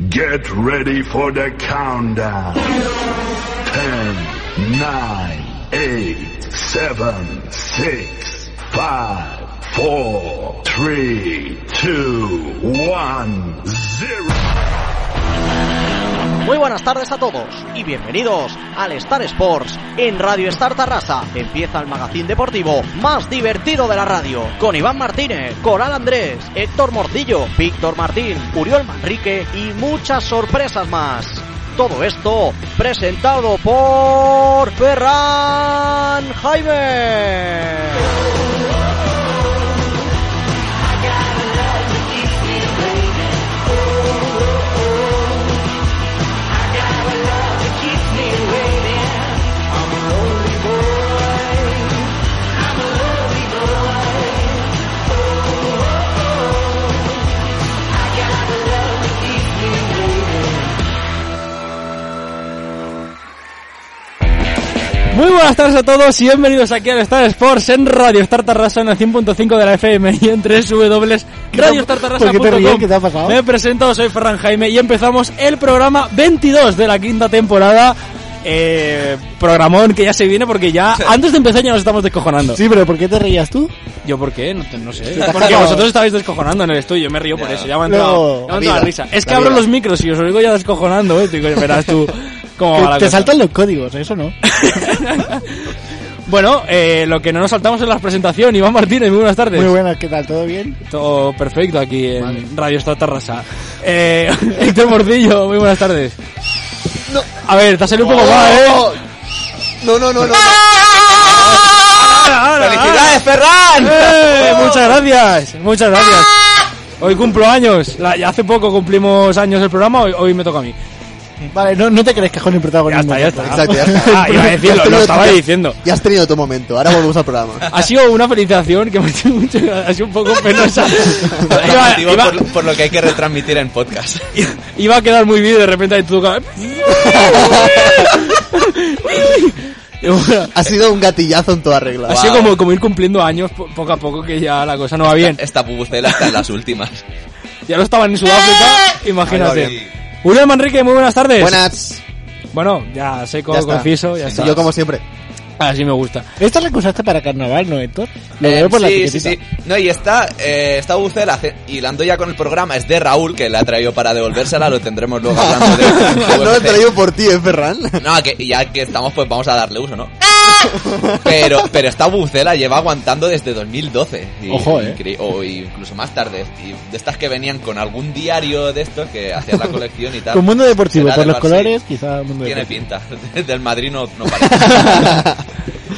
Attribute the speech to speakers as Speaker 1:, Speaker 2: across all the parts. Speaker 1: Get ready for the countdown. 10, 9, 8, 7, 6, 5, 4, 3, 2, 1, 0.
Speaker 2: Muy buenas tardes a todos y bienvenidos al Star Sports en Radio Star Tarrasa. Empieza el magazín deportivo más divertido de la radio con Iván Martínez, Coral Andrés, Héctor Morcillo, Víctor Martín, Uriol Manrique y muchas sorpresas más. Todo esto presentado por Ferran Jaime.
Speaker 3: Muy buenas tardes a todos y bienvenidos aquí al Star Sports en Radio Star Tarrasa en el 100.5 de la FM y en 3
Speaker 4: ¿Por qué te ríes? ¿Qué te ha pasado?
Speaker 3: Me presento, soy Ferran Jaime y empezamos el programa 22 de la quinta temporada. Eh, programón que ya se viene porque ya antes de empezar ya nos estamos descojonando.
Speaker 4: Sí, pero ¿por qué te reías tú?
Speaker 3: ¿Yo por qué? No, te- no sé.
Speaker 4: has
Speaker 3: Porque
Speaker 4: cagado.
Speaker 3: vosotros estabais descojonando en el estudio. Yo me río por eso. Ya me ha entrado, ya
Speaker 4: No,
Speaker 3: me ha entrado la
Speaker 4: la vida,
Speaker 3: risa. Es que
Speaker 4: la
Speaker 3: abro
Speaker 4: vida.
Speaker 3: los micros y os oigo ya descojonando. ¿eh? Digo, verás tú cómo va
Speaker 4: Que
Speaker 3: la
Speaker 4: te
Speaker 3: cosa.
Speaker 4: saltan los códigos, eso no.
Speaker 3: Bueno, eh, lo que no nos saltamos es la presentación. Iván Martínez, muy buenas tardes.
Speaker 4: Muy buenas, ¿qué tal? ¿Todo bien?
Speaker 3: Todo perfecto aquí en Radio Estatarrasa. Eh, Héctor Mordillo, muy buenas tardes. A ver, te ha salido un poco mal, ¿eh?
Speaker 5: No, no, no, no.
Speaker 3: Ahora, ahora,
Speaker 5: ¡Felicidades,
Speaker 3: ahora.
Speaker 5: Ferran!
Speaker 3: Eh, Muchas gracias, muchas gracias. Hoy cumplo años. La- ya hace poco cumplimos años el programa, hoy, hoy me toca a mí.
Speaker 4: Vale, no, no te crees que con el
Speaker 3: Ya
Speaker 4: protagonismo.
Speaker 3: está, ya está.
Speaker 5: Exacto, ya está.
Speaker 3: Ah, iba a decirlo, lo estaba diciendo.
Speaker 5: Ya has tenido tu momento, ahora volvemos al programa.
Speaker 3: Ha sido una felicitación que me ha hecho mucho, ha sido un poco penosa. Iba-
Speaker 6: Motivo
Speaker 3: iba-
Speaker 6: por, por lo que hay que retransmitir en podcast.
Speaker 3: Iba a quedar muy bien y de repente ahí tú tocabas. Y bueno,
Speaker 5: Ha sido un gatillazo en toda regla.
Speaker 3: ha sido como, como ir cumpliendo años po- poco a poco que ya la cosa no va bien.
Speaker 6: Esta pupucela está en las últimas.
Speaker 3: Ya lo estaban en Sudáfrica, imagínate.
Speaker 6: bien.
Speaker 3: Julio Manrique, muy buenas tardes.
Speaker 5: Buenas.
Speaker 3: Bueno, ya seco,
Speaker 5: Ya está.
Speaker 3: conciso, Pues, ya
Speaker 5: Sí,
Speaker 3: está.
Speaker 5: Yo como siempre.
Speaker 3: Así me gusta.
Speaker 4: Esta la usaste para carnaval, ¿no, Héctor? Lo
Speaker 6: Eh,
Speaker 4: veo por la
Speaker 6: sí, sí,
Speaker 4: etiquetita.
Speaker 6: sí. No, y esta, eh, esta bucela, ce- hilando ya con el programa, es de Raúl, que la ha traído para devolvérsela, lo tendremos luego hablando de... de
Speaker 5: No lo he
Speaker 6: UFC.
Speaker 5: traído por ti, ¿eh, Ferran?
Speaker 6: No, que ya que estamos, pues vamos a darle uso, ¿no? Pero, pero esta bucela lleva aguantando desde 2012. Y,
Speaker 4: Ojo, eh.
Speaker 6: incre- O incluso más tarde. Y de estas que venían con algún diario de estos que hacían la colección y tal.
Speaker 4: Con Mundo Deportivo,
Speaker 6: Será
Speaker 4: por
Speaker 6: del
Speaker 4: los
Speaker 6: Barça.
Speaker 4: colores, quizá Mundo
Speaker 6: Tiene
Speaker 4: Deportivo.
Speaker 6: pinta. Del Madrid no, no parece.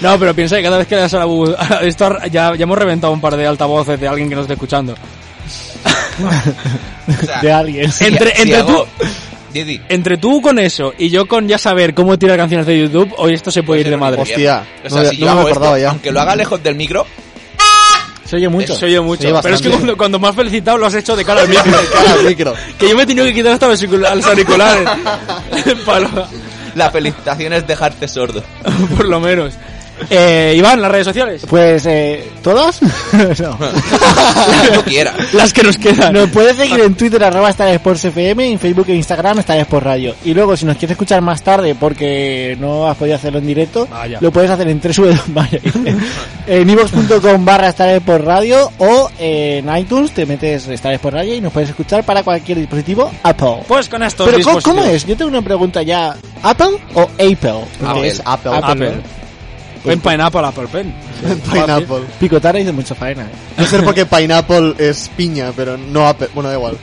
Speaker 3: No, pero piensa que cada vez que le das a la bu- esto ya, ya hemos reventado un par de altavoces de alguien que nos esté escuchando.
Speaker 6: O sea,
Speaker 4: De alguien. sí.
Speaker 3: Entre-
Speaker 6: si
Speaker 3: entre
Speaker 6: hago-
Speaker 3: tú-
Speaker 6: Didi,
Speaker 3: Entre tú con eso y yo con ya saber cómo tirar canciones de YouTube, hoy esto se puede ir de madre.
Speaker 5: Hostia,
Speaker 6: O sea,
Speaker 5: no-
Speaker 6: si
Speaker 5: no
Speaker 6: yo
Speaker 5: me
Speaker 6: hago
Speaker 5: acordaba
Speaker 6: esto,
Speaker 5: ya.
Speaker 6: aunque lo haga lejos del micro,
Speaker 4: Se oye mucho.
Speaker 3: Se oye mucho.
Speaker 5: Se oye
Speaker 3: pero es que
Speaker 5: bastante.
Speaker 3: cuando, cuando más felicitado lo has hecho de cara al micro.
Speaker 5: Cara al micro.
Speaker 3: que yo me he tenido que quitar hasta los, auricula- los auriculares. Pa lo-
Speaker 6: la felicitación es dejarte sordo.
Speaker 3: por lo menos. Eh, Iván, las redes sociales.
Speaker 4: Pues, eh, ¿todas? no.
Speaker 6: Tú quieras.
Speaker 3: Las que nos quedan.
Speaker 4: Nos puedes seguir en Twitter, arroba Star Sports FM, en Facebook e Instagram, Star Sports Radio. Y luego, si nos quieres escuchar más tarde, porque no has podido hacerlo en directo,
Speaker 3: Vaya.
Speaker 4: lo puedes hacer en 3 vaya. en iVoox.com barra Star Sports Radio o en iTunes te metes Star Sports Radio y nos puedes escuchar para cualquier dispositivo Apple.
Speaker 3: Pues con estos
Speaker 4: Pero ¿cómo,
Speaker 3: dispositivos.
Speaker 4: cómo es? Yo tengo una pregunta ya. ¿Apple o Apple?
Speaker 5: Apple,
Speaker 4: Es
Speaker 5: Apple.
Speaker 3: Apple.
Speaker 4: ¿no?
Speaker 3: Pen Pineapple, Apple Pen.
Speaker 5: Pineapple.
Speaker 4: Picotar hizo mucha faena. eh.
Speaker 5: No sé por qué Pineapple es piña, pero no apple. Bueno, da igual.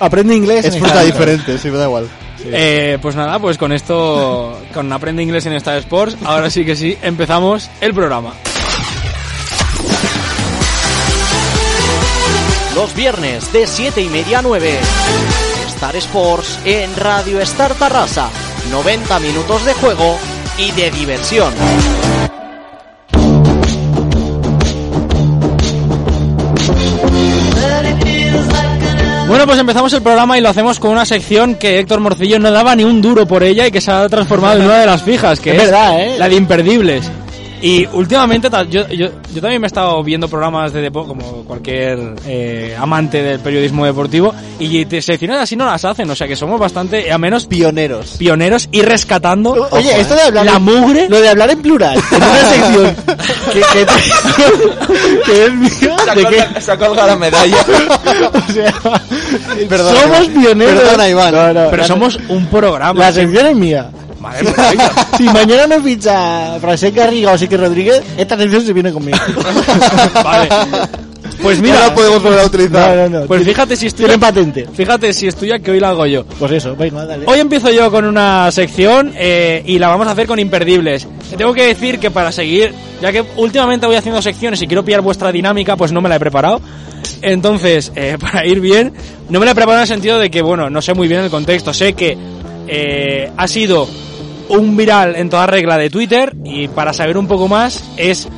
Speaker 4: Aprende inglés.
Speaker 5: Es
Speaker 4: en
Speaker 5: fruta
Speaker 4: Star-
Speaker 5: diferente, sí, me da igual.
Speaker 3: Eh, pues nada, pues con esto, con Aprende Inglés en Star Sports, ahora sí que sí, empezamos el programa.
Speaker 2: Los viernes de 7 y media a 9. Star Sports en Radio Star Tarrasa. 90 minutos de juego y de diversión.
Speaker 3: Bueno, pues empezamos el programa y lo hacemos con una sección que Héctor Morcillo no daba ni un duro por ella y que se ha transformado en una de las fijas, que
Speaker 4: Es verdad, ¿eh?
Speaker 3: la de imperdibles. Y últimamente ta- yo, yo, yo también me he estado viendo programas de deporte, como cualquier eh, amante del periodismo deportivo, y te- secciones así no las hacen, o sea que somos bastante, a menos
Speaker 5: Pioneros.
Speaker 3: pioneros y rescatando eh,
Speaker 4: Oye,
Speaker 5: ¿eh?
Speaker 4: esto de hablar
Speaker 3: la
Speaker 4: en-
Speaker 3: mugre.
Speaker 4: Lo de hablar en plural, en una sección que, que, que es mía,
Speaker 6: Se
Speaker 4: de
Speaker 6: ha
Speaker 4: que
Speaker 6: colgado- Se ha colgado la medalla.
Speaker 4: o sea,
Speaker 5: Perdona,
Speaker 4: somos
Speaker 5: Iván.
Speaker 4: pioneros.
Speaker 5: Perdona, Iván.
Speaker 4: No, no,
Speaker 3: Pero
Speaker 4: la-
Speaker 3: somos un programa.
Speaker 4: La sección es mía.
Speaker 3: Madre mía.
Speaker 4: Si mañana me ficha Francesc Garriga o Sique Rodríguez, esta sección se viene conmigo.
Speaker 3: Vale. Pues mira,
Speaker 5: no la podemos volver a
Speaker 4: No,
Speaker 5: utilizar.
Speaker 4: no, no.
Speaker 3: pues fíjate si estoy
Speaker 4: Tienen patente.
Speaker 3: Fíjate si es tuya que hoy la hago yo.
Speaker 4: Pues eso, venga, dale.
Speaker 3: Hoy empiezo yo con una sección eh, y la vamos a hacer con imperdibles. Tengo que decir que para seguir, ya que últimamente voy haciendo secciones y quiero pillar vuestra dinámica, pues no me la he preparado. Entonces, eh, para ir bien, no me la he preparado en el sentido de que, bueno, no sé muy bien el contexto. Sé que eh, ha sido un viral en toda regla de Twitter y para saber un poco más es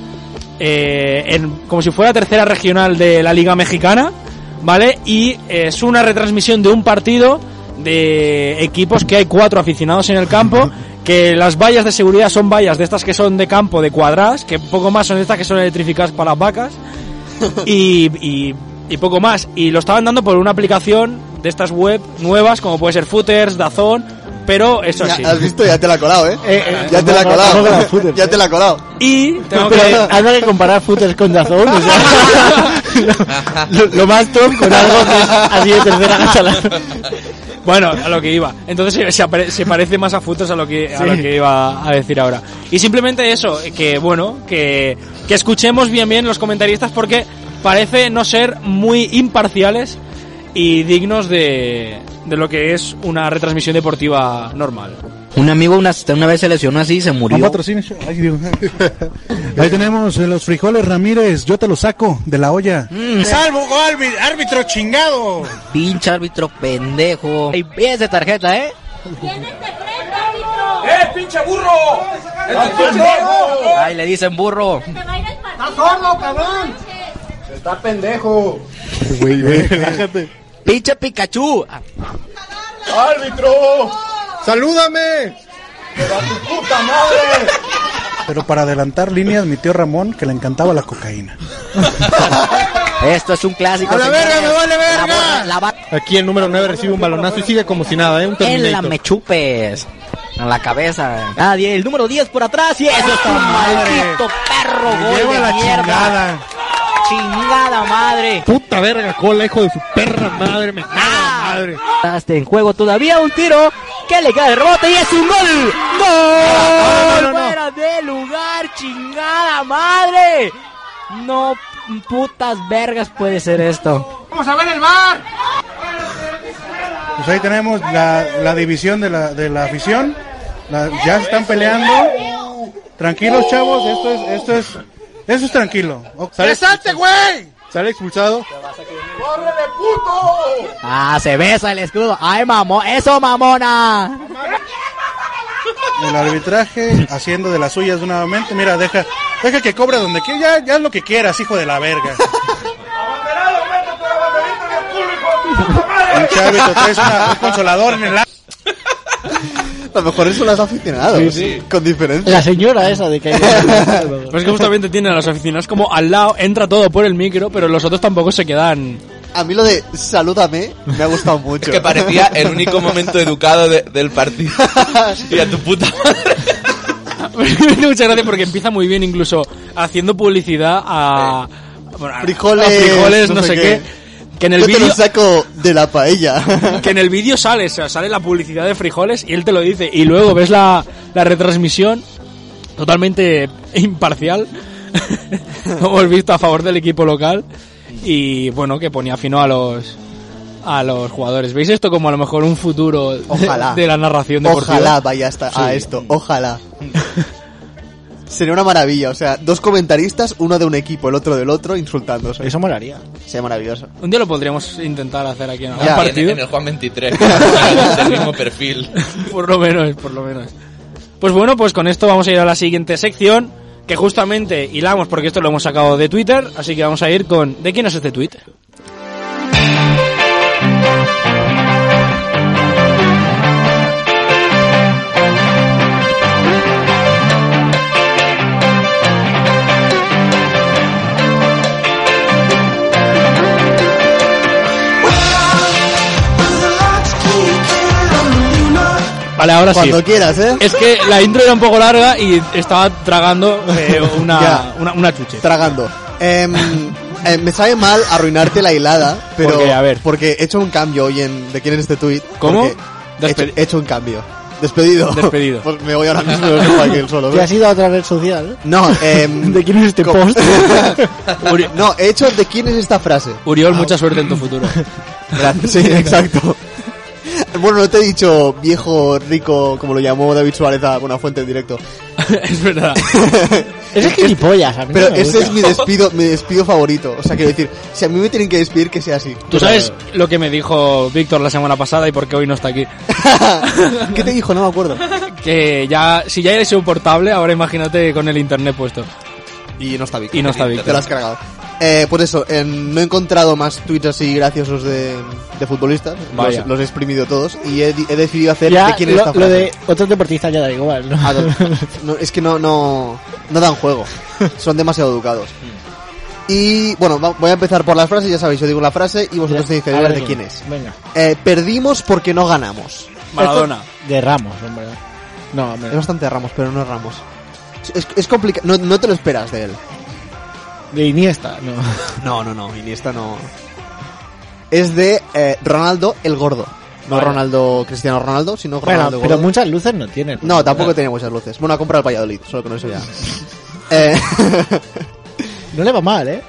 Speaker 3: eh, en- como si fuera tercera regional de la Liga Mexicana, ¿vale? Y eh, es una retransmisión de un partido de equipos que hay cuatro aficionados en el campo, que las vallas de seguridad son vallas de estas que son de campo, de cuadras, que poco más son estas que son electrificadas para las vacas, y, y- y poco más. Y lo estaban dando por una aplicación de estas web nuevas, como puede ser Footers, Dazón, pero eso Pues sí.
Speaker 5: Ya, Has visto, ya te la he colado, eh.
Speaker 4: Eh, eh,
Speaker 5: ya te la he
Speaker 4: no, no, no, no, no,
Speaker 5: colado.
Speaker 4: footers,
Speaker 5: ya
Speaker 4: eh.
Speaker 5: te la he colado.
Speaker 3: Y tengo que...
Speaker 4: Pero habrá que comparar footers con Dazón. o sea, lo, lo más top con algo que es así de tercera catalana.
Speaker 3: Bueno, a lo que iba. Entonces se- se, apare- se parece más a Futos a lo que a lo
Speaker 4: Sí.
Speaker 3: que iba a decir ahora. Y simplemente eso, que bueno, que, que escuchemos bien bien los comentaristas porque parece no ser muy imparciales y dignos de, de lo que es una retransmisión deportiva normal.
Speaker 7: Un amigo una, una vez se lesionó así y se
Speaker 8: Un
Speaker 7: murió.
Speaker 8: patrocinio. Ay, Dios. Ahí tenemos eh, los frijoles Ramírez. Yo te los saco de la olla.
Speaker 9: Salvo, árbitro chingado.
Speaker 7: Pinche árbitro pendejo. Y pies de tarjeta, ¿eh?
Speaker 9: ¡Eh, pinche burro!
Speaker 7: Ay, le dicen burro.
Speaker 9: ¡Estás sordo, cabrón!
Speaker 7: Pinche Pikachu. Ah,
Speaker 5: ¡Salúdame!
Speaker 8: Pero para adelantar líneas, mi tío Ramón, que le encantaba la cocaína.
Speaker 7: Esto es un clásico.
Speaker 5: ¡A la
Speaker 7: señores.
Speaker 5: verga, me vale verga!
Speaker 7: La borra- la va-
Speaker 10: Aquí el número 9 recibe un balonazo y sigue como si nada, ¿eh? Un
Speaker 7: en la
Speaker 10: Terminator.
Speaker 7: me chupes. En la cabeza. Ah, die- el número 10 por atrás y eso está
Speaker 5: Ah,
Speaker 7: maldito perro gol de mierda. Chingada madre.
Speaker 10: Puta verga, cola, hijo de su perra madre, me cago en la madre.
Speaker 7: Está en juego todavía un tiro que le cae de rebote y es un gol. ¡Gol! Fuera de lugar, chingada madre. No putas vergas puede ser esto.
Speaker 9: ¡Vamos a ver el bar!
Speaker 8: Pues ahí tenemos la, la división de la, de la afición. La- ya se están peleando. Tranquilos, chavos. Esto es, esto es, esto es tranquilo. O- ¿Sabes?
Speaker 9: güey!
Speaker 10: Sale expulsado.
Speaker 9: ¡Córrele, puto!
Speaker 7: Ah, se besa el escudo. Ay, mamón, eso mamona.
Speaker 8: El arbitraje haciendo de las suyas nuevamente. Mira, deja, deja que cobre donde quiera. Ya, ya es lo que quieras, hijo de la verga.
Speaker 9: ¡Abanderado, mete tu abanderito en el culo, hijo de tu puta madre!
Speaker 8: Pinche árbitro, traes una- un consolador en el
Speaker 5: A lo mejor eso lo has aficionado. Con diferencia.
Speaker 4: La señora esa de que hay.
Speaker 3: Pues es que justamente tienen a los aficionados como al lado, entra todo por el micro, pero los otros tampoco se quedan.
Speaker 5: A mí lo de salúdame me ha gustado mucho.
Speaker 6: Es que parecía el único momento educado de- del partido. Y a tu puta madre.
Speaker 3: Muchas gracias porque empieza muy bien incluso haciendo publicidad a, bueno, a-
Speaker 5: Frijoles,
Speaker 3: a frijoles, no,
Speaker 5: no
Speaker 3: sé
Speaker 5: sé
Speaker 3: qué. Que en el
Speaker 5: Yo te
Speaker 3: vídeo
Speaker 5: lo saco de la paella.
Speaker 3: que en el vídeo sale, o sea, sale la publicidad de frijoles y él te lo dice. Y luego ves la, la retransmisión totalmente imparcial, como hemos visto a favor del equipo local. Y bueno, que ponía fino a los a los jugadores. ¿Veis esto como a lo mejor un futuro de-
Speaker 5: Ojalá.
Speaker 3: De, la narración deportiva?
Speaker 5: Ojalá vaya hasta a
Speaker 3: Sí.
Speaker 5: esto, ojalá. Sería una maravilla, o sea, dos comentaristas, uno de un equipo, el otro del otro, insultándose.
Speaker 4: Eso molaría.
Speaker 5: Sería maravilloso.
Speaker 3: Un día lo podríamos intentar hacer aquí en algún
Speaker 5: Ya.
Speaker 6: En,
Speaker 3: partido.
Speaker 6: en el Juan 23. el mismo perfil.
Speaker 3: Por lo menos, por lo menos. Pues bueno, pues con esto vamos a ir a la siguiente sección, que justamente hilamos porque esto lo hemos sacado de Twitter, así que vamos a ir con... ¿De quién es este tweet? Vale, ahora sí.
Speaker 5: Cuando quieras, ¿eh?
Speaker 3: Es que la intro era un poco larga y estaba tragando eh, una,
Speaker 5: Ya.
Speaker 3: una, una chuche.
Speaker 5: Tragando. Em, eh, me sabe mal arruinarte la hilada, pero.
Speaker 3: ¿Por qué? A ver.
Speaker 5: Porque he hecho un cambio hoy en. ¿De quién es este tuit?
Speaker 3: ¿Cómo?
Speaker 5: Porque He hecho,
Speaker 3: Despedi-
Speaker 5: he hecho un cambio. Despedido.
Speaker 3: Despedido.
Speaker 5: Pues me voy ahora mismo me dejo aquí solo.
Speaker 4: Te has ido a otra red social. ¿eh?
Speaker 5: No, em,
Speaker 4: ¿De quién es este
Speaker 5: ¿Cómo?
Speaker 4: post?
Speaker 3: Uri-
Speaker 5: no, he hecho de quién es esta frase.
Speaker 3: Uriol, mucha suerte en tu futuro.
Speaker 5: Gracias. Sí, exacto. Bueno, no te he dicho viejo rico, como lo llamó David Suárez a una fuente en directo.
Speaker 3: es verdad.
Speaker 4: Ese es gilipollas, a mí
Speaker 5: Pero
Speaker 4: no me
Speaker 5: ese
Speaker 4: gusta.
Speaker 5: es mi despido, mi despido favorito. O sea, quiero decir, si a mí me tienen que despedir, que sea así.
Speaker 3: Tú sabes lo que me dijo Víctor la semana pasada y por qué hoy no está aquí.
Speaker 5: ¿Qué te dijo? No me acuerdo.
Speaker 3: Que ya, si ya eres insoportable, ahora imagínate con el internet puesto.
Speaker 5: Y no está Víctor.
Speaker 3: Y no está
Speaker 5: Te lo
Speaker 3: Víctor.
Speaker 5: has cargado. Eh, pues eso, em, no he encontrado más tweets así graciosos de, de futbolistas.
Speaker 3: Vaya.
Speaker 5: Los, los he exprimido todos y he, di- he decidido hacer de
Speaker 4: Ya,
Speaker 5: quién es
Speaker 4: lo,
Speaker 5: esta
Speaker 4: lo
Speaker 5: frase.
Speaker 4: de otros deportistas ya da igual, ¿no?
Speaker 5: Ah, no, no, es que no, no, no dan juego. Son demasiado educados. Y bueno, va- voy a empezar por las frases. Ya sabéis, yo digo la frase y vosotros tenéis que
Speaker 4: A
Speaker 5: adivinar
Speaker 4: ver
Speaker 5: de quién es.
Speaker 4: Venga.
Speaker 5: Eh, perdimos porque no ganamos.
Speaker 3: Maradona.
Speaker 4: De Ramos, hombre. No, hombre.
Speaker 5: Es bastante Ramos, pero no es Ramos. Es, es complicado. No, no te lo esperas de él.
Speaker 4: De Iniesta, no.
Speaker 5: No, no, no. Iniesta no. Es de eh, Ronaldo el Gordo. No
Speaker 3: Vale.
Speaker 5: Ronaldo Cristiano Ronaldo, sino
Speaker 4: Bueno,
Speaker 5: Ronaldo
Speaker 4: pero
Speaker 5: Gordo.
Speaker 4: muchas luces no tiene.
Speaker 5: No, tampoco tenía muchas luces. Bueno, ha comprado el Valladolid, solo que no eso ya. Eh,
Speaker 4: No le va mal, ¿eh?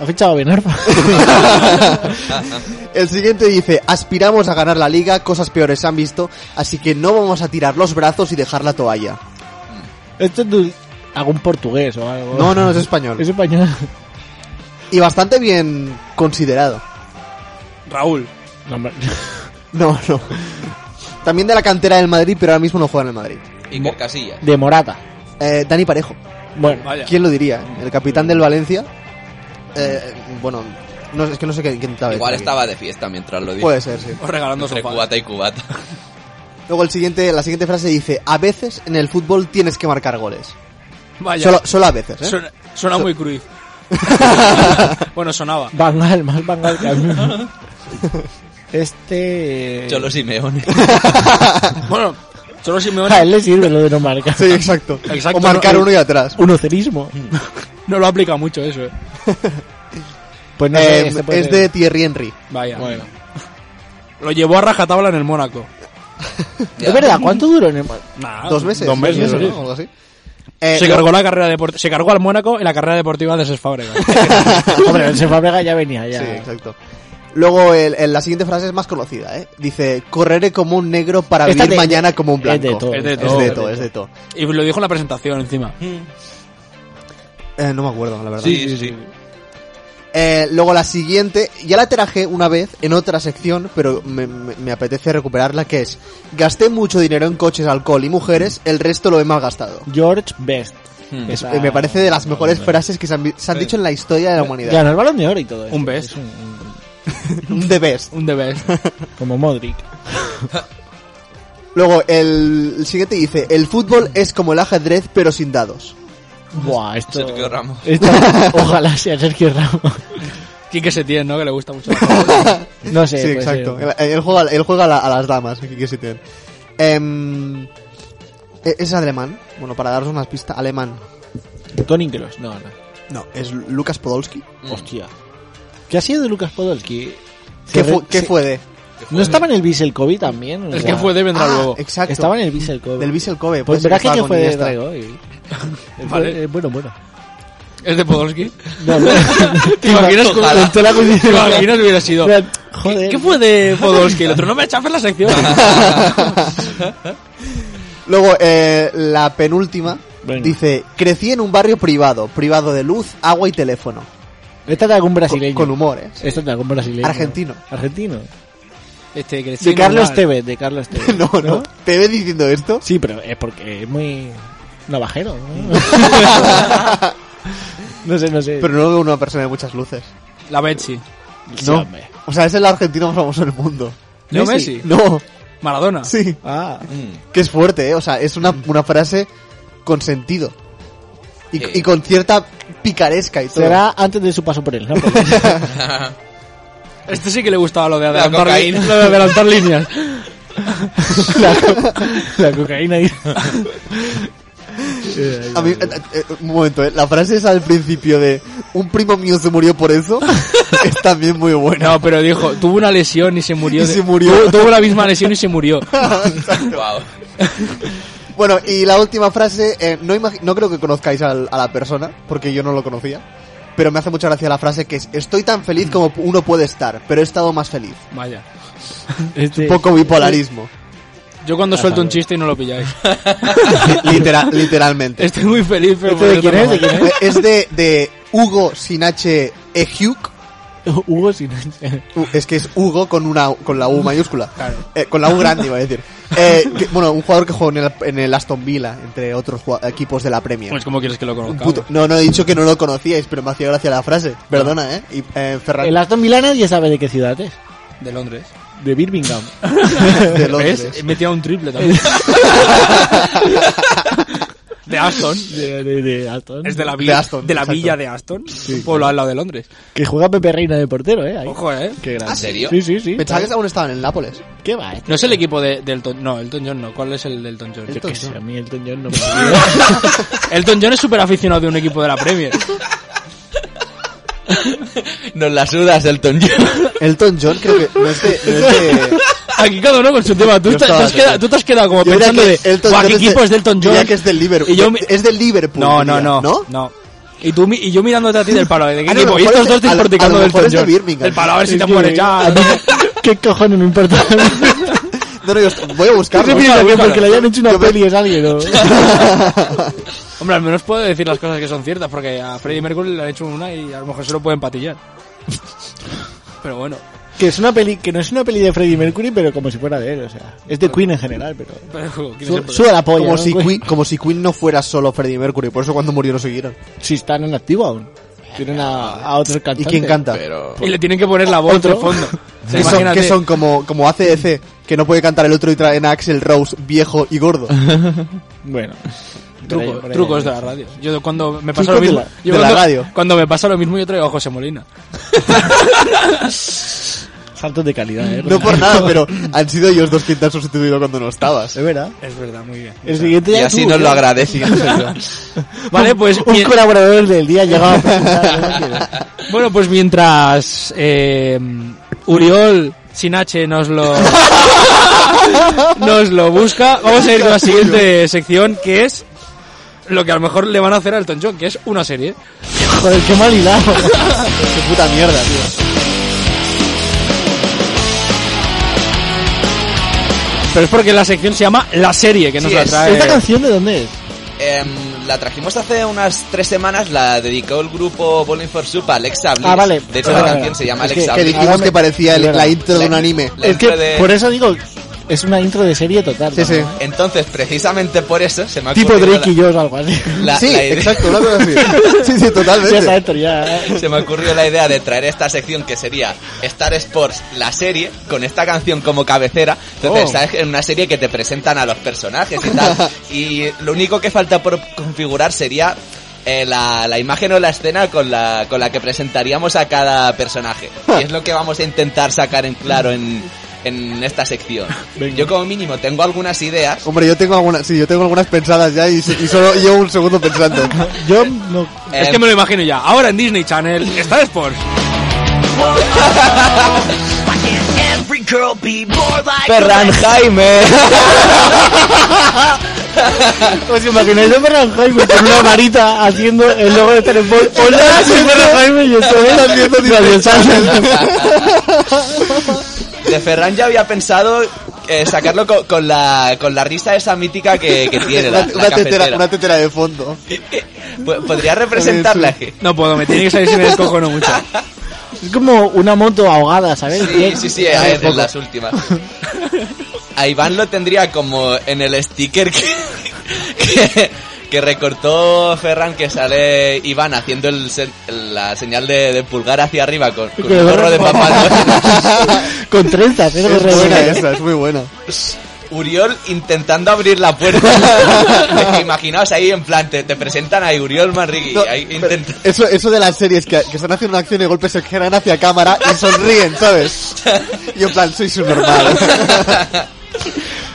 Speaker 4: Ha fichado bien Orfa.
Speaker 5: El siguiente dice, aspiramos a ganar la liga, cosas peores se han visto, así que no vamos a tirar los brazos y dejar la toalla.
Speaker 4: Esto es de algún portugués o algo.
Speaker 5: No, no, no es español.
Speaker 4: Es español.
Speaker 5: Y bastante bien considerado.
Speaker 3: Raúl.
Speaker 4: No, hombre.
Speaker 5: No, no. También de la cantera del Madrid, pero ahora mismo no juega en el Madrid.
Speaker 6: Y con Casillas.
Speaker 4: De Morata.
Speaker 5: Eh, Dani Parejo.
Speaker 4: Bueno,
Speaker 3: Vaya.
Speaker 5: ¿Quién lo diría? El capitán del Valencia. Eh, bueno, no, es que no sé qué- quién estaba.
Speaker 6: Igual estaba de fiesta mientras lo dijo.
Speaker 5: Puede ser, sí.
Speaker 3: O regalando
Speaker 6: Entre
Speaker 3: sofá.
Speaker 6: cubata y cubata.
Speaker 5: Luego el siguiente, la siguiente frase dice, a veces en el fútbol tienes que marcar goles.
Speaker 3: Vaya.
Speaker 5: Solo, solo a veces, ¿eh?
Speaker 3: Suena, suena muy cruif. bueno, sonaba.
Speaker 4: Bangal, más Bangal que a mí. Este.
Speaker 6: Cholo Simeone.
Speaker 3: Bueno, solo si me
Speaker 4: A él le sirve lo de no marcar.
Speaker 5: Sí, exacto.
Speaker 3: Exacto,
Speaker 5: O marcar
Speaker 3: no-
Speaker 5: uno y atrás.
Speaker 4: Unocerismo.
Speaker 3: No lo aplica mucho eso, eh.
Speaker 4: Pues no
Speaker 5: Eh,
Speaker 4: sé, este puede
Speaker 5: es
Speaker 4: ser.
Speaker 5: de Thierry Henry.
Speaker 3: Vaya. Bueno. Lo llevó a rajatabla en el Mónaco.
Speaker 4: Es verdad, ¿cuánto duró en el
Speaker 3: Nah,
Speaker 5: dos meses.
Speaker 3: Ah, Dos meses,
Speaker 5: ¿no?
Speaker 3: sí.
Speaker 5: O algo así. Eh,
Speaker 3: Se
Speaker 5: lo-
Speaker 3: cargó la carrera deport- se cargó al Mónaco en la carrera deportiva de Ses Fábregas.
Speaker 4: Hombre, el Sefabrega ya venía ya.
Speaker 5: Sí, exacto. Luego el- el- la siguiente frase es más conocida, ¿eh? Dice, correré como un negro para
Speaker 4: Esta
Speaker 5: vivir
Speaker 4: de-
Speaker 5: mañana como un
Speaker 4: es de
Speaker 5: blanco.
Speaker 4: todo.
Speaker 5: Es
Speaker 3: Es
Speaker 5: de
Speaker 3: de
Speaker 5: todo, es de
Speaker 3: todo.
Speaker 5: todo.
Speaker 3: y lo dijo en la presentación encima.
Speaker 5: Eh, no me acuerdo, la verdad.
Speaker 6: Sí, sí, sí.
Speaker 5: Eh, luego la siguiente, ya la traje una vez en otra sección, pero me, me- me apetece recuperarla, que es, gasté mucho dinero en coches, alcohol y mujeres, el resto lo he malgastado.
Speaker 4: George Best.
Speaker 3: Hmm.
Speaker 4: Esa-
Speaker 5: Eh, me parece de las mejores frases que se han, vi- se han dicho en la historia de la humanidad.
Speaker 4: Ganó el balón de oro y todo eso.
Speaker 3: Un Best.
Speaker 4: Es un- un-
Speaker 5: The best.
Speaker 3: Un de best.
Speaker 4: como Modric.
Speaker 5: Luego, el, el siguiente dice, el fútbol es como el ajedrez, pero sin dados.
Speaker 4: Buah, esto.
Speaker 6: Sergio Ramos.
Speaker 4: esto- ojalá sea Sergio Ramos.
Speaker 3: Quique Setién, ¿no? Que le gusta mucho. la-
Speaker 4: No sé.
Speaker 5: Sí,
Speaker 4: puede
Speaker 5: exacto.
Speaker 4: ser.
Speaker 5: Él, él juega, él juega a, la- a las damas, aquí que se tienen. Em, e- es alemán. Bueno, para daros unas pistas, alemán.
Speaker 4: Toni Kroos, no, no.
Speaker 5: No, es Lucas Podolski.
Speaker 4: Hostia. ¿Qué ha sido de Lucas Podolski?
Speaker 5: ¿Qué,
Speaker 4: Se re-
Speaker 5: fu- qué
Speaker 4: se-
Speaker 5: fue de?
Speaker 4: ¿No estaba en el Bissell Kobe también? O
Speaker 3: El
Speaker 4: sea,
Speaker 3: que fue de vendrá
Speaker 5: Ah,
Speaker 4: eh.
Speaker 3: luego.
Speaker 5: Exacto.
Speaker 4: Estaba en el Bissell Kobe.
Speaker 5: Del Vissel Kobe.
Speaker 4: Pues
Speaker 5: puede ser
Speaker 4: verás que
Speaker 5: estaba
Speaker 4: quién
Speaker 5: con
Speaker 4: fue de
Speaker 5: Iniesta.
Speaker 4: Drago. y-
Speaker 3: Vale.
Speaker 4: Eh, Bueno, bueno.
Speaker 3: ¿Es de Podolski?
Speaker 4: No, no.
Speaker 3: ¿Te imaginas cómo-
Speaker 4: Con toda la
Speaker 3: ¿Te
Speaker 4: coincidencia.
Speaker 3: imaginas que hubiera sido?
Speaker 4: Joder.
Speaker 3: ¿Qué, qué fue de Podolski? El otro no me echafes la sección.
Speaker 5: Luego, eh, la penúltima
Speaker 4: Venga.
Speaker 5: dice, crecí en un barrio privado, privado de luz, agua y teléfono.
Speaker 4: Esta de algún
Speaker 5: Con,
Speaker 4: brasileño.
Speaker 5: con humor, ¿eh?
Speaker 4: Esta de algún brasileño.
Speaker 5: Argentino.
Speaker 4: Argentino.
Speaker 3: Este, que
Speaker 4: De Carlos Tevez, de Carlos Tevez.
Speaker 5: No, no. ¿Te ve diciendo esto?
Speaker 4: Sí, pero es porque es muy navajero.
Speaker 5: Mm.
Speaker 4: ¿no? no sé, no sé.
Speaker 5: Pero no veo una persona de muchas luces.
Speaker 3: La Betsy.
Speaker 4: Sí,
Speaker 5: No.
Speaker 4: hombre.
Speaker 5: O sea, es el argentino más famoso del mundo.
Speaker 3: ¿Leo Messi?
Speaker 5: No,
Speaker 3: Maradona.
Speaker 5: sí.
Speaker 4: Ah,
Speaker 5: Que es fuerte, ¿eh? O sea, es una, una frase con sentido. Y,
Speaker 6: Eh.
Speaker 5: y con cierta picaresca y todo.
Speaker 4: será antes de su paso por él, ¿no? Porque-
Speaker 3: Este sí que le gustaba lo de adelantar,
Speaker 6: cocaína.
Speaker 3: lo de adelantar líneas.
Speaker 4: la, co- la cocaína y...
Speaker 5: A mí- eh, eh, un momento, eh, la frase esa al principio de un primo mío se murió por eso es también muy buena.
Speaker 3: No, pero dijo, tuvo una lesión y se murió.
Speaker 5: Y
Speaker 3: de-
Speaker 5: se murió.
Speaker 3: Tuvo, tuvo la misma lesión y se murió.
Speaker 6: Guau.
Speaker 5: Bueno, y la última frase, eh, no, imagi- no creo que conozcáis al- a la persona, porque yo no lo conocía, pero me hace mucha gracia la frase que es, estoy tan feliz como uno puede estar, pero he estado más feliz.
Speaker 3: Vaya.
Speaker 4: Este-
Speaker 5: Poco bipolarismo,
Speaker 3: Yo cuando suelto un chiste y no lo pilláis.
Speaker 5: Literal- literalmente.
Speaker 3: Estoy muy feliz, pero...
Speaker 4: ¿Este de
Speaker 3: por
Speaker 4: quién es?
Speaker 3: otro
Speaker 4: ¿De quién
Speaker 5: Eh, Es de, de Hugo Sinache Ejuk.
Speaker 4: Hugo sin... E
Speaker 5: U- Es que es Hugo con una con la U mayúscula. Eh, con la U grande, iba a decir. Eh, que- bueno, un jugador que jugó en el, en el Aston Villa, entre otros jua- equipos de la Premier.
Speaker 3: Pues ¿cómo quieres que lo
Speaker 5: Un
Speaker 3: conozca?
Speaker 5: puto- no, no he dicho que no lo conocíais, pero me hacía gracia la frase. Perdona, ¿eh? Y, eh, Ferran
Speaker 4: El Aston Villa nadie sabe de qué ciudad es.
Speaker 3: De Londres.
Speaker 4: De Birmingham.
Speaker 5: de Londres.
Speaker 3: ¿Ves? Metía un triple también. de Aston.
Speaker 4: De, de- de Aston.
Speaker 3: Es de la,
Speaker 5: De
Speaker 3: villa-
Speaker 5: Aston,
Speaker 3: de la
Speaker 5: exacto.
Speaker 3: villa de Aston. un pueblo al lado de Londres.
Speaker 4: Que juega Pepe Reina de portero, eh. ahí.
Speaker 3: Ojo, eh.
Speaker 4: Qué grande.
Speaker 6: ¿En serio?
Speaker 4: Sí, sí, sí.
Speaker 5: Pensaba que aún estaban en el Nápoles.
Speaker 4: ¿Qué va, este?
Speaker 3: No es el equipo de, del Elton No, Elton John no. ¿Cuál es el del Elton John?
Speaker 4: Yo qué sé, a mí Elton John no me
Speaker 3: Elton John es súper aficionado de un equipo de la Premier.
Speaker 6: Nos la sudas, Elton John.
Speaker 5: Elton John, creo que. No es de- no es de-
Speaker 3: Aquí cada uno con su tema. Tú,
Speaker 5: Yo
Speaker 3: te, tú
Speaker 5: estaba
Speaker 3: has quedado,
Speaker 5: atento.
Speaker 3: tú te has quedado como
Speaker 5: Yo diría
Speaker 3: pensando
Speaker 5: que
Speaker 3: de.
Speaker 5: Elton
Speaker 3: "Buah,
Speaker 5: John
Speaker 3: ¿Qué
Speaker 5: es de-
Speaker 3: equipo es de Elton
Speaker 5: diría
Speaker 3: John?
Speaker 5: que es del Liverpool.
Speaker 3: Y yo mi-
Speaker 5: es del Liverpool.
Speaker 3: No, no,
Speaker 5: diría,
Speaker 3: no,
Speaker 5: ¿No?
Speaker 3: Y, tú, mi- y yo mirándote a ti del palo, ¿de qué
Speaker 5: Ah, no,
Speaker 3: equipo?
Speaker 5: a lo
Speaker 3: Y
Speaker 5: mejor
Speaker 3: estos
Speaker 5: es
Speaker 3: dos
Speaker 5: de- a lo-
Speaker 3: descorticando
Speaker 5: a lo
Speaker 3: del
Speaker 5: mejor
Speaker 3: Elton
Speaker 5: es de
Speaker 3: John.
Speaker 5: Birmingham.
Speaker 3: El palo, a ver si
Speaker 4: Es
Speaker 3: te
Speaker 4: que-
Speaker 3: mueres ya.
Speaker 4: ¿Qué cojones me importa?
Speaker 5: No, no, yo voy a
Speaker 4: ¿Qué se
Speaker 5: buscarlo.
Speaker 4: piensa que porque le hayan hecho una
Speaker 5: Yo me-
Speaker 4: peli es alguien o...?
Speaker 3: Hombre, al menos puedo decir las cosas que son ciertas, porque a Freddie Mercury le han hecho una y a lo mejor se lo pueden patillar. Pero bueno,
Speaker 4: Que es una peli, que no es una peli de Freddie Mercury, pero como si fuera de él, o sea. Es de Queen en general, pero.
Speaker 3: pero ¿quién es el
Speaker 4: Su-
Speaker 3: problema?
Speaker 4: Sube la polla.
Speaker 5: Como
Speaker 4: ¿no?
Speaker 5: si, Queen, como si Queen no fuera solo Freddie Mercury, por eso cuando murió no siguieron.
Speaker 4: Si están en activo aún. Tienen a, a otros
Speaker 5: ¿Y
Speaker 4: cantantes.
Speaker 5: quién canta?
Speaker 6: Pero.
Speaker 3: Y le tienen que poner la voz
Speaker 4: Otro.
Speaker 3: de fondo. O sea,
Speaker 5: Que son,
Speaker 3: imagínate,
Speaker 5: que son como, como ACDC, que no puede cantar el otro y traen a Axel Rose viejo y gordo.
Speaker 4: Bueno.
Speaker 3: truco-
Speaker 4: Por ahí, por ahí.
Speaker 3: trucos de la radio. Yo cuando me pasa
Speaker 4: Trucos
Speaker 3: lo mismo,
Speaker 4: de la-
Speaker 3: yo
Speaker 5: de la
Speaker 3: cuando,
Speaker 5: radio.
Speaker 3: cuando me pasa lo mismo yo traigo a José Molina.
Speaker 4: Saltos de calidad, eh.
Speaker 5: No por nada, pero han sido ellos dos quien te han sustituido cuando no estabas.
Speaker 4: Es verdad.
Speaker 3: Es verdad, muy bien.
Speaker 4: El siguiente
Speaker 6: Y
Speaker 4: ya
Speaker 6: así
Speaker 4: tú,
Speaker 6: nos
Speaker 4: ¿eh?
Speaker 6: lo agradecimos.
Speaker 3: Vale, pues
Speaker 4: Un
Speaker 3: mien-
Speaker 4: colaborador del día llegaba a presentar, ¿no?
Speaker 3: bueno, pues mientras eh, Uriol sin H nos lo nos lo busca, vamos a ir con la siguiente sección que es lo que a lo mejor le van a hacer a Elton John, que es una serie.
Speaker 4: Joder, qué mal hilado.
Speaker 5: Qué puta mierda, tío.
Speaker 3: Pero es porque la sección se llama La serie, que nos
Speaker 6: Sí,
Speaker 3: la
Speaker 6: es-
Speaker 3: trae.
Speaker 4: ¿Esta canción de dónde es?
Speaker 6: Em, la trajimos hace unas tres semanas, la dedicó el grupo Bowling for Soup a Alexa Bliss.
Speaker 4: Ah, vale.
Speaker 6: De hecho,
Speaker 4: Ah,
Speaker 6: la
Speaker 4: vale.
Speaker 6: canción se llama
Speaker 4: Es
Speaker 6: Alexa
Speaker 5: Que
Speaker 6: Bliss.
Speaker 5: dijimos que parecía el-
Speaker 4: Ahora me-
Speaker 5: la intro de un
Speaker 6: La-
Speaker 5: anime.
Speaker 6: la
Speaker 4: Es que
Speaker 6: intro de-
Speaker 4: por eso digo, es una intro de serie total.
Speaker 5: Sí,
Speaker 4: ¿no?
Speaker 5: sí.
Speaker 6: Entonces, precisamente por eso se me ha
Speaker 4: Tipo
Speaker 6: ocurrido la-
Speaker 4: Drake y yo o algo así.
Speaker 6: la-
Speaker 5: sí,
Speaker 6: la idea-
Speaker 5: exacto, una cosa así. Sí, sí,
Speaker 4: Ya está,
Speaker 5: totalmente.
Speaker 4: Héctor, ya.
Speaker 6: Se me ocurrió la idea de traer esta sección que sería Star Sports, la serie, con esta canción como cabecera. Entonces,
Speaker 4: Oh.
Speaker 6: ¿sabes? En una serie que te presentan a los personajes y tal. Y lo único que falta por configurar sería eh, la, la imagen o la escena con la, con la que presentaríamos a cada personaje. Y es lo que vamos a intentar sacar en claro en, en esta sección. Yo como mínimo tengo algunas ideas.
Speaker 5: Hombre, yo tengo algunas, sí, yo tengo algunas pensadas ya y, y solo llevo un segundo pensando.
Speaker 4: Yo no.
Speaker 3: Es
Speaker 6: Eh,
Speaker 3: que me lo imagino ya. Ahora en Disney Channel, Star Sports.
Speaker 6: Ferran Jaime.
Speaker 4: ¿Os imagináis a Ferran Jaime con una varita haciendo el logo de Telefón? Hola, soy Ferran Jaime y estoy haciendo Radio Sánchez.
Speaker 6: De Ferran ya había pensado eh, sacarlo co- con, la, con la risa esa mítica que, que tiene la,
Speaker 5: Una,
Speaker 6: la
Speaker 5: una tetera,
Speaker 6: cafetera.
Speaker 5: una tetera de fondo.
Speaker 6: Po- Podría representarla.
Speaker 3: No puedo, me tiene que salir si me descojono mucho.
Speaker 4: Es como una moto ahogada, ¿sabes?
Speaker 6: Sí, sí, sí, a
Speaker 4: Ahí
Speaker 6: ver,
Speaker 4: poco.
Speaker 6: en las últimas. A Iván lo tendría como en el sticker que, que, que recortó Ferran, que sale Iván haciendo el se- la señal de, de pulgar hacia arriba con, con un gorro de papá. Noel.
Speaker 4: Con trenzas, ¿eh?
Speaker 5: Es buena
Speaker 4: Re-
Speaker 5: esa, es muy buena.
Speaker 6: Uriol intentando abrir la puerta. Es que Imaginaos ahí en plan, te, te presentan a Uriol Manrigui.
Speaker 5: No,
Speaker 6: ahí
Speaker 5: pero
Speaker 6: intenta-
Speaker 5: eso, eso de las series que, que están haciendo una acción y de golpe se giran hacia cámara y sonríen, ¿sabes? Y en plan, soy su normal.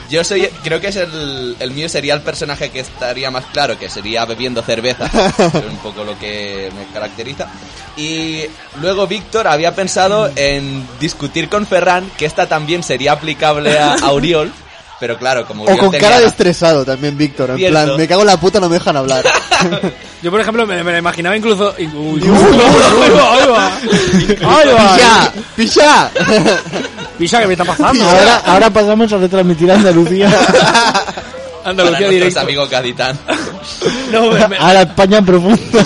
Speaker 6: Yo soy, creo que es el, el mío sería el personaje que estaría más claro, que sería bebiendo cerveza, es un poco lo que me caracteriza. Y luego Víctor había pensado en discutir con Ferran, que esta también sería aplicable a, a Oriol, pero claro, como
Speaker 5: O
Speaker 6: Oriol
Speaker 5: con
Speaker 6: tenía
Speaker 5: cara de
Speaker 6: la-
Speaker 5: estresado también, Víctor. En
Speaker 6: Cierto.
Speaker 5: plan, me cago en la puta, no me dejan hablar.
Speaker 3: Yo, por ejemplo, me, me la imaginaba incluso. Uy, uy, uy, ahí va, ahí va. Ahí va.
Speaker 5: ¡Picha! ¡Picha!
Speaker 3: Picha, ¿qué me está pasando?
Speaker 4: Ahora, ahora pasamos a retransmitir a Andalucía.
Speaker 6: para
Speaker 3: Andalucía
Speaker 6: nuestros
Speaker 3: directo.
Speaker 6: amigos gaditán.
Speaker 3: No, me- me-
Speaker 4: A la España profunda.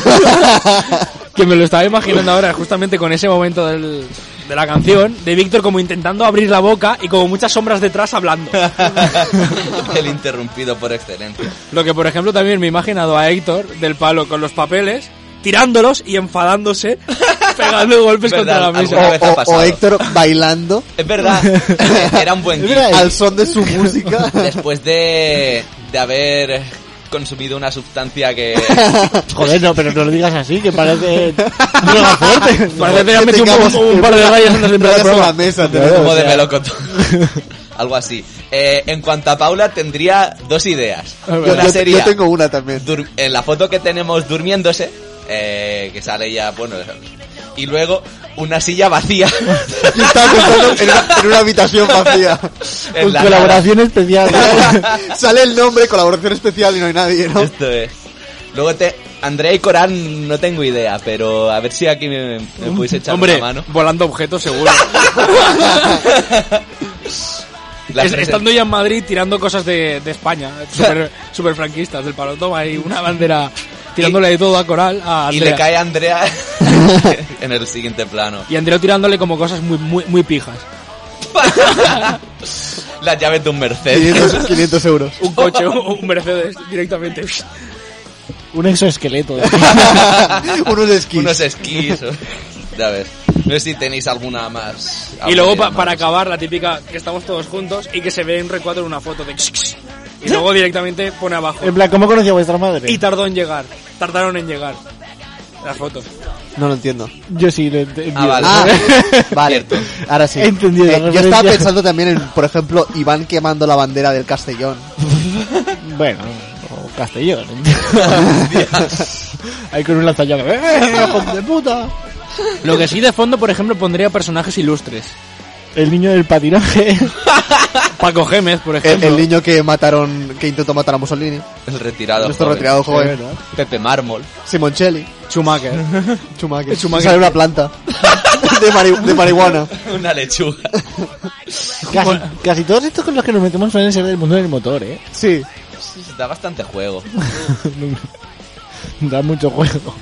Speaker 3: que me lo estaba imaginando ahora, justamente con ese momento del- de la canción, de Víctor como intentando abrir la boca y como muchas sombras detrás hablando.
Speaker 6: el interrumpido por excelencia.
Speaker 3: Lo que, por ejemplo, también me he imaginado a Héctor del palo con los papeles, tirándolos y enfadándose, pegando golpes
Speaker 6: ¿Verdad?
Speaker 3: contra la mesa.
Speaker 6: Alguna
Speaker 5: O,
Speaker 6: vez ha
Speaker 5: o- o
Speaker 6: pasado.
Speaker 5: Héctor bailando
Speaker 6: Es verdad, era un buen guiño.
Speaker 5: al son de su música.
Speaker 6: Después de, de haber consumido una sustancia que...
Speaker 4: Joder, no, pero no lo digas así, que parece droga fuerte.
Speaker 3: Parece que le han metido un-
Speaker 5: tengamos-
Speaker 3: un, un par de rayas antes de empezar el
Speaker 5: Rayas en la
Speaker 3: programa.
Speaker 5: mesa, te
Speaker 4: Claro.
Speaker 5: digo.
Speaker 6: Como de
Speaker 4: sea.
Speaker 6: melocotón. Algo así. Eh, en cuanto a Paula, tendría dos ideas.
Speaker 5: Ah, Yo,
Speaker 6: Una
Speaker 5: yo-
Speaker 6: sería
Speaker 5: yo tengo una también.
Speaker 6: dur- en la foto que tenemos durmiéndose, eh, que sale ya, bueno, y luego una silla vacía.
Speaker 5: Yo estaba pensando en una, en una habitación vacía.
Speaker 6: en
Speaker 4: Con
Speaker 6: la
Speaker 4: colaboración especial.
Speaker 5: Sale el nombre, colaboración especial y no hay nadie, ¿no?
Speaker 6: nada. Esto es. Luego te... Andrea y Corán no tengo idea, pero a ver si aquí me, me podéis echar
Speaker 3: Hombre,
Speaker 6: una mano.
Speaker 3: volando objetos seguro.
Speaker 6: La
Speaker 3: Es-
Speaker 6: presen-
Speaker 3: estando ya en Madrid tirando cosas de, de España, super, super franquistas del palo. Toma ahí una bandera tirándole de todo a Coral, a
Speaker 6: Y
Speaker 3: Andrea.
Speaker 6: le cae a Andrea en el siguiente plano.
Speaker 3: Y Andrea tirándole como cosas muy, muy, muy pijas.
Speaker 6: Las llaves de un Mercedes.
Speaker 5: 500, 500 euros.
Speaker 3: Un coche, un, un Mercedes directamente.
Speaker 4: Un exoesqueleto.
Speaker 5: Unos esquís.
Speaker 6: Unos esquís. o- Ya ves. No sé si tenéis alguna más.
Speaker 3: Y
Speaker 6: alguna
Speaker 3: luego
Speaker 6: idea
Speaker 3: pa-
Speaker 6: más.
Speaker 3: para acabar la típica que estamos todos juntos y que se ve en recuadro en una foto de... Y luego directamente pone abajo.
Speaker 4: En plan, ¿cómo conocía vuestra madre?
Speaker 3: Y tardó en llegar. Tardaron en llegar. Las fotos.
Speaker 5: No lo entiendo.
Speaker 4: Yo sí lo entendí.
Speaker 6: Ah, vale.
Speaker 5: Ah, vale.
Speaker 6: Cierto.
Speaker 5: Ahora sí. Eh,
Speaker 4: He entendido la
Speaker 5: yo
Speaker 4: referencia.
Speaker 5: estaba pensando también en, por ejemplo, Iván quemando la bandera del Castellón.
Speaker 4: Bueno, o Castellón. ¿eh? Ahí con un lanzallamas. ¡Eh, hijo de puta!
Speaker 3: Lo que sí de fondo, por ejemplo, pondría personajes ilustres.
Speaker 4: El niño del patinaje.
Speaker 3: Paco Gémez, por
Speaker 5: El,
Speaker 3: ejemplo.
Speaker 5: el niño que mataron, que intentó matar a Mussolini.
Speaker 6: El retirado.
Speaker 5: Nuestro
Speaker 6: joven.
Speaker 5: retirado
Speaker 4: Es
Speaker 5: joven.
Speaker 4: verdad.
Speaker 6: Pepe Mármol.
Speaker 5: Simoncelli.
Speaker 3: Schumacher.
Speaker 5: Schumacher. Sale una planta. de, mari- de marihuana.
Speaker 6: Una lechuga.
Speaker 4: Casi, casi todos estos con los que nos metemos suelen ser del mundo del motor, ¿eh?
Speaker 5: Sí.
Speaker 6: Da bastante juego.
Speaker 4: Da mucho juego.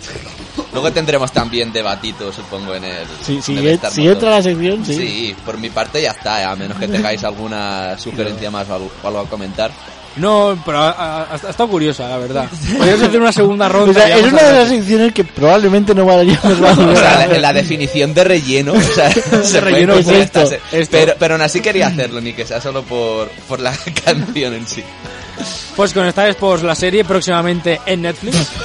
Speaker 6: Luego tendremos también debatito, supongo, en el.
Speaker 4: Si, si,
Speaker 3: e-
Speaker 6: debe estar
Speaker 4: si
Speaker 6: motor.
Speaker 4: entra la sección, sí.
Speaker 6: Sí, por mi parte ya está, eh, a menos que tengáis alguna sugerencia más o algo, o algo a comentar.
Speaker 3: No, pero ha, ha- ha estado curiosa, la verdad. Podríamos hacer una segunda ronda.
Speaker 4: O sea,
Speaker 3: y
Speaker 4: es
Speaker 3: vamos
Speaker 4: una
Speaker 3: a
Speaker 4: de las
Speaker 3: ver.
Speaker 4: secciones que probablemente no valdríamos la
Speaker 6: O sea, la,
Speaker 4: pena.
Speaker 6: la definición de relleno. O sea, se
Speaker 3: Relleno
Speaker 6: puede
Speaker 4: es esto,
Speaker 6: encontrar-
Speaker 3: esto.
Speaker 6: Pero, pero aún así quería hacerlo, ni que sea solo por, por la canción en sí.
Speaker 3: Pues con esta es pues, la serie próximamente en Netflix.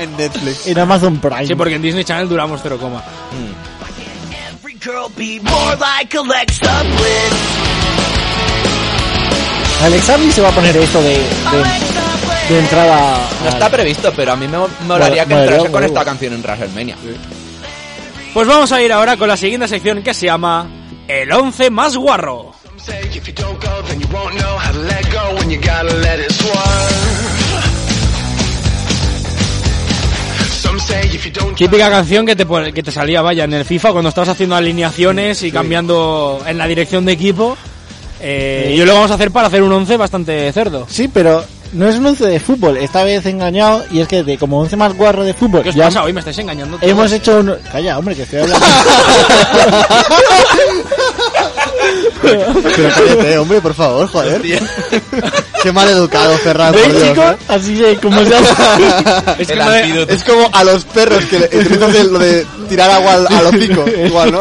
Speaker 5: En Netflix.
Speaker 4: En Amazon Prime.
Speaker 3: Sí, porque en Disney Channel duramos cero coma.
Speaker 4: Alexa Bliss se va a poner esto de, de, de entrada.
Speaker 6: No está previsto, pero a mí me molaría que
Speaker 4: Mola-
Speaker 6: entrase
Speaker 4: molaría,
Speaker 6: con esta
Speaker 4: molaría.
Speaker 6: canción en WrestleMania.
Speaker 3: Pues vamos a ir ahora con la siguiente sección que se llama El 11 más guarro. Típica canción que te, pon- que te salía, vaya, en el FIFA cuando estabas haciendo alineaciones y cambiando en la dirección de equipo. Eh, y lo vamos a hacer para hacer un 11 bastante cerdo.
Speaker 4: Sí, pero no es un once de fútbol. Esta vez he engañado y es que de como once más guarro de fútbol.
Speaker 3: ¿Qué os
Speaker 4: ya
Speaker 3: pasa hoy? ¿Me estáis engañando? todos?
Speaker 4: Hemos hecho un... Calla, hombre, que estoy hablando.
Speaker 5: Pero cállate, hombre, por favor, joder. Qué mal educado, Ferran. por
Speaker 4: ¿Veis,
Speaker 5: Dios,
Speaker 4: chicos?
Speaker 5: ¿eh?
Speaker 4: Así se, como se hace.
Speaker 3: Es que
Speaker 6: El
Speaker 3: me-
Speaker 6: antídoto.
Speaker 5: Es como a los perros que le utilizas el- lo de tirar agua al, al hocico. Igual, ¿no?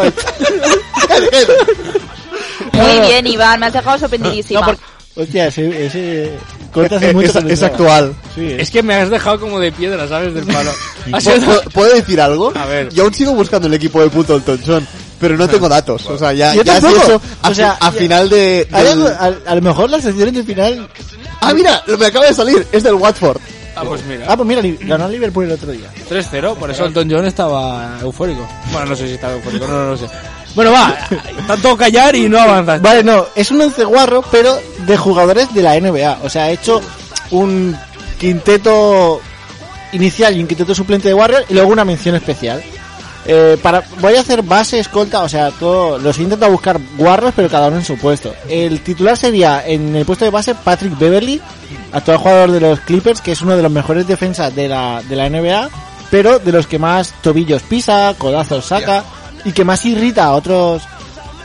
Speaker 11: Muy bien, Iván, me has dejado sorprendidísima.
Speaker 4: Hostia, ese... ese... Corta Pues hace mucho
Speaker 5: es,
Speaker 4: cuando
Speaker 5: es
Speaker 4: entraba.
Speaker 5: actual.
Speaker 4: Sí, es-
Speaker 3: es que me has dejado como de piedra, ¿sabes? Del palo. Ha sido-
Speaker 5: ¿Puedo, puedo decir algo?
Speaker 3: A ver.
Speaker 5: Yo aún sigo buscando el equipo de puto el Tonchón. Pero no tengo datos. O sea, ya,
Speaker 4: Yo
Speaker 5: ya si
Speaker 4: tampoco.
Speaker 5: eso a,
Speaker 4: O sea,
Speaker 5: a final de.
Speaker 4: Hay
Speaker 5: del-
Speaker 4: algo- a, a lo mejor las secciones del final.
Speaker 5: Ah, mira, lo que acaba de salir es del Watford.
Speaker 3: Ah, pues mira.
Speaker 4: Ah, pues mira, li- ganó Liverpool el otro día.
Speaker 3: 3-0, por eso Elton John estaba eufórico. Bueno, no sé si estaba eufórico, no, no lo sé. Bueno, va, tanto callar y no avanzas.
Speaker 4: Vale, no, es un onceguarro, pero de jugadores de la NBA. O sea, ha hecho un quinteto inicial y un quinteto suplente de Warriors y luego una mención especial. Eh, para, voy a hacer base, escolta, o sea, todo, los intento buscar Warriors, pero cada uno en su puesto. El titular sería en el puesto de base Patrick Beverly, actual jugador de los Clippers, que es uno de los mejores defensas de la, de la NBA, pero de los que más tobillos pisa, codazos saca y que más irrita a otros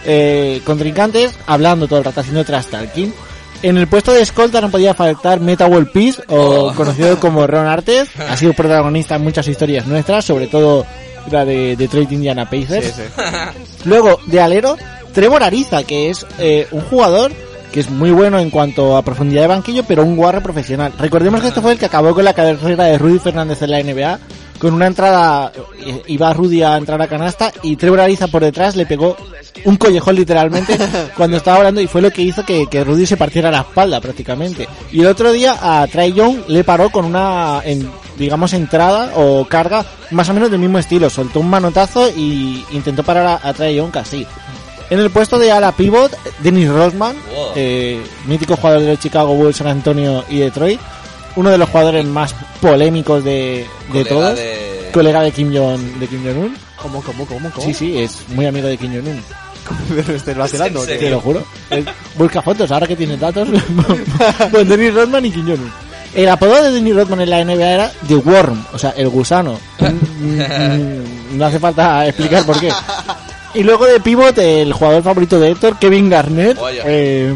Speaker 4: eh, contrincantes hablando todo el rato, haciendo trash talking. En el puesto de escolta no podía faltar Meta World Peace, o conocido como Ron Artes. Ha sido protagonista en muchas historias nuestras, sobre todo la de Detroit Indiana Pacers. Luego, de alero, Trevor Ariza, que es eh, un jugador que es muy bueno en cuanto a profundidad de banquillo, pero un guarro profesional. Recordemos que este fue el que acabó con la carrera de Rudy Fernández en la NBA, con una entrada, eh, iba Rudy a entrar a canasta y Trevor Ariza por detrás le pegó un collejón literalmente cuando estaba hablando y fue lo que hizo que, que Rudy se partiera la espalda prácticamente. Y el otro día a Trae Young le paró con una, en- digamos, entrada o carga más o menos del mismo estilo. Soltó un manotazo y intentó parar a, a Trae Young casi. En el puesto de ala pivot, Dennis Rodman, eh, mítico jugador de los Chicago Bulls, San Antonio y Detroit. Uno de los jugadores más polémicos de, de
Speaker 6: Colega
Speaker 4: todos.
Speaker 6: de-
Speaker 4: Colega de Kim Jong- de Kim Jong-un.
Speaker 5: ¿Cómo, cómo, cómo, cómo?
Speaker 4: Sí, sí, es muy amigo de Kim Jong-un.
Speaker 5: Pero este lo hace
Speaker 6: ¿Es en
Speaker 5: dando,
Speaker 6: serio?
Speaker 4: Te lo juro. Eh, Busca fotos, ahora que tienes datos. Con Dennis Rodman y Quiñones. El apodo de Dennis Rodman en la NBA era The Worm, o sea, el gusano. Mm, mm, no hace falta explicar por qué. Y luego de pivot, el jugador favorito de Héctor, Kevin Garnett.
Speaker 6: Vaya.
Speaker 4: Eh,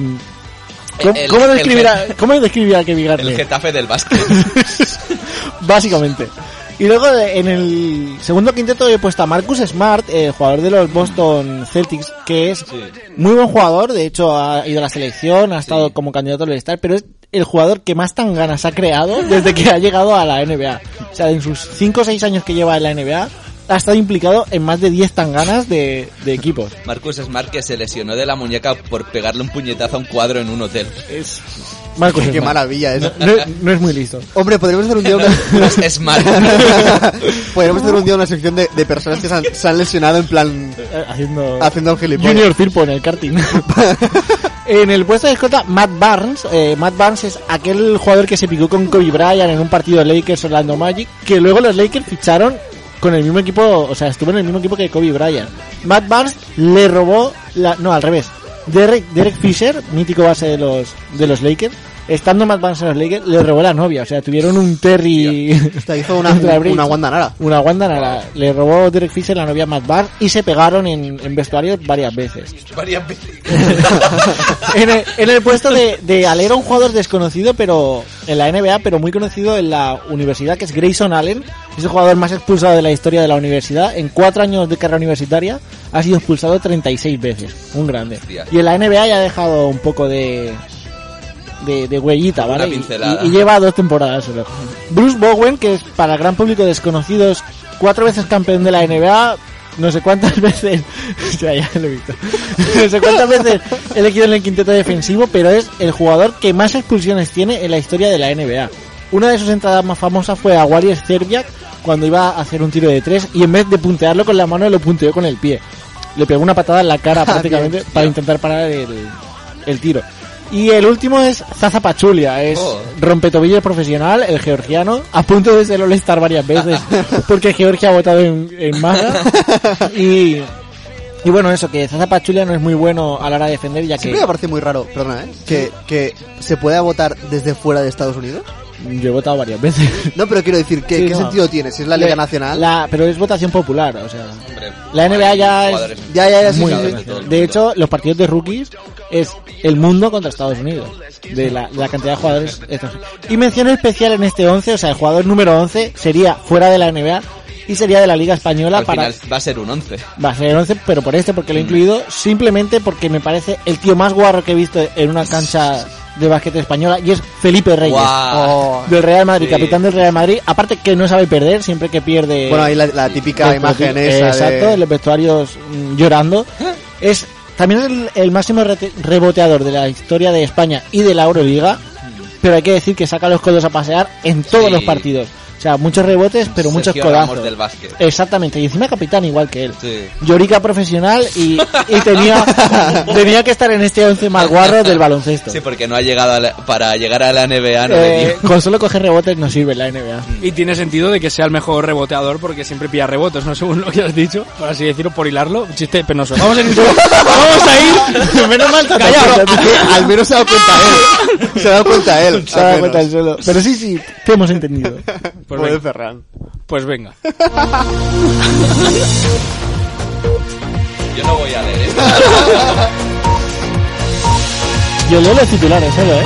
Speaker 4: ¿cómo,
Speaker 6: El-
Speaker 4: cómo
Speaker 6: el-
Speaker 4: describirá,
Speaker 6: el-
Speaker 4: ¿Cómo describirá a Kevin Garnett?
Speaker 6: El Getafe del básquet.
Speaker 4: Básicamente. Y luego de- en el segundo quinteto he puesto a Marcus Smart, eh, jugador de los Boston Celtics, que es muy buen jugador, de hecho ha ido a la selección, ha estado como candidato al estar, pero es el jugador que más tan ganas ha creado desde que ha llegado a la NBA. O sea, en sus 5 o 6 años que lleva en la NBA, ha estado implicado en más de 10 tanganas de, de equipos.
Speaker 6: Marcus Smart que se lesionó de la muñeca por pegarle un puñetazo a un cuadro en un hotel.
Speaker 4: Marcus
Speaker 5: Qué
Speaker 4: Smart.
Speaker 5: maravilla ¿eh? eso.
Speaker 4: No, no es muy listo.
Speaker 5: Hombre, podríamos hacer un día una...
Speaker 6: Más Smart.
Speaker 5: podríamos hacer un día una sección de, de personas que se han, se han lesionado en plan
Speaker 4: Eh, Haciendo...
Speaker 5: haciendo el gilipollas.
Speaker 4: Junior Firpo en el karting. en el puesto de escolta, Matt Barnes. Eh, Matt Barnes es aquel jugador que se picó con Kobe Bryant en un partido de Lakers Orlando Magic, que luego los Lakers ficharon con el mismo equipo, o sea, estuvo en el mismo equipo que Kobe Bryant. Matt Barnes le robó la, no, al revés. Derek, Derek Fisher, mítico base de los, de los Lakers, estando Matt Barnes en los Lakers, le robó la novia, o sea, tuvieron un Terry.
Speaker 5: Te hizo una,
Speaker 4: Contra Bridge.
Speaker 5: una Wanda Nara.
Speaker 4: Una Wanda Nara. le robó Derek Fisher la novia a Matt Barnes y se pegaron en, en vestuarios varias veces.
Speaker 6: Varias veces.
Speaker 4: en, el, en el puesto de, de alero un jugador desconocido pero en la NBA pero muy conocido en la universidad que es Grayson Allen es el jugador más expulsado de la historia de la universidad en cuatro años de carrera universitaria ha sido expulsado 36 veces un grande
Speaker 6: Hostia.
Speaker 4: y en la NBA ya ha dejado un poco de de, de huellita, ¿vale? Y-
Speaker 6: pincelada.
Speaker 4: Y, y lleva dos temporadas solo. Bruce Bowen, que es para el gran público desconocido, es cuatro veces campeón de la NBA, no sé cuántas veces, o sea, ya lo he visto, no sé cuántas veces elegido en el quinteto defensivo, pero es el jugador que más expulsiones tiene en la historia de la NBA. Una de sus entradas más famosas fue a Warriors Zerbiak cuando iba a hacer un tiro de tres y en vez de puntearlo con la mano lo punteó con el pie. Le pegó una patada en la cara
Speaker 5: Ah,
Speaker 4: prácticamente para intentar parar el, el tiro. Y el último es Zaza Pachulia, es
Speaker 6: Oh.
Speaker 4: rompetobillo profesional, el georgiano, a punto de ser All-Star varias veces, porque Georgia ha votado en, en masa. Y, y bueno, eso, que Zaza Pachulia no es muy bueno a la hora de defender, ya que
Speaker 5: Siempre me parece muy raro, perdona, ¿eh? Que, que se pueda votar desde fuera de Estados Unidos.
Speaker 4: yo he votado varias veces.
Speaker 5: No, pero quiero decir, ¿qué,
Speaker 4: Sí,
Speaker 5: qué
Speaker 4: no.
Speaker 5: sentido tiene? Si es la Liga Nacional.
Speaker 4: La- pero es votación popular, o sea.
Speaker 6: Hombre,
Speaker 4: La NBA ya es-
Speaker 6: jugadores.
Speaker 5: Ya, ya, ya, sí,
Speaker 4: Muy
Speaker 5: sí, sí.
Speaker 4: bien. De hecho, los partidos de rookies es el mundo contra Estados Unidos. De la, la cantidad de jugadores extranjeros. Y mención especial en este 11, o sea, el jugador número 11 sería fuera de la NBA y sería de la Liga Española
Speaker 6: Al
Speaker 4: para...
Speaker 6: final va a ser un 11.
Speaker 4: Va a ser el 11, pero por este, porque lo he incluido, simplemente porque me parece el tío más guarro que he visto en una cancha de básquet española y es Felipe Reyes
Speaker 5: Guau.
Speaker 4: del Real Madrid,
Speaker 5: Sí.
Speaker 4: capitán del Real Madrid. Aparte que no sabe perder, siempre que pierde.
Speaker 5: Bueno, ahí la, la típica
Speaker 4: el
Speaker 5: imagen
Speaker 4: perfil-
Speaker 5: esa.
Speaker 4: Pues, Exacto,
Speaker 5: de-
Speaker 4: en los vestuarios mm, llorando. Es también es el, el máximo rete- reboteador de la historia de España y de la Euroliga, pero hay que decir que saca los codos a pasear en todos
Speaker 6: Mm. Sí.
Speaker 4: los partidos. O sea, muchos rebotes, pero muchos
Speaker 6: Sergio Ramos
Speaker 4: codazos.
Speaker 6: del básquet.
Speaker 4: Exactamente, y encima capitán igual que él.
Speaker 6: Sí.
Speaker 4: Llorica profesional y, y tenía, tenía que estar en este once malguarro del baloncesto.
Speaker 6: Sí, porque no ha llegado a la- para llegar a la NBA, no le
Speaker 4: Eh,
Speaker 6: dio.
Speaker 4: con solo coger rebotes no sirve la NBA.
Speaker 3: Y tiene sentido de que sea el mejor reboteador porque siempre pilla rebotes, ¿no? Según lo que has dicho, por así decirlo, por hilarlo. Un chiste penoso. Vamos a ir. Vamos a ir.
Speaker 4: Menos mal que
Speaker 5: Pero es que al menos se ha dado cuenta él. Se ha dado cuenta él.
Speaker 4: Se ha dado cuenta el suelo. Pero sí, sí, te hemos entendido.
Speaker 3: Pues venga.
Speaker 5: Ferran.
Speaker 3: Pues venga.
Speaker 6: Yo no voy a leer esto.
Speaker 4: Yo leo los titulares solo, ¿eh?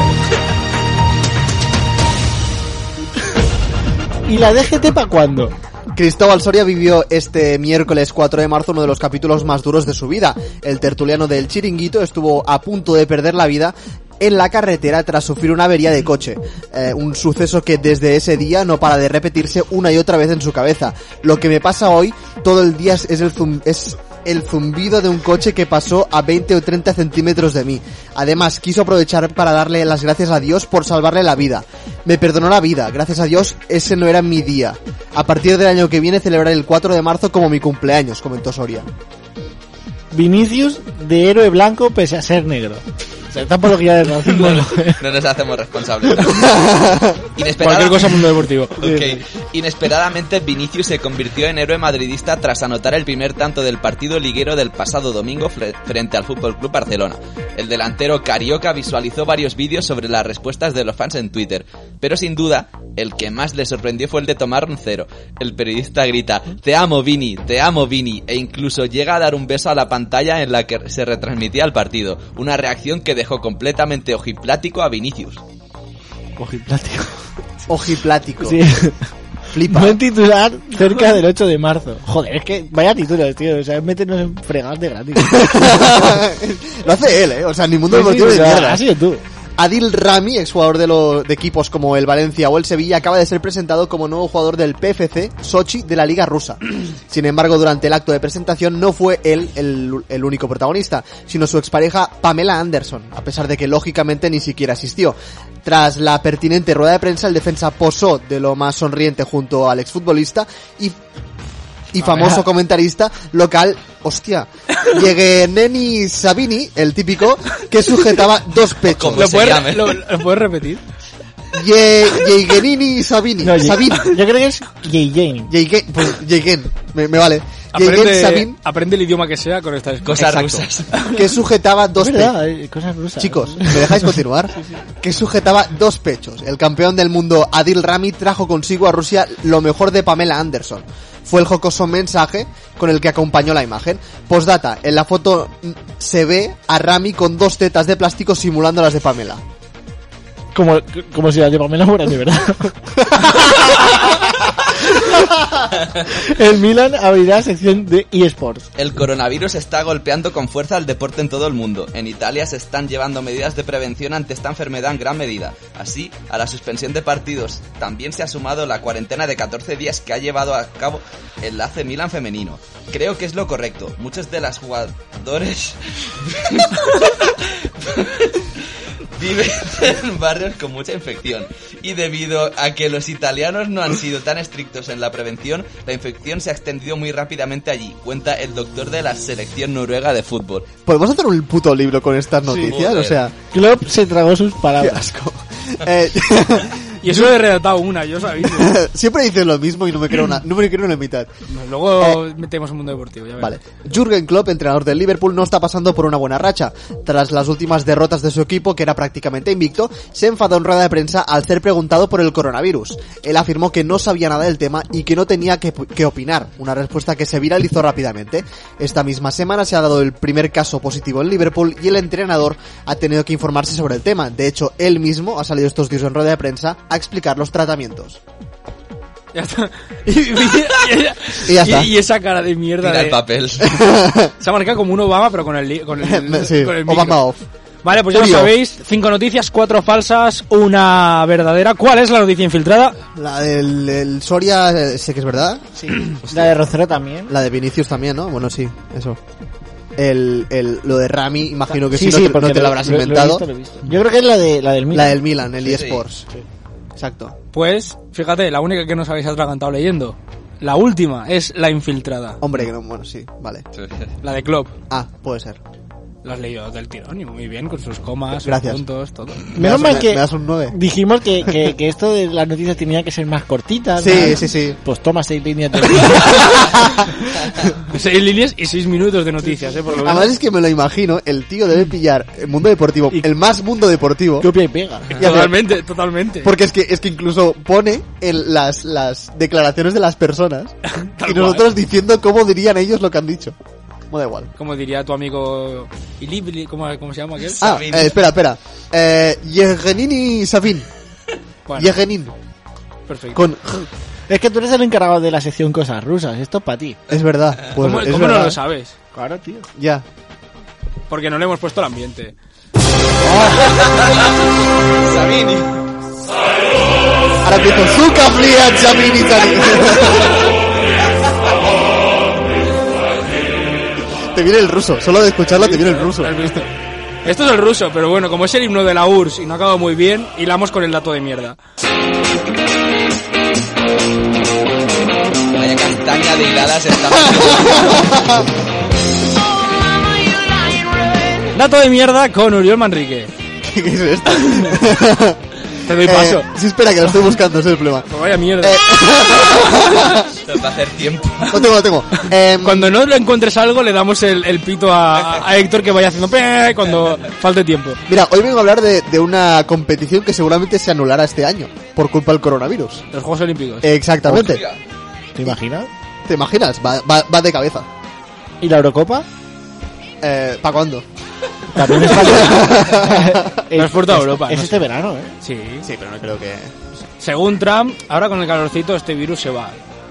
Speaker 4: ¿Y la DGT para cuándo?
Speaker 5: Cristóbal Soria vivió este miércoles 4 de marzo uno de los capítulos más duros de su vida. El tertuliano del chiringuito estuvo a punto de perder la vida en la carretera tras sufrir una avería de coche. Eh, un suceso que desde ese día no para de repetirse una y otra vez en su cabeza. Lo que me pasa hoy todo el día es es el, zum- es el zumbido de un coche que pasó a 20 o 30 centímetros de mí. Además, quiso aprovechar para darle las gracias a Dios por salvarle la vida. Me perdonó la vida, gracias a Dios ese no era mi día. A partir del año que viene celebraré el 4 de marzo como mi cumpleaños, comentó Soria.
Speaker 4: Vinicius de héroe blanco pese a ser negro. O sea, está apología del racismo. ¿no?
Speaker 6: No nos hacemos responsables. Inesperada-
Speaker 3: Cualquier cosa mundo deportivo.
Speaker 6: Ok. Inesperadamente, Vinicius se convirtió en héroe madridista tras anotar el primer tanto del partido liguero del pasado domingo fre- frente al Fútbol Club Barcelona. El delantero carioca visualizó varios vídeos sobre las respuestas de los fans en Twitter, pero sin duda, el que más le sorprendió fue el de tomar un cero. El periodista grita: Te amo, Vini, te amo, Vini, e incluso llega a dar un beso a la pantalla en la que se retransmitía el partido. Una reacción que dejó completamente ojiplático a Vinicius.
Speaker 4: Ojiplático.
Speaker 5: Ojiplático.
Speaker 4: Sí.
Speaker 5: Flipa.
Speaker 4: Buen titular cerca del 8 de marzo. Joder, es que vaya titular, tío. O sea, es meternos en fregadas de gratis.
Speaker 5: Lo hace él, eh. O sea, ni mundo
Speaker 4: Sí, sí,
Speaker 5: deportivo
Speaker 4: o
Speaker 5: ni
Speaker 4: sea,
Speaker 5: mierda.
Speaker 4: ha sido tú.
Speaker 5: Adil Rami, exjugador de, los de equipos como el Valencia o el Sevilla, acaba de ser presentado como nuevo jugador del PFC Sochi de la Liga Rusa. Sin embargo, durante el acto de presentación no fue él el, el único protagonista, sino su expareja Pamela Anderson, a pesar de que lógicamente ni siquiera asistió. Tras la pertinente rueda de prensa, el defensa posó de lo más sonriente junto al exfutbolista y y famoso comentarista local, hostia, llegué Neni Sabini, el típico, que sujetaba dos pechos.
Speaker 6: ¿Cómo
Speaker 3: ¿Lo
Speaker 6: se llama?
Speaker 3: puedes, lo- lo puedes repetir?
Speaker 5: Ye, Yeigenini Sabini.
Speaker 4: No, Ye-
Speaker 5: Sabin.
Speaker 4: Yo creo que es Jay Jane.
Speaker 5: Yeigen, pues Yeigen, me, me vale. Yeigen
Speaker 3: Aprende,
Speaker 5: Sabin,
Speaker 3: aprende el idioma que sea con estas
Speaker 6: Cosas
Speaker 3: Exacto.
Speaker 6: rusas.
Speaker 5: que sujetaba dos
Speaker 4: Es
Speaker 5: pechos.
Speaker 4: verdad, hay cosas rusas.
Speaker 5: Chicos, ¿me dejáis continuar? Que sujetaba dos pechos. El campeón del mundo Adil Rami trajo consigo a Rusia lo mejor de Pamela Anderson. Fue el jocoso mensaje con el que acompañó la imagen. Postdata, en la foto mm, se ve a Rami con dos tetas de plástico simulando las de Pamela.
Speaker 4: Como, como si la de Pamela fuera de verdad. el Milan abrirá sección de eSports.
Speaker 6: El coronavirus está golpeando con fuerza al deporte en todo el mundo. En Italia se están llevando medidas de prevención ante esta enfermedad en gran medida. Así, a la suspensión de partidos también se ha sumado la cuarentena de 14 días que ha llevado a cabo el AC Milan femenino. Creo que es lo correcto. Muchos de las jugadores viven en barrios con mucha infección y debido a que los italianos no han sido tan estrictos en la prevención, la infección se ha extendido muy rápidamente allí, cuenta el doctor de la selección noruega de fútbol.
Speaker 5: ¿Podemos hacer un puto libro con estas noticias? o
Speaker 6: Joder.
Speaker 5: sea,
Speaker 4: Klopp se tragó sus
Speaker 5: qué
Speaker 4: palabras.
Speaker 5: asco. Eh,
Speaker 3: Y eso lo he redactado una, yo sabía.
Speaker 5: siempre dicen lo mismo y no me creo una, no me creo una mitad.
Speaker 3: Luego metemos el mundo deportivo, ya verás.
Speaker 5: Vale. Jürgen Klopp, entrenador del Liverpool, no está pasando por una buena racha. Tras las últimas derrotas de su equipo, que era prácticamente invicto, se enfadó en rueda de prensa al ser preguntado por el coronavirus. Él afirmó que no sabía nada del tema y que no tenía que, que opinar, una respuesta que se viralizó rápidamente. Esta misma semana se ha dado el primer caso positivo en Liverpool y el entrenador ha tenido que informarse sobre el tema. De hecho, él mismo ha salido estos días en rueda de prensa a explicar los tratamientos.
Speaker 3: Ya está. Y, y-
Speaker 5: Y ya está.
Speaker 3: y- y esa cara de mierda.
Speaker 6: Tira el
Speaker 3: De,
Speaker 6: papel.
Speaker 3: se ha marcado como un Obama, pero con el. li- Con el,
Speaker 5: Sí,
Speaker 3: con el micro.
Speaker 5: Obama off.
Speaker 3: Vale, pues ya lo
Speaker 5: Julio.
Speaker 3: sabéis. Cinco noticias, cuatro falsas, una verdadera. ¿Cuál es la noticia infiltrada?
Speaker 5: La del el Soria, eh, sé que es verdad.
Speaker 4: La de Rocero también.
Speaker 5: La de Vinicius también, ¿no? Bueno, sí, eso. El, el- lo de Rami, imagino que sí,
Speaker 4: Sí,
Speaker 5: no
Speaker 4: sí,
Speaker 5: te- no, te,
Speaker 4: porque
Speaker 5: lo
Speaker 4: lo-
Speaker 5: habrás
Speaker 4: lo- lo he
Speaker 5: inventado.
Speaker 4: visto, lo he Yo creo que es la, de, la del Milan.
Speaker 5: La del Milan, el
Speaker 6: Sí, sí.
Speaker 5: eSports. Exacto.
Speaker 3: Pues, fíjate, la única que nos habéis atragantado leyendo. La última es la infiltrada,
Speaker 5: Hombre, que no, bueno, sí, vale.
Speaker 3: la de Klopp.
Speaker 5: Ah, puede ser.
Speaker 3: La has leído del tirón y muy bien, con sus comas,
Speaker 5: Gracias.
Speaker 3: sus puntos, todo.
Speaker 5: Me
Speaker 4: Menos
Speaker 5: das-
Speaker 4: mal
Speaker 5: me-
Speaker 4: que
Speaker 5: me das un nueve.
Speaker 4: dijimos que, que, que esto de las noticias tenía que ser más cortitas.
Speaker 5: Sí,
Speaker 4: más-
Speaker 5: sí, sí.
Speaker 4: Pues toma seis líneas de
Speaker 3: Seis líneas y seis minutos de noticias, eh, por lo menos.
Speaker 5: Además es que me lo imagino, el tío
Speaker 4: Mm.
Speaker 5: debe pillar el mundo deportivo, el más mundo deportivo.
Speaker 4: copia y pega.
Speaker 5: y hacer-
Speaker 3: Totalmente, totalmente.
Speaker 5: Porque es que, es que incluso pone el- las, las declaraciones de las personas y nosotros diciendo cómo dirían ellos lo que han dicho. Bueno, da igual.
Speaker 3: Como diría tu amigo Ilibli, ¿cómo, cómo se llama aquel?
Speaker 5: Ah,
Speaker 6: Sabin.
Speaker 5: eh, espera, espera. Eh, Yegenini Sabin.
Speaker 3: Bueno,
Speaker 5: Yegenin.
Speaker 3: perfecto.
Speaker 5: Con J.
Speaker 4: Es que tú eres el encargado de la sección cosas rusas. Esto es para ti.
Speaker 5: Es verdad. Pues,
Speaker 3: Eh, ¿Cómo,
Speaker 5: es
Speaker 3: cómo no
Speaker 5: verdad.
Speaker 3: lo sabes?
Speaker 4: Claro, tío.
Speaker 5: Ya.
Speaker 3: Porque no le hemos puesto el ambiente.
Speaker 6: Sabini.
Speaker 5: Ahora empiezo. Zuka fría, Sabin y tal". Te viene el ruso. Solo de escucharlo te viene el ruso.
Speaker 3: ¿Has visto? Esto es el ruso, pero bueno, como es el himno de la URSS y no acaba muy bien, hilamos con el dato de mierda.
Speaker 6: Vaya castaña de hiladas está.
Speaker 3: Dato de mierda con Uriol Manrique.
Speaker 5: ¿Qué es esto?
Speaker 3: Te doy paso.
Speaker 5: Eh, sí, espera, que lo estoy buscando. Ese es el problema. Eh,
Speaker 3: Pues vaya mierda.
Speaker 6: Esto va a hacer tiempo.
Speaker 5: Lo tengo, lo tengo. Em,
Speaker 3: Cuando no lo encuentres algo, le damos el, el pito a, a Héctor que vaya haciendo pe cuando falte tiempo.
Speaker 5: Mira, hoy vengo a hablar de, de una competición que seguramente se anulará este año por culpa del coronavirus.
Speaker 3: Los Juegos Olímpicos.
Speaker 5: Eh. Exactamente.
Speaker 6: Hostia.
Speaker 4: ¿Te imaginas?
Speaker 5: ¿Te imaginas? Va, va- va de cabeza.
Speaker 4: ¿Y la Eurocopa?
Speaker 5: Eh, ¿Para cuándo?
Speaker 4: También es para
Speaker 3: Lo has portado a Europa,
Speaker 4: Es
Speaker 3: no
Speaker 4: este verano, ¿eh?
Speaker 3: Sí.
Speaker 5: Sí, pero no creo que...
Speaker 3: Según Trump, ahora con el calorcito este virus se va.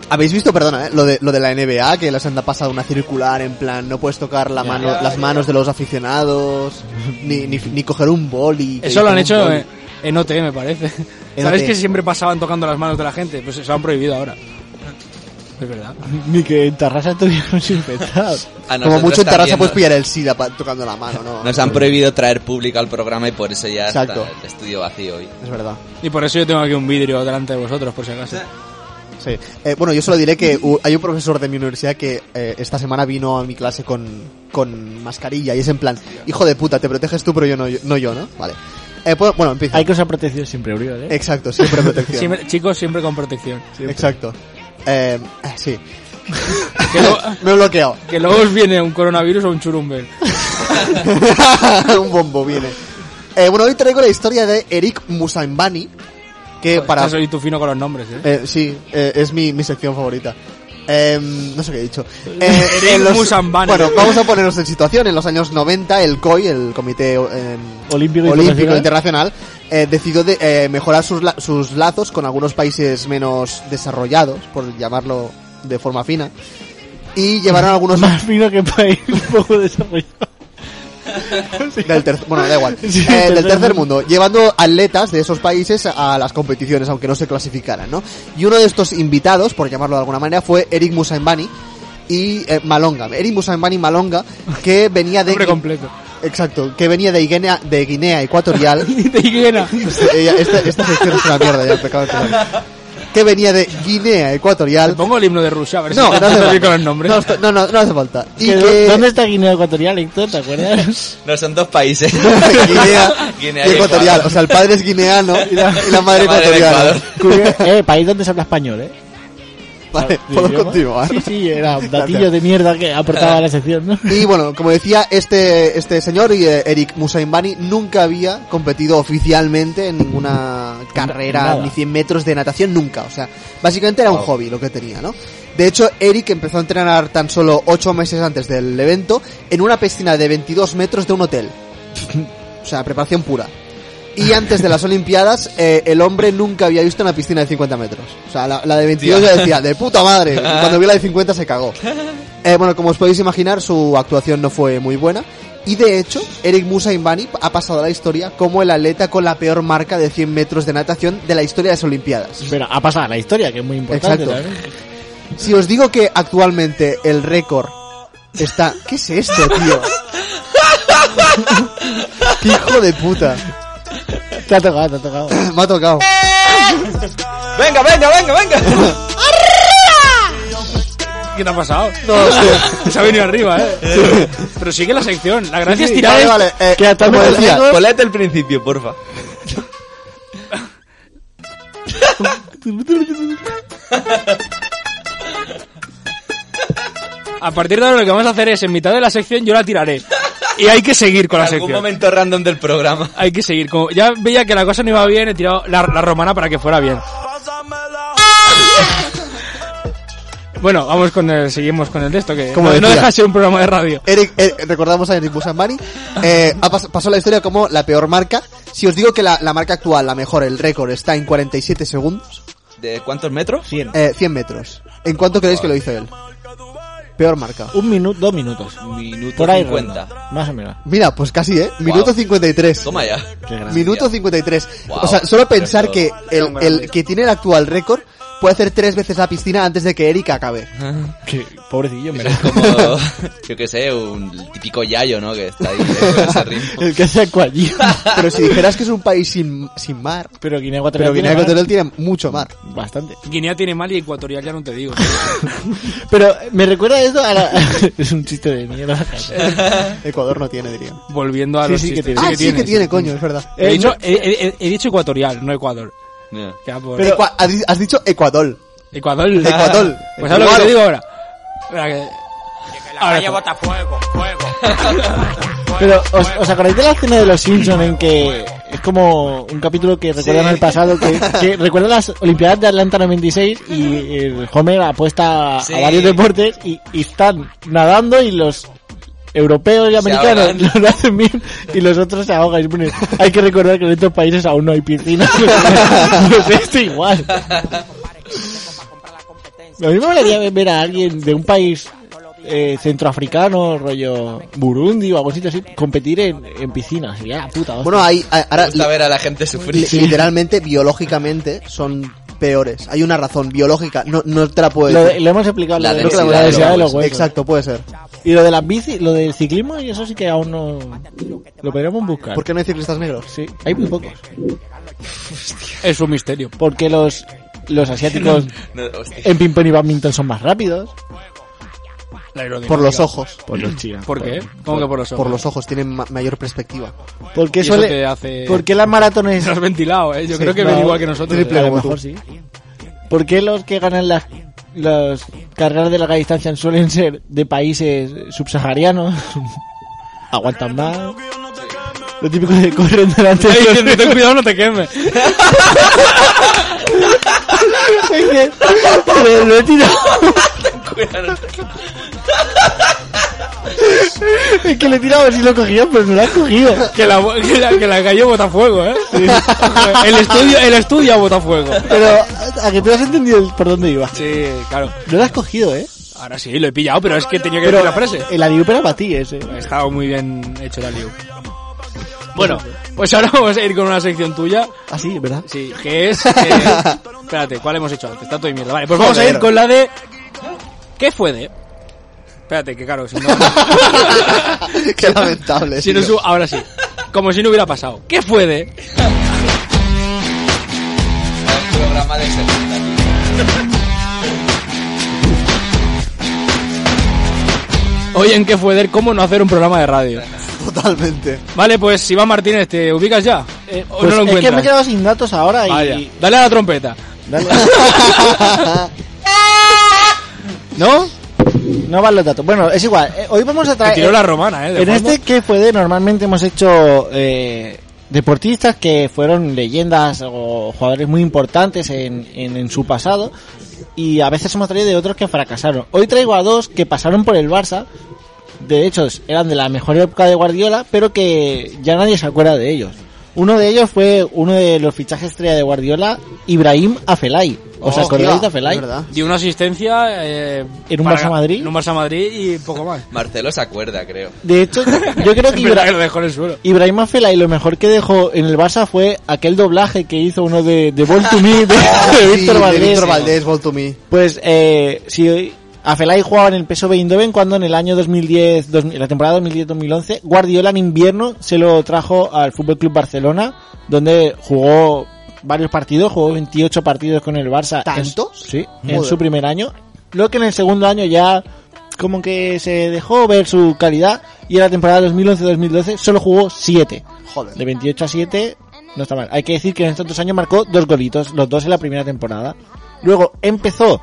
Speaker 5: ¿Habéis visto, perdona, eh, lo, de, lo de la NBA? Que les han pasado una circular en plan no puedes tocar la mano, las manos de los aficionados, ni, ni, ni coger un boli. que
Speaker 3: Eso lo han
Speaker 5: dicen un
Speaker 3: hecho eh.
Speaker 5: boli.
Speaker 3: en, en OT, me parece.
Speaker 5: En
Speaker 3: ¿Sabéis
Speaker 5: OT?
Speaker 3: que siempre pasaban tocando las manos de la gente? Pues se lo han prohibido ahora. Es verdad.
Speaker 4: Ni que en Tarrasa estuvieron infectados.
Speaker 5: Como
Speaker 6: A nosotros
Speaker 5: mucho en pues terraza
Speaker 6: también
Speaker 5: puedes
Speaker 6: nos-
Speaker 5: pillar el SIDA pa- tocando la mano, ¿no?
Speaker 6: Nos han prohibido traer público al programa y por eso ya
Speaker 5: Exacto.
Speaker 6: está el estudio vacío hoy.
Speaker 5: Es verdad.
Speaker 3: Y por eso yo tengo aquí un vidrio delante de vosotros, por si acaso.
Speaker 5: Sí. Eh, bueno, yo solo diré que u- hay un profesor de mi universidad que eh, esta semana vino a mi clase con, con mascarilla y es en plan, hijo de puta, te proteges tú, pero yo no, yo- no yo, ¿no? Vale. Eh, puedo- bueno, empieza.
Speaker 4: Hay que usar protección siempre, Uriol, ¿eh?
Speaker 5: Exacto, siempre protección.
Speaker 3: Siempre- chicos, siempre con protección.
Speaker 5: Exacto. Eh, eh, sí.
Speaker 3: Que, lo-
Speaker 5: Me he bloqueado.
Speaker 3: que luego os viene un coronavirus o un churumbel.
Speaker 5: un bombo viene. Eh, bueno, hoy traigo la historia de Eric Musambani, que para...
Speaker 3: Para... Soy tu fino con los nombres, ¿eh?
Speaker 5: eh, sí, eh, es mi, mi sección favorita. Em, no sé qué he dicho. Eh,
Speaker 3: Eric
Speaker 5: en los-
Speaker 3: Musambani.
Speaker 5: Bueno, vamos a ponernos en situación. En los años 90, el COI, el Comité em,
Speaker 4: Olímpico
Speaker 5: Olímpico
Speaker 4: Internacional.
Speaker 5: Internacional, eh, decidió de, eh, mejorar sus, la- sus lazos con algunos países menos desarrollados, por llamarlo de forma fina, y llevaron algunos
Speaker 4: Eh, Más fino que país un poco desarrollado.
Speaker 5: del tercer bueno da igual
Speaker 4: Sí,
Speaker 5: Eh,
Speaker 4: tercer
Speaker 5: del tercer
Speaker 4: mundo.
Speaker 5: mundo llevando atletas de esos países a las competiciones aunque no se clasificaran no y uno de estos invitados por llamarlo de alguna manera fue Eric Musambani y eh, Malonga Eric Musambani Malonga que venía de
Speaker 3: Nombre completo.
Speaker 5: exacto que venía de Guinea de Guinea Ecuatorial Este,
Speaker 3: De Higuera.
Speaker 5: Ella- esta, esta sección es una mierda ya me acabo de enterar. que venía de Guinea
Speaker 3: Te
Speaker 5: Ecuatorial
Speaker 3: pongo el himno de Rusia, a ver
Speaker 5: no,
Speaker 3: si
Speaker 5: no hace
Speaker 3: te con
Speaker 5: falta.
Speaker 3: los nombres.
Speaker 5: No, no, no, no hace falta. Y
Speaker 4: ¿Que
Speaker 5: que-
Speaker 4: ¿Dónde está Guinea Ecuatorial, Héctor? ¿Te acuerdas?
Speaker 6: No son dos países.
Speaker 5: Guinea,
Speaker 6: Guinea
Speaker 5: y
Speaker 6: y
Speaker 5: ecuatorial.
Speaker 6: Ecuador.
Speaker 5: O sea, el padre es guineano y la, y la madre
Speaker 6: La madre de
Speaker 5: ecuatoriana.
Speaker 4: eh, país donde se habla español, ¿eh?
Speaker 5: Vale,
Speaker 4: ¿De
Speaker 5: puedo
Speaker 4: idioma?
Speaker 5: continuar.
Speaker 4: Sí, sí, era un datillo de mierda que aportaba a la sección, ¿no?
Speaker 5: Y bueno, como decía, este, este señor, y, eh, Eric Musaimbani, nunca había competido oficialmente en ninguna carrera,
Speaker 4: Nada.
Speaker 5: ni 100 metros de natación, nunca. O sea, básicamente era un hobby lo que tenía, ¿no? De hecho, Eric empezó a entrenar tan solo 8 meses antes del evento en una piscina de 22 metros de un hotel. o sea, preparación pura. Y antes de las Olimpiadas, eh, el hombre nunca había visto una piscina de 50 metros. O sea, la, la de 22 ya decía, de puta madre. Y Cuando vio la de 50 se cagó. Eh, bueno, como os podéis imaginar, su actuación no fue muy buena. Y de hecho, Eric Musa Invani ha pasado a la historia como el atleta con la peor marca de 100 metros de natación de la historia de las Olimpiadas.
Speaker 4: Pero ha pasado la historia, que es muy importante.
Speaker 5: Exacto.
Speaker 4: también.
Speaker 5: Si os digo que actualmente el récord está... ¿Qué es esto, tío? ¡Qué hijo de puta!
Speaker 4: Te ha tocado, te ha tocado.
Speaker 5: Me ha tocado.
Speaker 6: Venga, venga, venga, venga.
Speaker 3: ¿Qué te ha pasado?
Speaker 5: No, sí.
Speaker 3: Se ha venido arriba, eh. Pero sigue la sección. La gracia es tirar.
Speaker 5: Vale,
Speaker 3: esto.
Speaker 5: vale. eh,
Speaker 4: que hasta
Speaker 5: como
Speaker 4: el
Speaker 5: decía,
Speaker 4: momento-
Speaker 6: Ponete el principio, porfa.
Speaker 3: A partir de ahora lo que vamos a hacer es en mitad de la sección yo la tiraré. Y hay que seguir con la
Speaker 6: Algún
Speaker 3: sección.
Speaker 6: momento random del programa.
Speaker 3: Hay que seguir. Como ya veía que la cosa no iba bien, he tirado la, la romana para que fuera bien. Bueno, vamos con el, seguimos con el texto que
Speaker 5: Como
Speaker 3: no, no
Speaker 5: decía.
Speaker 3: deja de ser un programa de radio.
Speaker 5: Eric, eh, recordamos a Eric Busambani, eh, ha pas- pasó la historia como la peor marca. Si os digo que la, la marca actual, la mejor, el récord, está en 47 segundos,
Speaker 6: ¿De cuántos metros?
Speaker 5: eh, 100 metros. ¿En cuánto creéis que lo hizo él? Peor marca.
Speaker 4: Un minuto, dos minutos.
Speaker 6: Minuto
Speaker 4: Por ahí.
Speaker 6: 50.
Speaker 4: ronda. Más o menos.
Speaker 5: Mira, pues casi, ¿eh? Minuto
Speaker 6: Wow.
Speaker 5: 53.
Speaker 6: Toma ya.
Speaker 4: Qué grande.
Speaker 5: Minuto 53.
Speaker 6: Wow.
Speaker 5: O sea, solo pensar que
Speaker 4: Era
Speaker 5: el,
Speaker 4: un grande.
Speaker 5: el que tiene el actual récord puede hacer tres veces la piscina antes de que Eric acabe.
Speaker 4: Qué pobrecillo,
Speaker 6: Eso es como, yo qué sé, un el típico yayo, ¿no? Que está ahí con ese ritmo.
Speaker 4: El que hace acuallí.
Speaker 5: Pero si dijeras que es un país sin, sin mar,
Speaker 4: Pero Guinea Ecuatorial.
Speaker 5: pero Guinea
Speaker 4: tiene
Speaker 5: Ecuatorial tiene mucho mar.
Speaker 4: más. Bastante.
Speaker 3: Guinea tiene mal y Ecuatorial ya no te digo.
Speaker 4: Pero eh, me recuerda esto a la... es un chiste de mierda.
Speaker 5: Ecuador no tiene, diría.
Speaker 3: Volviendo a
Speaker 4: Sí,
Speaker 3: los
Speaker 4: sí que
Speaker 3: chistes.
Speaker 4: tiene. Eh,
Speaker 5: Ah, sí que tiene, Eh, coño, es verdad.
Speaker 3: He, dicho, he, he- he dicho Ecuatorial, no Ecuador. Ya, por-
Speaker 4: Pero-
Speaker 5: Ecua- has di- has dicho Ecuador.
Speaker 3: Ecuador.
Speaker 5: Ecuador.
Speaker 3: Pues sabes lo que
Speaker 5: Ecuador.
Speaker 3: te digo ahora. Espera que- Ahora tú.
Speaker 4: Pero, ¿os, os acordáis de la escena de los Simpsons en que es como un capítulo que recuerdan al pasado, que, que recuerda las Olimpiadas de Atlanta 96 y eh, Homer apuesta a-
Speaker 6: Sí.
Speaker 4: a varios deportes y, y están nadando y los europeos y americanos
Speaker 6: ahogan.
Speaker 4: lo hacen bien y los otros se ahogan. Y bueno, hay que recordar que en estos países aún no hay piscinas. pues esto igual. A mí me gustaría ver a alguien de un país eh, centroafricano, rollo Burundi o algo así, competir en, en piscinas. Sería la puta hostia.
Speaker 5: Bueno, ah, ahí, a- ahora,
Speaker 6: Gusta ver a la gente sufrir.
Speaker 5: li- literalmente, biológicamente, son peores. Hay una razón biológica, no, no te la puedo
Speaker 4: lo, de-
Speaker 5: decir.
Speaker 4: lo hemos explicado.
Speaker 6: La
Speaker 4: lo de-
Speaker 5: No te pues, la puedo decir.
Speaker 6: densidad de los
Speaker 4: de los huesos.
Speaker 5: Exacto, puede ser.
Speaker 4: Y lo de las bici, lo del ciclismo, y eso sí que aún no. Lo podríamos buscar.
Speaker 5: ¿Por qué no hay ciclistas negros?
Speaker 4: Sí, hay muy pocos.
Speaker 3: Es un misterio.
Speaker 4: Porque los, los asiáticos
Speaker 6: No, hostia.
Speaker 4: en ping-pong y badminton son más rápidos.
Speaker 3: La aerodinámica.
Speaker 5: Por los ojos.
Speaker 4: Por los chinos.
Speaker 3: ¿Por qué? ¿Cómo que por los ojos?
Speaker 5: Por los ojos, tienen ma- mayor perspectiva.
Speaker 4: ¿Por
Speaker 3: Y
Speaker 4: qué
Speaker 3: eso
Speaker 4: suele-
Speaker 3: te hace-
Speaker 4: ¿Por qué las maratones
Speaker 3: Nos has ventilado, ¿eh? Yo
Speaker 4: Sí,
Speaker 3: creo que
Speaker 4: no,
Speaker 3: ven igual que nosotros. eh,
Speaker 4: a lo mejor sí. ¿Por qué los que ganan las, las carreras de larga distancia suelen ser de países subsaharianos? Aguantan más. Lo típico de correr delante
Speaker 3: Ey,
Speaker 4: de
Speaker 3: que no, ten cuidado, no te quemes.
Speaker 4: los... Lo he tirado. es que lo he tirado a ver si lo cogía, pero no lo has cogido.
Speaker 3: Que la, que la, que la cayó Botafuego, ¿eh? El estudio, el estudio a Botafuego.
Speaker 4: Pero, ¿a- ¿a que tú has entendido el- por dónde iba?
Speaker 3: Sí, claro.
Speaker 4: No lo has cogido, ¿eh?
Speaker 3: Ahora sí, lo he pillado, pero es que tenía que
Speaker 4: Pero
Speaker 3: decir la frase.
Speaker 4: el adiós era para ti ese.
Speaker 3: Estaba muy bien hecho la liu. Bueno, pues ahora vamos a ir con una sección tuya.
Speaker 4: Así, Ah, ¿verdad?
Speaker 3: Sí, que es... eh, espérate, ¿cuál hemos hecho antes? Tanto de mierda. Vale, pues vamos a ir
Speaker 5: Joder.
Speaker 3: con la de... ¿Qué fue de...? Espérate, que claro, si no...
Speaker 5: qué lamentable.
Speaker 3: Si no
Speaker 5: tío.
Speaker 3: su- ahora sí. Como si no hubiera pasado. ¿Qué fue de...?
Speaker 6: Un programa de 70.
Speaker 3: Hoy en ¿Qué fue de...? ¿Cómo no hacer un programa de radio?
Speaker 5: Totalmente.
Speaker 3: Vale, pues Iván Martínez, ¿te ubicas ya? ¿O no lo
Speaker 4: Pues es que
Speaker 3: encuentras?
Speaker 4: me he quedado sin datos ahora y...
Speaker 3: Vaya. Dale a la trompeta.
Speaker 4: ¿No? No van los datos. Bueno, es igual. Eh, hoy vamos a
Speaker 3: Te
Speaker 4: traer...
Speaker 3: tiró la romana, ¿eh? de
Speaker 4: en
Speaker 3: fondo.
Speaker 4: este que fue de... Normalmente hemos hecho eh, deportistas que fueron leyendas o jugadores muy importantes en, en, en su pasado. Y a veces hemos traído de otros que fracasaron. Hoy traigo a dos que pasaron por el Barça. De hecho, eran de la mejor época de Guardiola, pero que ya nadie se acuerda de ellos. Uno de ellos fue uno de los fichajes estrella de Guardiola, Ibrahim Afelay. ¿Os
Speaker 5: Oh,
Speaker 4: acordáis
Speaker 5: hostia,
Speaker 4: de Afelay?
Speaker 5: es verdad.
Speaker 3: Dio una asistencia eh,
Speaker 4: En un
Speaker 3: para-
Speaker 4: Barça Madrid.
Speaker 3: En un Barça Madrid y poco más.
Speaker 6: Marcelo se acuerda, creo.
Speaker 4: De hecho, yo creo que
Speaker 3: Es verdad
Speaker 4: Ibra-
Speaker 3: que lo dejó en el suelo.
Speaker 4: Ibrahim Afelay lo mejor que dejó en el Barça fue aquel doblaje que hizo uno de, de Born to Me de, de
Speaker 5: Ah, Sí,
Speaker 4: Víctor
Speaker 5: de
Speaker 4: Valdés.
Speaker 5: Víctor Valdés, Ball to Me.
Speaker 4: Pues eh, si Afelay jugaba en el PSV Eindhoven cuando en el año 2010, 2000 la temporada 2010-2011, Guardiola en invierno se lo trajo al Fútbol Club Barcelona, donde jugó varios partidos, jugó 28 partidos con el Barça. en-
Speaker 5: ¿Tantos?
Speaker 4: sí, en
Speaker 5: Joder.
Speaker 4: su primer año. Luego que en el segundo año ya como que se dejó ver su calidad y en la temporada 2011-2012 solo jugó 7.
Speaker 5: Joder.
Speaker 4: De 28 a 7 no está mal. Hay que decir que en estos dos años marcó dos golitos, los dos en la primera temporada. Luego empezó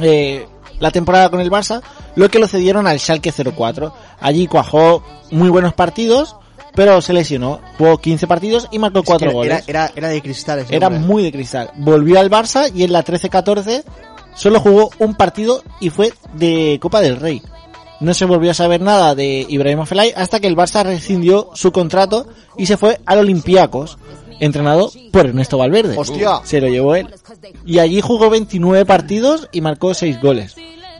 Speaker 4: eh, la temporada con el Barça, lo que lo cedieron al Schalke 04. Allí cuajó muy buenos partidos, pero se lesionó. Jugó 15 partidos y marcó 4
Speaker 5: Era-
Speaker 4: goles.
Speaker 5: Era, era, era de cristales.
Speaker 4: Era muy de cristal. Volvió al Barça y en la 13-14 solo jugó un partido y fue de Copa del Rey. No se volvió a saber nada de Ibrahim Felay hasta que el Barça rescindió su contrato y se fue al Olympiacos, entrenado por Ernesto Valverde.
Speaker 5: Hostia.
Speaker 4: Se lo llevó él. Y allí jugó 29 partidos y marcó 6 goles.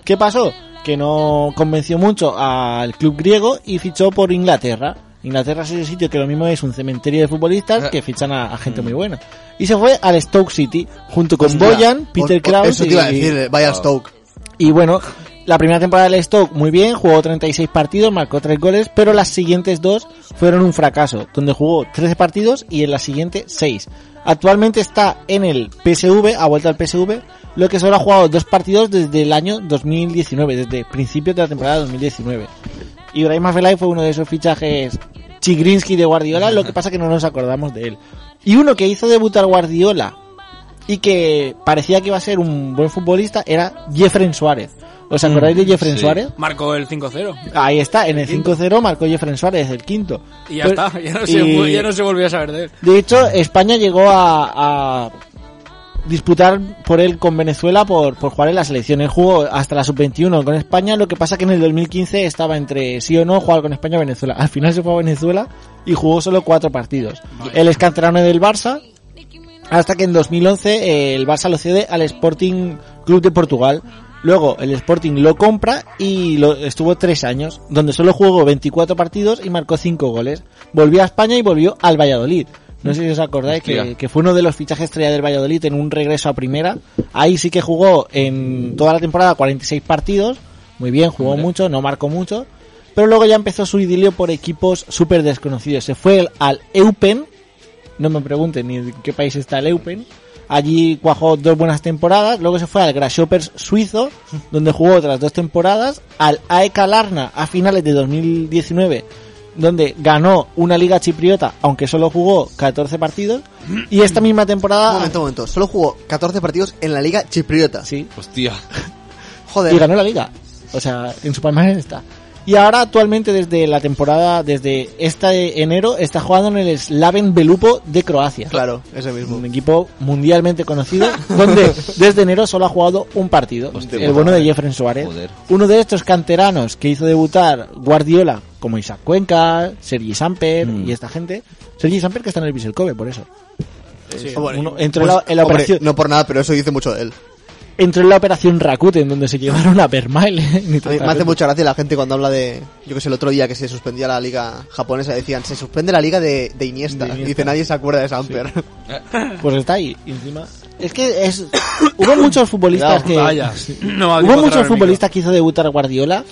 Speaker 4: ¿Qué pasó? Que no convenció mucho al club griego y fichó por Inglaterra. Inglaterra es ese sitio que lo mismo es un cementerio de futbolistas que fichan a, a
Speaker 5: Mm.
Speaker 4: gente muy buena. Y se fue al Stoke City junto con
Speaker 5: Hostia.
Speaker 4: Boyan, Peter
Speaker 5: Por- por-
Speaker 4: Crouch
Speaker 5: Eso te iba a
Speaker 4: y- Ah.
Speaker 5: decir, vaya Stoke.
Speaker 4: y bueno, la primera temporada del Stoke muy bien, jugó 36 partidos, marcó 3 goles, pero las siguientes dos fueron un fracaso, donde jugó 13 partidos y en la siguiente 6. Actualmente está en el PSV, ha vuelto al PSV, lo que solo ha jugado dos partidos desde el año 2019, desde principios de la temporada 2019. Ibrahim Afelay fue uno de esos fichajes Chigrinsky de Guardiola, lo que pasa que no nos acordamos de él. Y uno que hizo debutar Guardiola y que parecía que iba a ser un buen futbolista era Jeffrey Suárez. ¿Os acordáis de Jeffrey
Speaker 6: sí.
Speaker 4: Suárez?
Speaker 3: Marcó el 5-0.
Speaker 4: Ahí está, en el 5-0 marcó Jeffrey Suárez, el quinto.
Speaker 3: Y ya
Speaker 4: Pues-
Speaker 3: está. Ya no,
Speaker 4: y-
Speaker 3: se, ya no se volvió a saber de él.
Speaker 4: De hecho, España llegó a, a disputar por él con Venezuela por, por jugar en la selección. Él jugó hasta la sub-21 con España, lo que pasa que en el 2015 estaba entre sí o no jugar con España o Venezuela. Al final se fue a Venezuela y jugó solo cuatro partidos. Él es canterano del Barça, hasta que en 2011 eh, el Barça lo cede al Sporting Club de Portugal. Luego el Sporting lo compra y lo, estuvo tres años, donde solo jugó 24 partidos y marcó cinco goles. Volvió a España y volvió al Valladolid. No sé si os acordáis que,
Speaker 6: Hostia.
Speaker 4: que fue uno de los fichajes estrella del Valladolid en un regreso a primera. Ahí sí que jugó en toda la temporada 46 partidos. Muy bien, jugó mucho, no marcó mucho. Pero luego ya empezó su idilio por equipos súper desconocidos. Se fue al Eupen, no me pregunten ni en qué país está el Eupen. Allí cuajó dos buenas temporadas, luego se fue al Grasshoppers suizo, donde jugó otras dos temporadas, al AEK Larna a finales de 2019, donde ganó una liga chipriota, aunque solo jugó 14 partidos, y esta misma
Speaker 5: Un
Speaker 4: temporada
Speaker 5: momento, un momento. Solo jugó 14 partidos en la Liga Chipriota.
Speaker 4: Ah. sí,
Speaker 6: Hostia.
Speaker 5: Joder.
Speaker 4: y ganó la liga, o sea, en su palmarés está. Y ahora actualmente desde la temporada, desde este enero, está jugando en el Slaven Belupo de Croacia.
Speaker 5: Claro, ese
Speaker 4: un
Speaker 5: mismo.
Speaker 4: equipo mundialmente conocido, donde desde enero solo ha jugado un partido,
Speaker 6: Hostia,
Speaker 4: el
Speaker 6: puta
Speaker 4: bueno de
Speaker 6: madre.
Speaker 4: Jeffrey Suárez.
Speaker 6: Joder.
Speaker 4: Uno de estos canteranos que hizo debutar Guardiola, como Isaac Cuenca, Sergi Samper
Speaker 6: Mm.
Speaker 4: y esta gente. Sergi Samper que está en el Vissel Kobe, por eso. Uno- entró en la- en la
Speaker 5: pues, hombre,
Speaker 4: operación-
Speaker 5: no por nada, pero eso dice mucho de él.
Speaker 4: Entró en la operación Rakuten, donde se llevaron a Vermael. ni
Speaker 5: A mí
Speaker 4: tanta
Speaker 5: me hace
Speaker 4: gente.
Speaker 5: mucha gracia la gente cuando habla de, yo que sé, el otro día que se suspendía la liga japonesa, decían, se suspende la liga de, de Iniesta.
Speaker 4: De
Speaker 5: Y
Speaker 4: Iniesta.
Speaker 5: Dice, nadie se acuerda de Samper.
Speaker 4: Pues está ahí, y encima. Es que es, hubo muchos futbolistas que.
Speaker 3: Vaya. No,
Speaker 4: Hubo muchos futbolistas que hizo debutar a Guardiola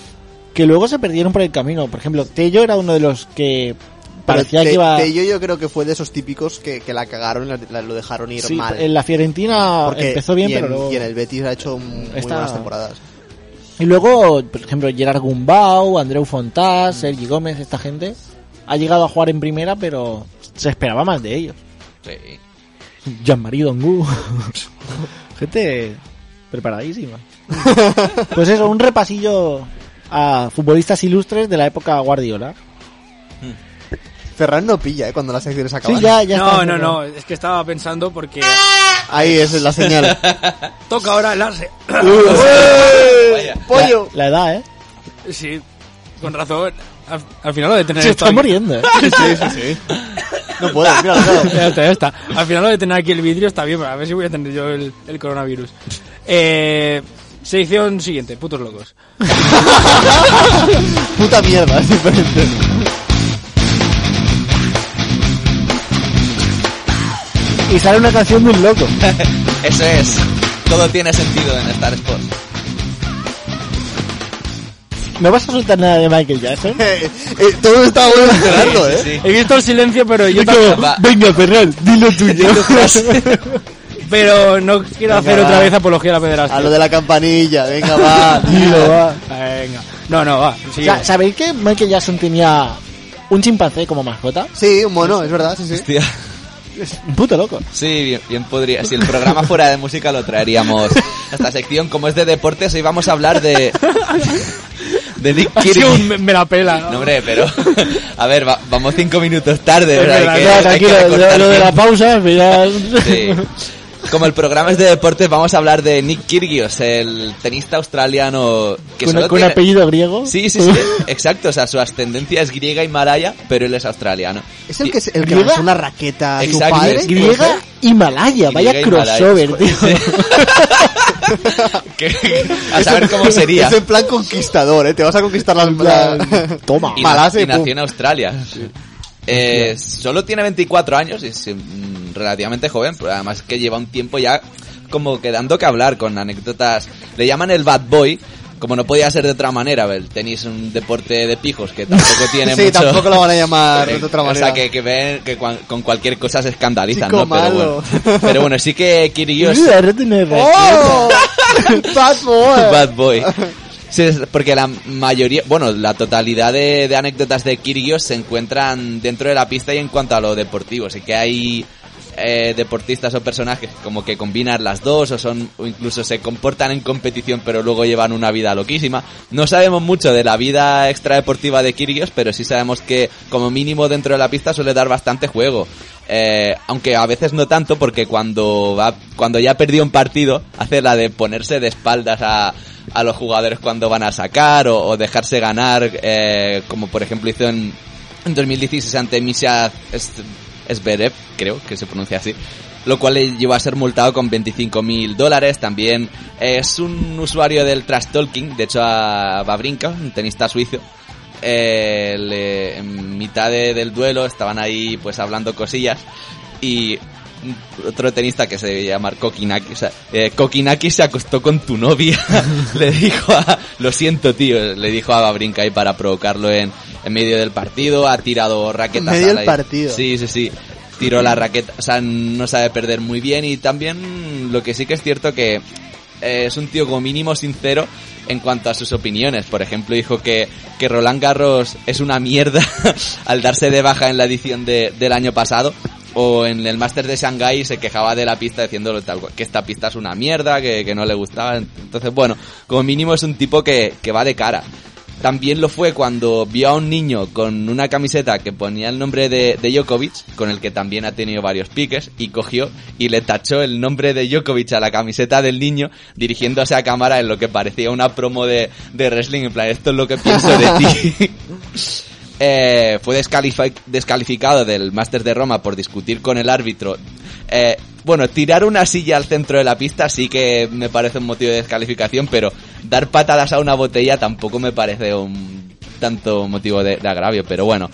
Speaker 4: que luego se perdieron por el camino. Por ejemplo, Tello era uno de los que parecía
Speaker 5: Pero
Speaker 4: que iba.
Speaker 5: Te- Tello yo creo que fue de esos típicos que, que la cagaron, la- la- lo dejaron ir
Speaker 4: Sí,
Speaker 5: mal.
Speaker 4: en la Fiorentina
Speaker 5: Porque-
Speaker 4: empezó bien,
Speaker 5: y en,
Speaker 4: pero luego...
Speaker 5: y en el Betis ha hecho muy
Speaker 4: Está-
Speaker 5: buenas temporadas.
Speaker 4: Y luego, por ejemplo, Gerard Gumbau, Andreu Fontás, Sergi Gómez, esta gente ha llegado a jugar en primera, pero se esperaba más de ellos.
Speaker 6: Sí.
Speaker 4: Jean-Marie Dongu. gente preparadísima. pues eso, un repasillo a futbolistas ilustres de la época Guardiola.
Speaker 5: Ferran no pilla, ¿eh? Cuando las secciones acaban.
Speaker 4: Sí, ya, ya
Speaker 3: no,
Speaker 4: está.
Speaker 3: no, no. Es que estaba pensando porque
Speaker 5: Ahí es la señal.
Speaker 3: toca ahora el Arsenal.
Speaker 5: ¡Ué! ¡Pollo!
Speaker 4: La edad, ¿eh?
Speaker 3: Sí, con razón. Al, al final lo de tener
Speaker 4: Se
Speaker 3: esto aquí-
Speaker 4: está muriendo, ¿eh?
Speaker 5: Sí, sí, sí. No puedes, míralo, míralo.
Speaker 3: Ya está, ya está. Al final lo de tener aquí el vidrio está bien, pero a ver si voy a tener yo el, el coronavirus. Eh, sección siguiente, putos locos.
Speaker 5: Puta mierda, es diferente.
Speaker 4: Y sale una canción de un loco.
Speaker 6: Eso es. Todo tiene sentido en Star Sports.
Speaker 4: ¿No vas a soltar nada de Michael Jackson?
Speaker 5: Eh, eh, todo me estaba bueno enterando, ¿eh?
Speaker 6: Sí, sí.
Speaker 3: He visto el silencio, pero yo
Speaker 4: Y como,
Speaker 6: va.
Speaker 4: Venga, Ferran, dilo tuyo.
Speaker 3: Pero no quiero
Speaker 5: Venga,
Speaker 3: hacer
Speaker 5: va.
Speaker 3: otra vez apología a la
Speaker 5: A
Speaker 3: pederastia.
Speaker 5: lo de la campanilla, venga, va,
Speaker 4: Dilo, va.
Speaker 3: Venga. No, no, va. sigue.
Speaker 4: Sa- ¿Sabéis que Michael Jackson tenía un chimpancé como mascota?
Speaker 5: Sí, un mono, es verdad, sí, sí.
Speaker 6: Hostia.
Speaker 4: Es un puto loco.
Speaker 6: Sí, bien, bien podría. Si el programa fuera de música lo traeríamos a esta sección. Como es de deportes, hoy vamos a hablar de... De Dick
Speaker 3: Es que
Speaker 6: Kirby.
Speaker 3: me, me la pela.
Speaker 6: No, hombre, pero... A ver, va- vamos cinco minutos tarde,
Speaker 3: Es
Speaker 6: ¿verdad?
Speaker 3: verdad,
Speaker 6: Hay que-
Speaker 3: ya,
Speaker 6: hay que
Speaker 4: tranquilo,
Speaker 6: recortar
Speaker 4: lo, lo de la
Speaker 6: tiempo.
Speaker 4: pausa, pues ya-
Speaker 6: Sí. Como el programa es de deportes, vamos a hablar de Nick Kyrgios, el tenista australiano que
Speaker 4: con,
Speaker 6: solo
Speaker 4: con
Speaker 6: tiene-
Speaker 4: apellido griego.
Speaker 6: Sí, sí, sí, exacto. O sea, su ascendencia es griega y malaya, pero él es australiano.
Speaker 5: Es el que, se- el que
Speaker 4: ¿Griega?
Speaker 5: lanzó una raqueta a su
Speaker 6: Exacto,
Speaker 5: padre.
Speaker 6: es
Speaker 4: Griega Himalaya, vaya
Speaker 6: Griega y malaya.
Speaker 4: crossover, tío.
Speaker 6: Que- a saber cómo sería.
Speaker 5: Es en plan conquistador, ¿eh? Te vas a conquistar las... la-
Speaker 4: Toma.
Speaker 6: Y,
Speaker 5: Malasia y
Speaker 6: na- y nació
Speaker 5: pum.
Speaker 6: en Australia. Eh, solo tiene 24 años y es mm, relativamente joven, pero además que lleva un tiempo ya como quedando que hablar con anécdotas. Le llaman el bad boy, como no podía ser de otra manera. El tenis es un deporte de pijos que tampoco tiene
Speaker 5: Sí,
Speaker 6: mucho...
Speaker 5: tampoco lo van a llamar de otra
Speaker 6: o
Speaker 5: manera.
Speaker 6: sea, que, que ven que cuan- con cualquier cosa se escandalizan,
Speaker 5: Chico
Speaker 6: ¿no? Pero bueno,
Speaker 5: malo.
Speaker 6: pero bueno, sí que Kyrgios...
Speaker 4: Mira, no tiene raqueta.
Speaker 5: ¡Oh! Bad boy.
Speaker 6: Bad boy. Sí, es porque la mayoría, bueno, la totalidad de, de anécdotas de Kyrgios se encuentran dentro de la pista y en cuanto a lo deportivo. Así que hay eh, deportistas o personajes como que combinan las dos o son o incluso se comportan en competición pero luego llevan una vida loquísima. No sabemos mucho de la vida extradeportiva de Kyrgios, pero sí sabemos que como mínimo dentro de la pista suele dar bastante juego. Eh, aunque a veces no tanto porque cuando va, cuando ya perdió un partido hace la de ponerse de espaldas a, a los jugadores cuando van a sacar o, o dejarse ganar eh, como por ejemplo hizo en, en 2016 ante Misha Es- Zverev creo que se pronuncia así lo cual le llevó a ser multado con 25 mil dólares también es un usuario del trash talking de hecho a Babrinka un tenista suizo eh, le- en mitad de- del duelo estaban ahí pues hablando cosillas y otro tenista que se llama Kokinaki, o sea, eh, Kokinaki se acostó con tu novia, le dijo a, lo siento tío, le dijo a Babrinka ahí para provocarlo en, en medio del partido, ha tirado raquetas.
Speaker 5: medio
Speaker 6: al
Speaker 5: del
Speaker 6: aire.
Speaker 5: partido.
Speaker 6: Sí, sí, sí. Tiró la raqueta, o sea, no sabe perder muy bien y también lo que sí que es cierto que eh, es un tío como mínimo sincero en cuanto a sus opiniones. Por ejemplo, dijo que, que Roland Garros es una mierda al darse de baja en la edición de- del año pasado. O en el Masters de Shanghái se quejaba de la pista diciéndolo tal cual, que esta pista es una mierda, que, que no le gustaba. Entonces, bueno, como mínimo es un tipo que, que va de cara. También lo fue cuando vio a un niño con una camiseta que ponía el nombre de, de Djokovic, con el que también ha tenido varios piques, y cogió y le tachó el nombre de Djokovic a la camiseta del niño, dirigiéndose a cámara en lo que parecía una promo de, de wrestling, en plan, esto es lo que pienso de ti. Eh, fue descalifi- descalificado del Masters de Roma por discutir con el árbitro. Eh, bueno, tirar una silla al centro de la pista sí que me parece un motivo de descalificación, pero dar patadas a una botella tampoco me parece un tanto motivo de, de agravio. Pero bueno,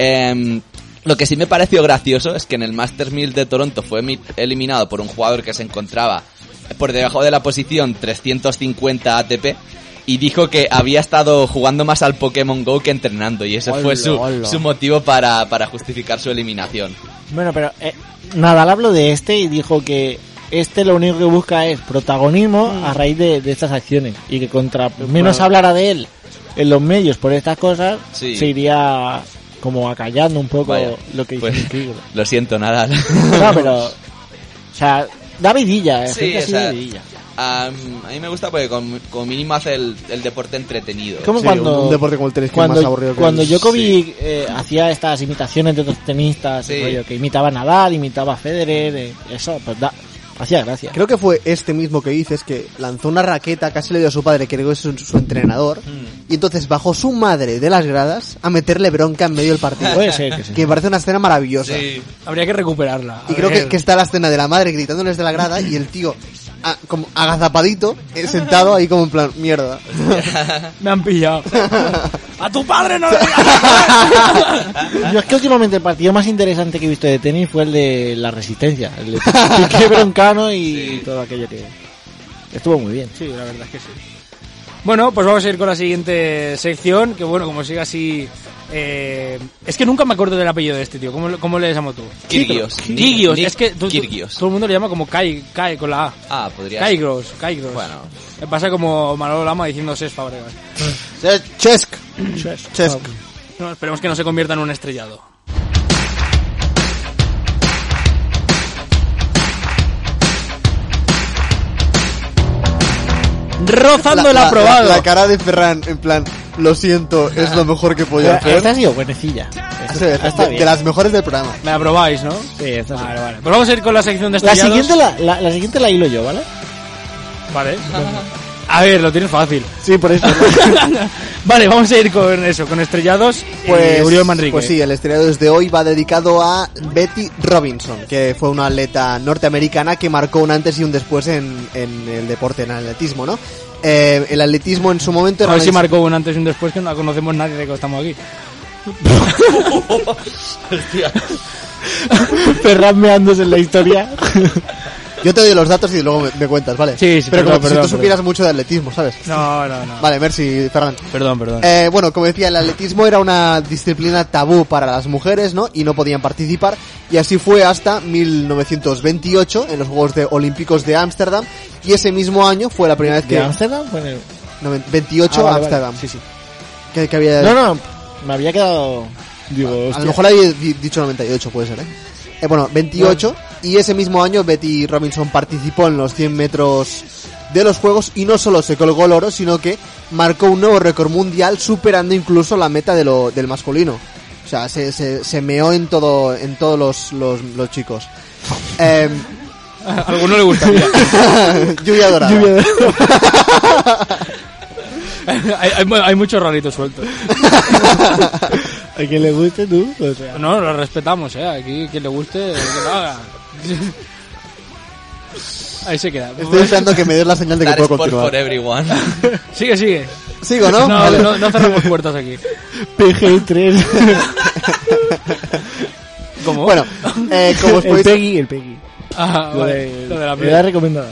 Speaker 6: Em, lo que sí me pareció gracioso es que en el Masters 1000 de Toronto fue mi- eliminado por un jugador que se encontraba por debajo de la posición 350 ATP y dijo que había estado jugando más al Pokémon Go que entrenando y ese fue su,
Speaker 4: hola.
Speaker 6: su motivo para, para justificar su eliminación.
Speaker 4: Bueno, pero eh, Nadal habló de este y dijo que este lo único que busca es protagonismo
Speaker 5: Mm.
Speaker 4: a raíz de, de estas acciones y que contra
Speaker 5: Pues
Speaker 4: menos hablara de él en los medios por estas cosas
Speaker 6: Sí.
Speaker 4: se iría como acallando un poco
Speaker 6: Vaya,
Speaker 4: lo que dice
Speaker 6: pues,
Speaker 4: el Tigre.
Speaker 6: Lo siento, Nadal.
Speaker 4: No, pero o sea, da vidilla, eh,
Speaker 6: Sí,
Speaker 4: gente
Speaker 6: o
Speaker 4: así
Speaker 6: sea,
Speaker 4: da vidilla.
Speaker 6: Am, a mí me gusta porque con- como mínimo hace el, el deporte entretenido.
Speaker 4: Es como
Speaker 5: Sí,
Speaker 4: cuando
Speaker 5: un deporte como el tenis que es
Speaker 4: cuando,
Speaker 5: más aburrido que
Speaker 4: cuando
Speaker 5: el-
Speaker 4: Djokovic
Speaker 6: sí.
Speaker 4: eh, hacía estas imitaciones de otros tenistas,
Speaker 6: Sí.
Speaker 4: rollo, que imitaba a Nadal, imitaba a Federer, eh, eso pues da, hacía gracia.
Speaker 5: Creo que fue este mismo que dices que lanzó una raqueta, casi le dio a su padre, que creo que es su, su entrenador, Y entonces bajó su madre de las gradas a meterle bronca en medio del partido.
Speaker 3: Puede ser que sí.
Speaker 5: me parece una escena maravillosa.
Speaker 3: Habría que recuperarla.
Speaker 5: Y
Speaker 3: A
Speaker 5: creo
Speaker 3: ver.
Speaker 5: que, que está la escena de la madre gritándoles de la grada y el tío a- como agazapadito, eh, sentado ahí como en plan, mierda.
Speaker 3: Me han pillado. ¡A tu padre no le
Speaker 4: Yo es que últimamente el partido más interesante que he visto de tenis fue el de la resistencia. El de Piqué Broncano y todo aquello que estuvo muy bien.
Speaker 3: Sí, la verdad es que sí. Bueno, pues vamos a ir con la siguiente sección, que bueno, como sigue así... eh, es que nunca me acuerdo del apellido de este tío, ¿cómo, lo- cómo le llamo tú?
Speaker 6: Kirgios.
Speaker 3: Sí, pero- Kirgios,
Speaker 6: Nick
Speaker 3: es que tú- tú-
Speaker 6: Kirgios.
Speaker 3: todo el mundo le llama como Kai, Kai con la A.
Speaker 6: Ah, podría
Speaker 3: Kai
Speaker 6: ser.
Speaker 3: Gross, Kai Gross.
Speaker 6: Bueno.
Speaker 3: Me pasa como Manolo Lama diciendo Ses Fabregas.
Speaker 5: Eh, Chesk.
Speaker 3: Chesk.
Speaker 5: Chesk.
Speaker 3: No, esperemos que no se convierta en un estrellado. Rozando el aprobado.
Speaker 5: La, cara de Ferran, en plan, lo siento, es lo mejor que podía hacer.
Speaker 4: Esta ha sido buenecilla.
Speaker 5: Sí, de- de,
Speaker 4: bien.
Speaker 5: las mejores del programa.
Speaker 3: Me aprobáis, ¿no?
Speaker 4: Sí, Este, esta sí.
Speaker 3: Vale, vale. Pues vamos a ir con la sección de
Speaker 4: La
Speaker 3: estrellados.
Speaker 4: siguiente la, la, la siguiente la hilo yo, ¿vale?
Speaker 3: Vale. A ver, lo tienes fácil.
Speaker 4: Sí, por eso.
Speaker 3: vale, vamos a ir con eso, con estrellados. Pues.
Speaker 5: Pues,
Speaker 3: Uriel Manrique.
Speaker 5: pues sí, el estrellado desde hoy va dedicado a Betty Robinson, que fue una atleta norteamericana que marcó un antes y un después en, en el deporte, en el atletismo, ¿no? Eh, el atletismo en su
Speaker 3: A
Speaker 5: momento era
Speaker 3: ver
Speaker 5: una
Speaker 3: si marcó un antes y un después que no la conocemos nadie de que estamos aquí.
Speaker 4: Ferran meándose en la historia.
Speaker 5: Yo te doy los datos y luego me, me cuentas, ¿vale?
Speaker 3: Sí, sí,
Speaker 5: Pero
Speaker 3: perdón,
Speaker 5: como si
Speaker 3: perdón,
Speaker 5: tú
Speaker 3: perdón.
Speaker 5: supieras mucho de atletismo, ¿sabes?
Speaker 3: No, no, no.
Speaker 5: Vale, merci, Ferran.
Speaker 3: Perdón, perdón.
Speaker 5: Eh, bueno, como decía, el atletismo era una disciplina tabú para las mujeres, ¿no? Y no podían participar. Y así fue hasta 1928, en los Juegos de- Olímpicos de Ámsterdam. Y ese mismo año fue la primera vez
Speaker 4: ¿De
Speaker 5: que...
Speaker 4: Ámsterdam? Bueno,
Speaker 5: Noven- 28
Speaker 4: ah, vale,
Speaker 5: Ámsterdam.
Speaker 4: vale. Sí, sí.
Speaker 5: Que, que había...
Speaker 4: No, no, me había quedado. Digo,
Speaker 5: a
Speaker 4: hostia.
Speaker 5: lo mejor había di- dicho 98, puede ser, ¿eh? Eh, bueno, 28. Y ese mismo año Betty Robinson participó en los 100 metros de los Juegos y no solo se colgó el oro, sino que marcó un nuevo récord mundial superando incluso la meta de lo, del masculino. O sea, se, se, se meó en todo en todos los, los, los chicos. Eh,
Speaker 3: A alguno le gustaría.
Speaker 5: lluvia dorada.
Speaker 3: hay, hay mu- hay muchos raritos sueltos.
Speaker 4: A quien le guste tú. O sea.
Speaker 3: No, lo respetamos, ¿eh? Aquí quien le guste, que lo haga. Ahí se queda.
Speaker 5: Estoy esperando que me des la señal de que
Speaker 6: Dar
Speaker 5: puedo
Speaker 6: sport for
Speaker 5: continuar.
Speaker 6: everyone.
Speaker 3: Sigue, sigue.
Speaker 5: Sigo, ¿no?
Speaker 3: No,
Speaker 5: Vale.
Speaker 3: no, no cerramos puertas aquí.
Speaker 4: PG3.
Speaker 3: ¿Cómo?
Speaker 5: Bueno, eh, como os
Speaker 4: el
Speaker 5: podéis...
Speaker 4: Peggy, el Peggy.
Speaker 3: Ah,
Speaker 4: Lo
Speaker 3: vale,
Speaker 4: de,
Speaker 3: lo de la
Speaker 4: edad
Speaker 3: primera.
Speaker 4: recomendada.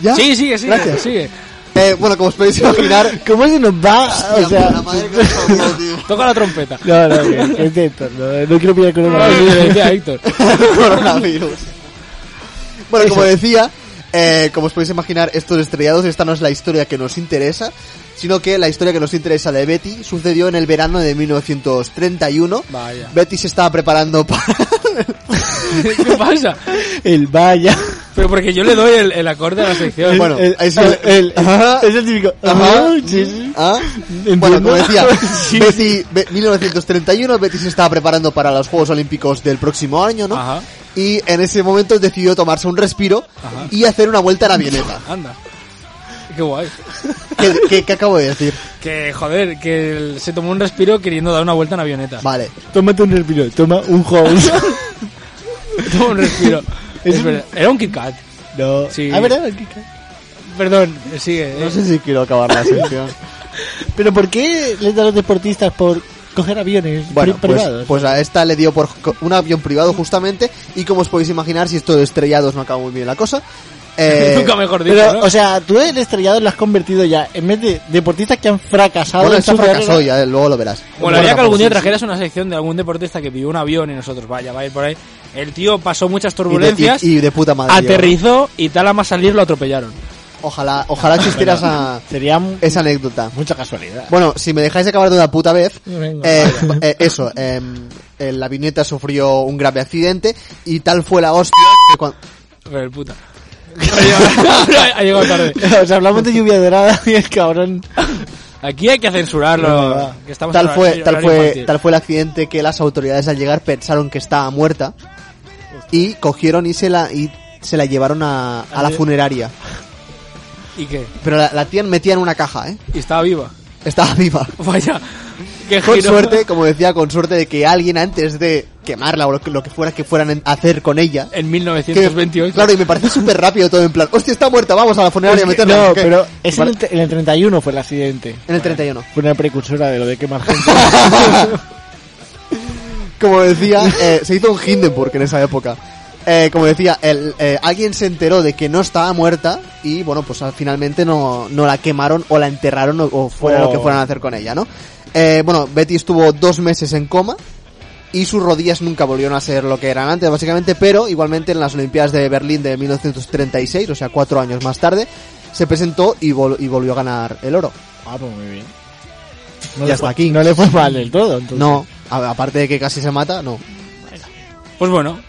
Speaker 5: ¿Ya?
Speaker 3: Sí, sigue, sigue,
Speaker 5: Gracias.
Speaker 3: sigue.
Speaker 5: Eh, bueno, como os podéis imaginar,
Speaker 4: ¿Cómo se nos va? Ah, O sea,
Speaker 5: la madre que os parió, tío.
Speaker 3: Toca la trompeta.
Speaker 4: no, no, que- que es de esto, no, no quiero pillar con
Speaker 3: Ah, sí, le
Speaker 4: una.
Speaker 3: decía a Víctor.
Speaker 5: Coronavirus. Bueno, como decía, eh, como os podéis imaginar, estos estrellados, esta no es la historia que nos interesa, sino que la historia que nos interesa de Betty sucedió en el verano de 1931.
Speaker 3: Vaya.
Speaker 5: Betty se estaba preparando para...
Speaker 3: ¿Qué pasa?
Speaker 4: El vaya.
Speaker 3: Pero porque yo le doy el, el acorde a la sección.
Speaker 5: Bueno,
Speaker 4: el,
Speaker 5: ahí sí-
Speaker 4: el- el-
Speaker 5: Ajá.
Speaker 4: es el típico.
Speaker 5: Ajá.
Speaker 4: sí, sí.
Speaker 5: ¿Ah?
Speaker 4: Entiendo.
Speaker 5: Bueno, como decía,
Speaker 4: Sí.
Speaker 5: Betty, be- 1931, Betty se estaba preparando para los Juegos Olímpicos del próximo año, ¿no?
Speaker 3: Ajá.
Speaker 5: Y en ese momento decidió tomarse un respiro y hacer una vuelta a la avioneta.
Speaker 3: Anda. Qué guay.
Speaker 5: ¿Qué, qué- qué acabo de decir?
Speaker 3: Que, joder, que el- se tomó un respiro queriendo dar una vuelta en avioneta.
Speaker 5: Vale.
Speaker 4: Tómate un respiro, toma un house.
Speaker 3: Tomó un respiro.
Speaker 4: Es
Speaker 3: Es
Speaker 4: un-
Speaker 3: verdad. Era un Kit Kat.
Speaker 4: no.
Speaker 3: Sí.
Speaker 4: Ah, ¿verdad? ¿Qué ca-
Speaker 3: Perdón, sigue. eh.
Speaker 5: No sé si quiero acabar la sección.
Speaker 4: Pero ¿por qué les da a los deportistas por coger aviones
Speaker 5: bueno,
Speaker 4: pri-
Speaker 5: pues,
Speaker 4: privados?
Speaker 5: pues a esta le dio por co- un avión privado justamente. Y como os podéis imaginar, si esto de estrellados no acaba muy bien la cosa. eh,
Speaker 3: Nunca mejor dicho,
Speaker 4: Pero,
Speaker 3: ¿no?
Speaker 4: o sea, tú el estrellado lo has convertido ya en vez de deportistas que han fracasado
Speaker 5: bueno,
Speaker 4: en
Speaker 5: esto
Speaker 4: su carrera.
Speaker 5: fracasó ya, eh, luego lo verás.
Speaker 3: Bueno, ya que algún
Speaker 5: pues,
Speaker 3: día
Speaker 5: sí,
Speaker 3: trajeras una sección de algún deportista que pidió un avión y nosotros, vaya, va a ir por ahí. El tío pasó muchas
Speaker 5: sí. Y de-
Speaker 3: turbulencias,
Speaker 5: y, y de puta madre.
Speaker 3: aterrizó y tal a más salir lo atropellaron.
Speaker 5: Ojalá, ojalá existiera esa,
Speaker 4: Sería mu-
Speaker 5: esa anécdota.
Speaker 4: mucha casualidad.
Speaker 5: Bueno, si me dejáis acabar de una puta vez,
Speaker 4: Venga,
Speaker 5: eh, eh, eso, eh, eh, la viñeta sufrió un grave accidente y tal fue la hostia que cuando...
Speaker 3: Pero el puta. Ha llegado- ha llegado tarde.
Speaker 4: o sea, hablamos de lluvia dorada y el cabrón.
Speaker 3: Aquí hay que censurarlo.
Speaker 4: Venga,
Speaker 3: que estamos
Speaker 5: Tal
Speaker 3: en
Speaker 5: fue,
Speaker 3: horario-
Speaker 5: tal,
Speaker 3: horario
Speaker 5: fue,
Speaker 3: infantil.
Speaker 5: tal fue el accidente que las autoridades al llegar pensaron que estaba muerta y cogieron y se la, y se la llevaron a, a la funeraria.
Speaker 3: ¿Y qué?
Speaker 5: Pero la, la tía metía en una caja, ¿eh?
Speaker 3: Y estaba viva.
Speaker 5: Estaba viva.
Speaker 3: Vaya. Qué
Speaker 5: Con
Speaker 3: giro.
Speaker 5: suerte, como decía, con suerte de que alguien antes de quemarla o lo que, lo que fuera que fueran a hacer con ella.
Speaker 3: En
Speaker 5: que-
Speaker 3: 1928.
Speaker 5: claro, y me parece súper rápido todo en plan, hostia, está muerta, vamos a la funeraria a
Speaker 4: Es que-
Speaker 5: meterla.
Speaker 4: no,
Speaker 5: ¿Qué?
Speaker 4: pero es en el, tre- en el 31 fue el accidente.
Speaker 5: En el 31.
Speaker 4: Fue una precursora de lo de quemar gente.
Speaker 5: como decía, eh, se hizo un Hindenburg en esa época. Eh, como decía, el, eh, alguien se enteró de que no estaba muerta y bueno, pues ah, finalmente no, no la quemaron o la enterraron o, o fuera lo que
Speaker 4: Oh.
Speaker 5: fueran a hacer con ella, ¿no? Eh, bueno, Betty estuvo dos meses en coma y sus rodillas nunca volvieron a ser lo que eran antes, básicamente, pero igualmente en las Olimpiadas de Berlín de 1936, o sea, cuatro años más tarde, se presentó y, vol- y volvió a ganar el oro.
Speaker 4: ah, pues muy bien.
Speaker 5: y hasta aquí.
Speaker 4: No le fue mal del todo. entonces.
Speaker 5: No, a- aparte de que casi se mata, no.
Speaker 3: Pues bueno.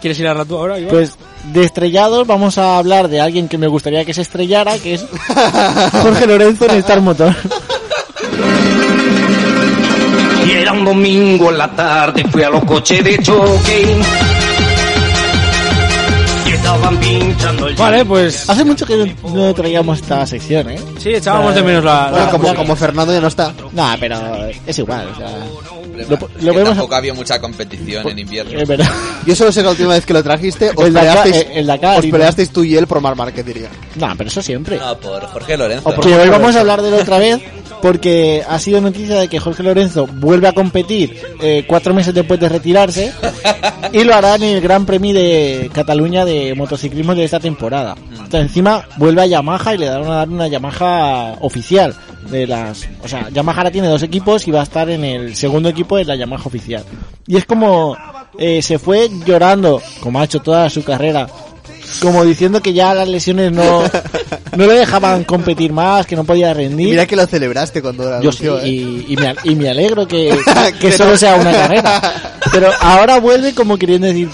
Speaker 3: ¿Quieres ir a rato ahora, Iván?
Speaker 4: Pues de estrellados vamos a hablar de alguien que me gustaría que se estrellara, que es Jorge Lorenzo en Star Motor.
Speaker 9: Y era un domingo en la tarde, fui a los coches de choque. Y estaban pinchando el
Speaker 3: Vale, pues...
Speaker 4: Hace mucho que no, no traíamos esta sección, ¿eh?
Speaker 3: Sí, echábamos de menos la...
Speaker 5: Bueno,
Speaker 3: la-
Speaker 5: como, como Fernando ya no está.
Speaker 4: Nah, pero es igual, o sea,
Speaker 6: Problema.
Speaker 4: Lo- lo
Speaker 6: Es que
Speaker 4: vemos-
Speaker 6: tampoco había mucha competición en invierno.
Speaker 4: es verdad.
Speaker 5: Yo solo sé que la última vez que lo trajiste os,
Speaker 4: El Dakar-
Speaker 5: peleasteis,
Speaker 4: el- el Dakar
Speaker 5: os
Speaker 4: y-
Speaker 5: peleasteis tú y él por Mar Márquez, diría.
Speaker 4: Nah, pero eso siempre.
Speaker 6: No, por Jorge Lorenzo.
Speaker 5: O por-
Speaker 4: Que hoy vamos a hablar de él otra vez porque ha sido noticia de que Jorge Lorenzo vuelve a competir eh, cuatro meses después de retirarse y lo hará en el Gran Premio de Cataluña de motociclismo de esta temporada. Entonces, encima vuelve a Yamaha y le darán a dar una Yamaha oficial de las, o sea, Yamaha ahora tiene dos equipos y va a estar en el segundo equipo de la Yamaha oficial. Y es como eh, se fue llorando, como ha hecho toda su carrera, como diciendo que ya las lesiones no, no le dejaban competir más, que no podía
Speaker 5: Y
Speaker 4: rendir.
Speaker 5: mira que lo celebraste cuando la
Speaker 4: Yo sí,
Speaker 5: anunció, ¿eh?
Speaker 4: y, y me, al- y me alegro que, que
Speaker 5: Que
Speaker 4: solo
Speaker 5: no.
Speaker 4: sea una carrera. Pero ahora vuelve como queriendo decir,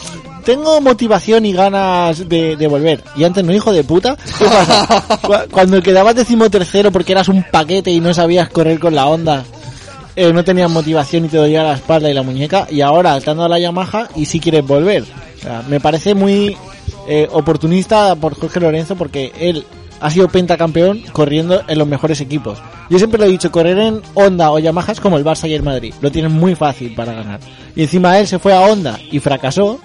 Speaker 4: tengo motivación y ganas de, de volver. Y antes no, hijo de puta. ¿Qué pasa? Cu- Cuando quedabas decimotercero porque eras un paquete y no sabías correr con la onda. eh, no tenías motivación y te dolía la espalda y la muñeca. Y ahora, saltando a la Yamaha, y si quieres volver. O sea, me parece muy eh, oportunista por Jorge Lorenzo porque él ha sido pentacampeón corriendo en los mejores equipos. Yo siempre lo he dicho, correr en Honda o Yamaha es como el Barça y el Madrid. Lo tienen muy fácil para ganar. Y encima él se fue a Honda y fracasó.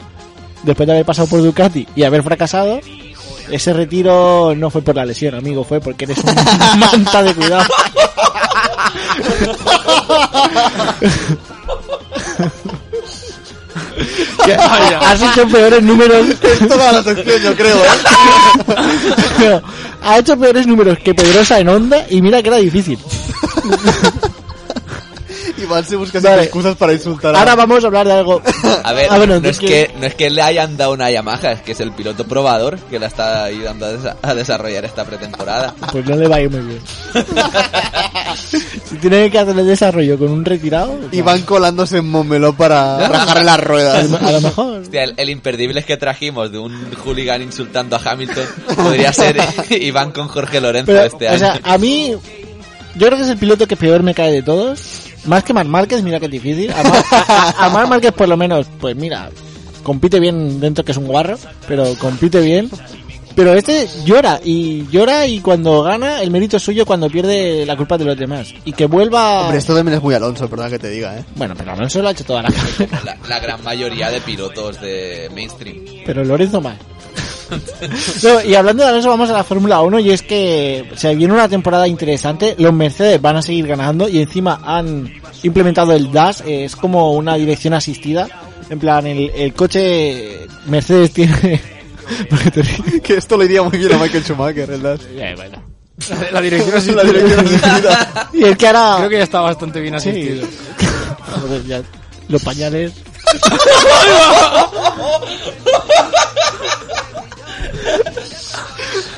Speaker 4: Después de haber pasado por Ducati y haber fracasado, ese retiro no fue por la lesión, amigo, fue porque eres un manta de cuidado. Que Has hecho peores números
Speaker 5: Toda la sección, yo creo, ¿eh?
Speaker 4: Pero ha hecho peores números que Pedrosa en onda y mira que era difícil.
Speaker 5: Iván se busca
Speaker 4: Vale.
Speaker 5: siempre excusas para insultar a...
Speaker 4: Ahora vamos a hablar de algo.
Speaker 6: A ver,
Speaker 4: Ah, bueno,
Speaker 6: no, es
Speaker 4: tú
Speaker 6: que, no es que le hayan dado una Yamaha, es que es el piloto probador que la está ayudando a, desa- a desarrollar esta pretemporada.
Speaker 4: Pues no le va a ir muy bien. si tiene que hacer el desarrollo con un retirado, pues,
Speaker 5: Iván colándose en Montmeló para rajarle las
Speaker 4: a
Speaker 5: ruedas.
Speaker 4: lo- a lo mejor.
Speaker 6: Hostia, el, el imperdible que trajimos de un hooligan insultando a Hamilton podría ser Iván con Jorge Lorenzo
Speaker 4: Pero,
Speaker 6: este
Speaker 4: o
Speaker 6: año.
Speaker 4: sea, a mí, yo creo que es el piloto que peor me cae de todos. Más que Mar Márquez, mira que es difícil. A Mar, a- a Marc Márquez, por lo menos, pues mira, compite bien dentro que es un guarro, pero compite bien. Pero este llora y llora y cuando gana el mérito es suyo cuando pierde la culpa de los demás. Y que vuelva...
Speaker 5: Hombre, este- esto también es muy Alonso, perdona que te diga, ¿eh?
Speaker 4: Bueno, pero Alonso lo ha hecho toda la carrera.
Speaker 6: la, la gran mayoría de pilotos de mainstream.
Speaker 4: Pero Lorenzo más. No, y hablando de Alonso, vamos a la Fórmula 1 y es que se viene una temporada interesante. Los Mercedes van a seguir ganando y encima han implementado el DAS, eh, es como una dirección asistida. En plan, el, el coche Mercedes tiene... ¿Por qué te ríes?
Speaker 5: Que esto le iría muy bien a Michael Schumacher, ¿verdad?
Speaker 3: La dirección así.
Speaker 5: La dirección asistida.
Speaker 4: y el que ahora...
Speaker 3: Creo que ya está bastante bien asistido.
Speaker 4: Joder, ya, los pañales...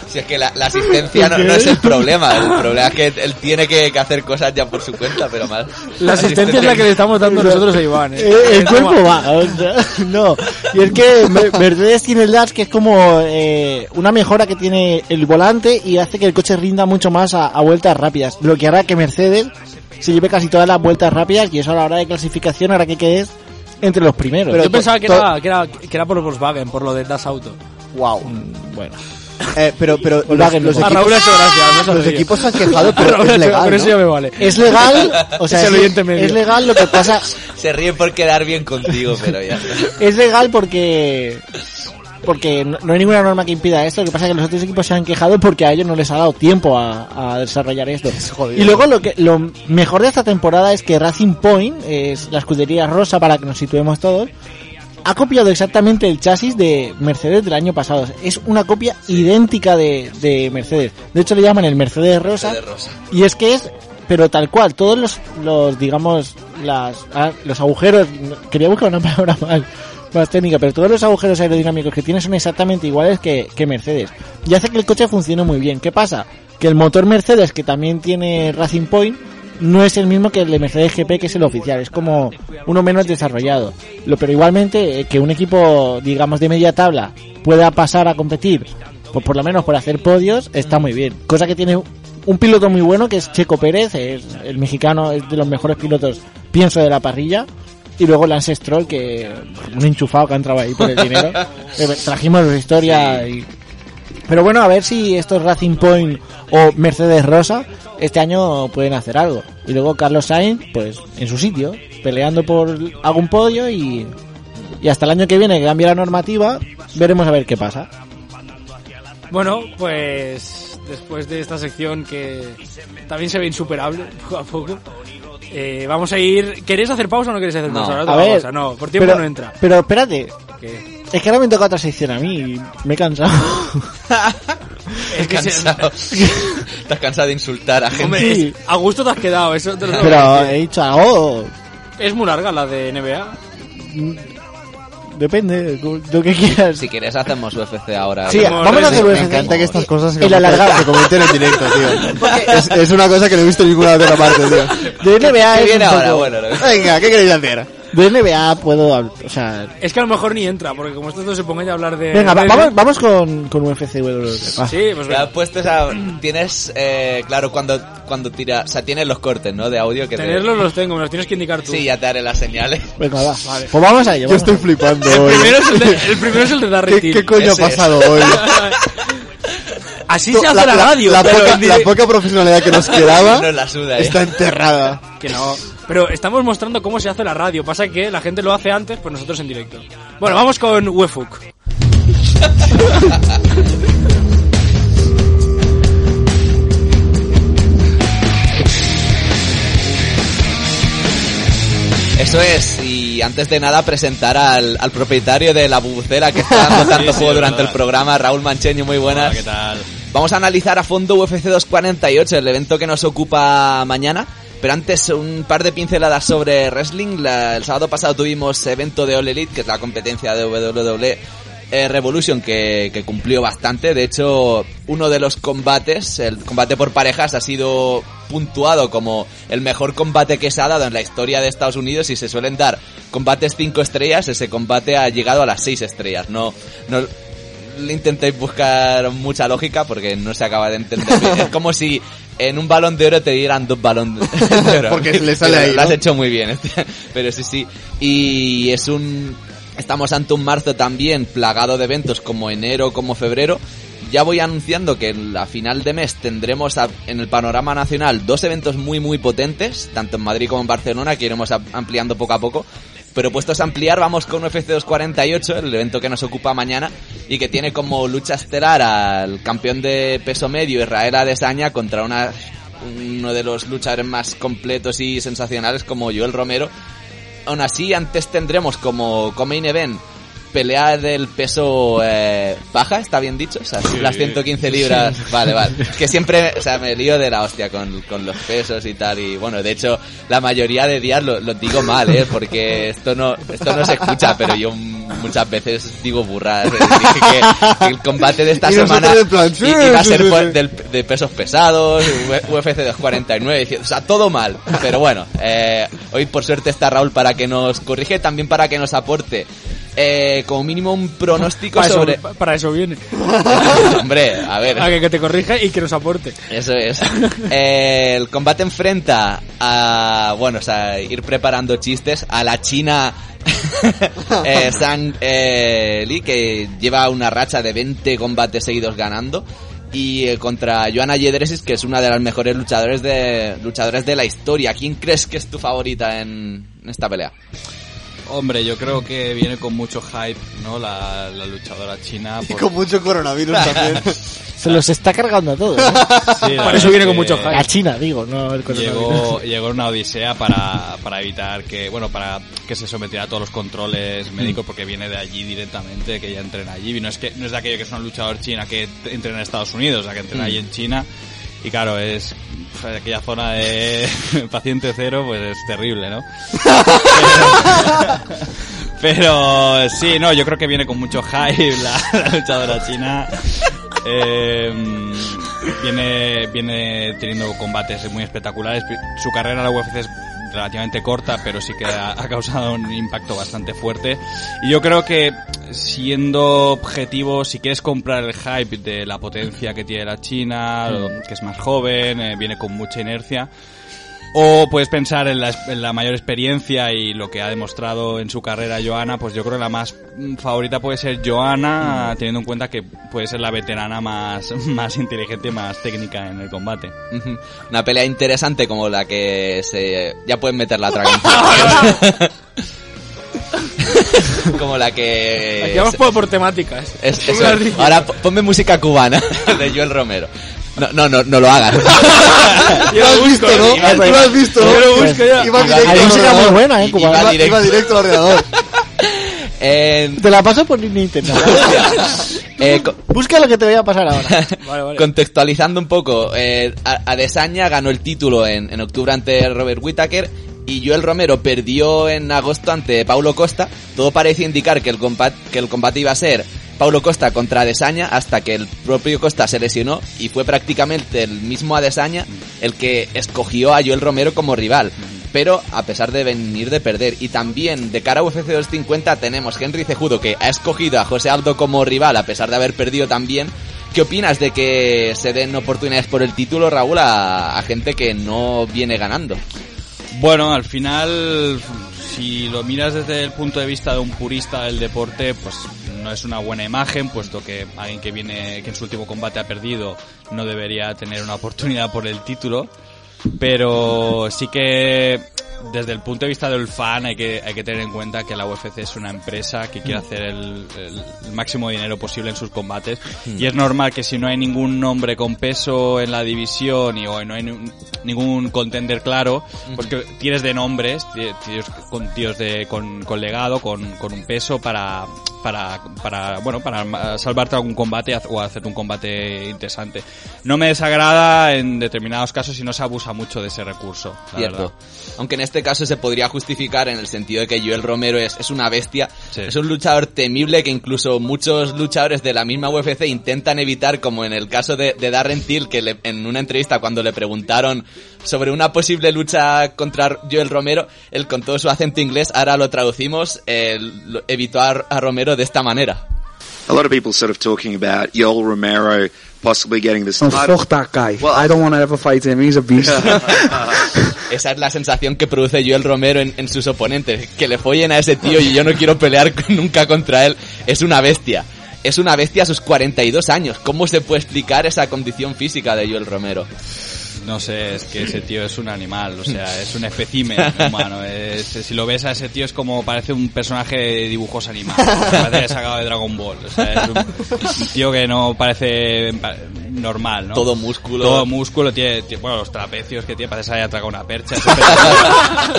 Speaker 6: Si es que la, la asistencia no, no es el problema, el problema es que él tiene que, que hacer cosas ya por su cuenta, pero mal.
Speaker 3: La asistencia es la que le estamos dando nosotros a Iván. ¿eh?
Speaker 4: Eh, el cuerpo va. o sea, No. Y es que Mer- Mercedes tiene el dash que es como eh, una mejora que tiene el volante y hace que el coche rinda mucho más a, a vueltas rápidas. Lo que hará que Mercedes se lleve casi todas las vueltas rápidas y eso a la hora de clasificación hará que quedes entre los primeros.
Speaker 3: Yo pensaba que era, que, era, que era por Volkswagen, por lo de Das Auto.
Speaker 5: Wow.
Speaker 4: Bueno.
Speaker 5: Eh, pero pero los,
Speaker 4: Wagen,
Speaker 5: los
Speaker 4: a
Speaker 5: equipos,
Speaker 3: Raúl ha hecho gracia, me he
Speaker 5: los
Speaker 3: sonreído.
Speaker 5: equipos se han quejado,
Speaker 3: A
Speaker 5: pero
Speaker 3: Raúl ha
Speaker 5: es
Speaker 3: hecho-
Speaker 5: legal.
Speaker 3: por eso
Speaker 5: ¿no?
Speaker 3: ya me vale.
Speaker 4: Es legal, o sea,
Speaker 3: Es
Speaker 4: es,
Speaker 3: el oyente medio.
Speaker 4: es legal lo que pasa,
Speaker 6: Se ríe por quedar bien contigo, pero ya. está.
Speaker 4: es legal porque porque no, no hay ninguna norma que impida esto, lo que pasa es que los otros equipos se han quejado porque a ellos no les ha dado tiempo a, a desarrollar esto.
Speaker 5: jodido.
Speaker 4: Y luego lo que lo mejor de esta temporada es que Racing Point, es la escudería rosa para que nos situemos todos, ha copiado exactamente el chasis de Mercedes del año pasado. Es una copia idéntica de, de Mercedes. De hecho le llaman el Mercedes rosa.
Speaker 6: De rosa.
Speaker 4: Y es que es, pero tal cual, todos los, los digamos, las, ah, los agujeros, quería buscar una palabra mal, más técnica, pero todos los agujeros aerodinámicos que tiene son exactamente iguales que, que Mercedes. Y hace que el coche funcione muy bien. ¿Qué pasa? Que el motor Mercedes, que también tiene Racing Point, no es el mismo que el de Mercedes GP, que es el oficial, es como uno menos desarrollado. Lo, pero igualmente, eh, que un equipo, digamos, de media tabla pueda pasar a competir, pues por lo menos por hacer podios, está muy bien. Cosa que tiene un piloto muy bueno que es Checo Pérez, es el mexicano, es de los mejores pilotos, pienso, de la parrilla. Y luego Lance Stroll, que un enchufado que ha entrado ahí por el dinero. Eh, Trajimos la historia y... Pero bueno, a ver si estos Racing Point o Mercedes Rosa este año pueden hacer algo. Y luego Carlos Sainz, pues en su sitio, peleando por algún podio y, y hasta el año que viene que cambie la normativa, veremos a ver qué pasa.
Speaker 3: Bueno, pues después de esta sección que también se ve insuperable poco a poco, eh, vamos a ir. ¿Queréis hacer pausa o no queréis hacer
Speaker 6: No.
Speaker 3: pausa? Ahora
Speaker 4: A
Speaker 3: otra
Speaker 4: ver,
Speaker 3: pausa. No, por tiempo
Speaker 4: pero,
Speaker 3: no entra.
Speaker 4: Pero espérate,
Speaker 3: Que-
Speaker 4: es que ahora me toca otra sección a mí y me he cansado.
Speaker 3: Es que se-
Speaker 6: Cansado. Estás cansado de insultar a gente.
Speaker 3: Hombre,
Speaker 4: Sí.
Speaker 3: es- a gusto te has quedado, eso te lo tengo que
Speaker 4: pero eh,
Speaker 3: decir.
Speaker 4: he dicho algo,
Speaker 3: Es muy larga la de NBA.
Speaker 4: depende de lo que quieras.
Speaker 6: Si quieres, hacemos UFC ahora.
Speaker 4: Sí,
Speaker 3: Hacemos
Speaker 4: vamos a hacer
Speaker 3: redes-
Speaker 5: Me
Speaker 4: UFC.
Speaker 5: encanta que estas cosas se
Speaker 4: Y la
Speaker 5: comenten-
Speaker 4: alargada.
Speaker 5: se comenten en directo, tío. Es, es una cosa que no he visto en ninguna otra parte, tío.
Speaker 4: De NBA
Speaker 6: ¿Qué
Speaker 4: es
Speaker 6: viene
Speaker 4: un
Speaker 6: ahora?
Speaker 4: poco-
Speaker 6: Bueno, lo-
Speaker 5: Venga, ¿qué queréis hacer?
Speaker 4: De NBA puedo, habl- o sea,
Speaker 3: Es que a lo mejor ni entra, porque como estos dos se pongan ya a hablar de.
Speaker 4: Venga, va-
Speaker 3: de-
Speaker 4: vamos, vamos con, con UFC WWE. Va.
Speaker 3: Sí, pues
Speaker 6: Te has
Speaker 3: venga.
Speaker 6: puesto esa... Tienes, eh, claro, cuando, cuando tira... O sea, tienes los cortes, ¿no? De audio que te-
Speaker 3: Tenerlos los tengo, me los tienes que indicar tú.
Speaker 6: Sí, ya te haré las señales.
Speaker 4: Venga, va.
Speaker 3: Vale.
Speaker 4: Pues vamos a ello.
Speaker 5: Yo
Speaker 4: vamos a
Speaker 5: estoy
Speaker 4: ello.
Speaker 5: flipando
Speaker 3: El
Speaker 5: hoy.
Speaker 3: primero, es el de, el primero es el de Darry
Speaker 5: ¿Qué,
Speaker 3: Till.
Speaker 5: qué coño ha
Speaker 6: Ese es.
Speaker 5: pasado hoy?
Speaker 3: Así se hace la, radio.
Speaker 5: la
Speaker 3: pero en
Speaker 5: poca, la
Speaker 3: directo-
Speaker 5: poca profesionalidad que nos quedaba
Speaker 6: No la suda, eh.
Speaker 5: está enterrada.
Speaker 3: Que no. Pero estamos mostrando cómo se hace la radio. Pasa que la gente lo hace antes, pues nosotros en directo. Bueno, vamos con Wefuk.
Speaker 6: Eso es, y antes de nada presentar al, al propietario de la bubucera que está dando tanto juego durante el programa, Raúl Mancheño, muy buenas. ¿qué tal? Vamos a analizar a fondo UFC 248, el evento que nos ocupa mañana. Pero antes un par de pinceladas sobre wrestling. La- el sábado pasado tuvimos evento de All Elite, que es la competencia de WWE eh, Revolution, que, que cumplió bastante. De hecho, uno de los combates, el combate por parejas, ha sido puntuado como el mejor combate que se ha dado en la historia de Estados Unidos y se suelen dar combates 5 estrellas, ese combate ha llegado a las 6 estrellas. No, no le intentéis buscar mucha lógica porque no se acaba de entender. bien. es como si en un balón de oro te dieran dos balones de oro.
Speaker 5: Porque le sale
Speaker 6: Pero
Speaker 5: ahí,
Speaker 6: Lo has
Speaker 5: ¿no?
Speaker 6: hecho muy bien, este. pero sí, sí. Y es un... Estamos ante un marzo también plagado de eventos como enero, como febrero. Ya voy anunciando que en la final de mes tendremos a- en el panorama nacional dos eventos muy muy potentes, tanto en Madrid como en Barcelona, que iremos a- ampliando poco a poco. Pero puestos a ampliar, vamos con UFC 248, el evento que nos ocupa mañana y que tiene como lucha estelar al campeón de peso medio Israel Adesanya contra una, uno de los luchadores más completos y sensacionales como Joel Romero. Aún así, antes tendremos como como main event pelea del peso eh, baja, está bien dicho, o sea, las 115 libras, vale, vale. Es Que siempre, o sea, me lío de la hostia con, con los pesos y tal, y bueno, de hecho, la mayoría de días lo, lo digo mal, ¿eh? Porque esto no, esto no se escucha, pero yo mm, muchas veces digo burradas. eh, dije que- que el combate de esta
Speaker 5: Y nosotros
Speaker 6: semana
Speaker 5: en plan, sí,
Speaker 6: i- iba a
Speaker 5: sí,
Speaker 6: ser
Speaker 5: sí,
Speaker 6: por-
Speaker 5: sí.
Speaker 6: del- de pesos pesados, U- UFC 249, dice- o sea, todo mal. Pero bueno, eh, hoy por suerte está Raúl para que nos corrige, también para que nos aporte eh, como mínimo un pronóstico
Speaker 3: Para eso,
Speaker 6: sobre...
Speaker 3: pa- para eso viene.
Speaker 6: Hombre, a ver.
Speaker 3: A que, que te corrija y que nos aporte.
Speaker 6: Eso es. Eh, el combate enfrenta a. Bueno, o sea, ir preparando chistes a la China. eh, Sang eh, Lee, que lleva una racha de 20 combates seguidos ganando. Y eh, contra Joana Yedresis, que es una de las mejores luchadores de, luchadores de la historia. ¿Quién crees que es tu favorita en, en esta pelea?
Speaker 12: Hombre, yo creo que viene con mucho hype, ¿no? La, la luchadora china.
Speaker 5: Y con mucho coronavirus también.
Speaker 4: Se los está cargando a todos. ¿eh?
Speaker 12: la Por eso viene verdad con que- mucho hype.
Speaker 4: A China, digo, no el
Speaker 12: Llegó, llegó una odisea para, para evitar que, bueno, para que se sometiera a todos los controles médicos porque viene de allí directamente, que ella entrena allí. Y No es que, no es de aquello que es una luchador china que t- entrena en Estados Unidos, o sea, que entrena
Speaker 6: Mm.
Speaker 12: allí en China. Y claro, es, pf, aquella zona de paciente cero, pues es terrible, ¿no? Pero sí, no, yo creo que viene con mucho hype la, la luchadora china. Eh, viene, viene teniendo combates muy espectaculares. Su carrera en la UFC es relativamente corta, pero sí que ha, ha causado un impacto bastante fuerte. Y yo creo que siendo objetivo, si quieres comprar el hype de la potencia que tiene la
Speaker 6: Mm.
Speaker 12: China, lo- que es más joven, eh, viene con mucha inercia, o puedes pensar en la, en la mayor experiencia y lo que ha demostrado en su carrera Joana, pues yo creo que la más mm, favorita puede ser Joana,
Speaker 6: Mm.
Speaker 12: teniendo en cuenta que puede ser la veterana más, más inteligente y más técnica en el combate.
Speaker 6: Una pelea interesante como la que se. Ya pueden meter la otra canción. como la que.
Speaker 3: Aquí vamos por, por temáticas.
Speaker 6: Es-
Speaker 3: Tú me
Speaker 6: eso.
Speaker 3: lo has dicho.
Speaker 6: Ahora po- ponme música cubana de Joel Romero. No, no, no, no lo hagas.
Speaker 3: Yo lo busco, ¿no?
Speaker 6: Iba-
Speaker 3: Tú lo has visto, ¿no? Yo lo busco ya.
Speaker 5: Iba
Speaker 6: Iba-
Speaker 5: directo
Speaker 6: Hay
Speaker 5: al
Speaker 6: música muy
Speaker 5: ordenador.
Speaker 6: buena, ¿eh, cubana?
Speaker 5: Iba-
Speaker 6: Iba
Speaker 5: Iba directo al ordenador.
Speaker 6: Eh,
Speaker 4: Te la paso por Nintendo.
Speaker 6: eh, co-
Speaker 4: Busca lo que te voy a pasar ahora.
Speaker 6: Contextualizando un poco, eh, A- Adesanya ganó el título en, en octubre ante Robert Whittaker y Joel Romero perdió en agosto ante Paulo Costa. Todo parecía indicar que el combate, que el combate iba a ser Paulo Costa contra Adesanya hasta que el propio Costa se lesionó y fue prácticamente el mismo Adesanya el que escogió a Joel Romero como rival. Pero a pesar de venir de perder y también de cara a UFC 250 tenemos Henry Cejudo que ha escogido a José Aldo como rival a pesar de haber perdido también. ¿Qué opinas de que se den oportunidades por el título, Raúl, a, a gente que no viene ganando?
Speaker 12: Bueno, al final, si lo miras desde el punto de vista de un purista del deporte, pues no es una buena imagen, puesto que alguien que viene, que en su último combate ha perdido, no debería tener una oportunidad por el título. Pero sí que desde el punto de vista del fan hay que, hay que tener en cuenta que la UFC es una empresa que
Speaker 6: Mm.
Speaker 12: quiere hacer el, el- el máximo dinero posible en sus combates
Speaker 6: Mm.
Speaker 12: y es normal que si no hay ningún nombre con peso en la división y o no hay ni- ningún contender claro, pues que tienes de nombres, ti- tíos con tíos de con, con legado, con, con un peso para para, para bueno para arma- salvarte algún combate haz- o hacerte un combate interesante. No me desagrada en determinados casos si no se abusa mucho de ese recurso, la verdad.
Speaker 6: Cierto. Aunque en este caso se podría justificar en el sentido de que Joel Romero es, es una bestia,
Speaker 12: Sí.
Speaker 6: es un luchador temible que incluso muchos luchadores de la misma UFC intentan evitar, como en el caso de, de Darren Till, que le- en una entrevista cuando le preguntaron sobre una posible lucha contra Joel Romero, él con todo su acento inglés, ahora lo traducimos, eh, lo- evitó a- a Romero de esta manera.
Speaker 13: A lot of people sort of talking about Yoel Romero possibly getting this
Speaker 14: Oh,
Speaker 13: title.
Speaker 14: fuck that guy. I don't want to ever fight him. He's a beast.
Speaker 6: Esa es la sensación que produce Joel Romero en, en sus oponentes. Que le follen a ese tío y yo no quiero pelear nunca contra él. Es una bestia. Es una bestia a sus 42 años. ¿Cómo se puede explicar esa condición física de Joel Romero?
Speaker 12: No sé, es que ese tío es un animal, o sea, es un espécimen humano. Es- si lo ves a ese tío es como parece un personaje de dibujos animados, parece sacado de Dragon Ball. O sea, es un, un tío que no parece pa- normal, ¿no?
Speaker 6: Todo músculo.
Speaker 12: Todo músculo, tiene, tiene- bueno, los trapecios que tiene, parece que se haya atracado una percha. es espectacular.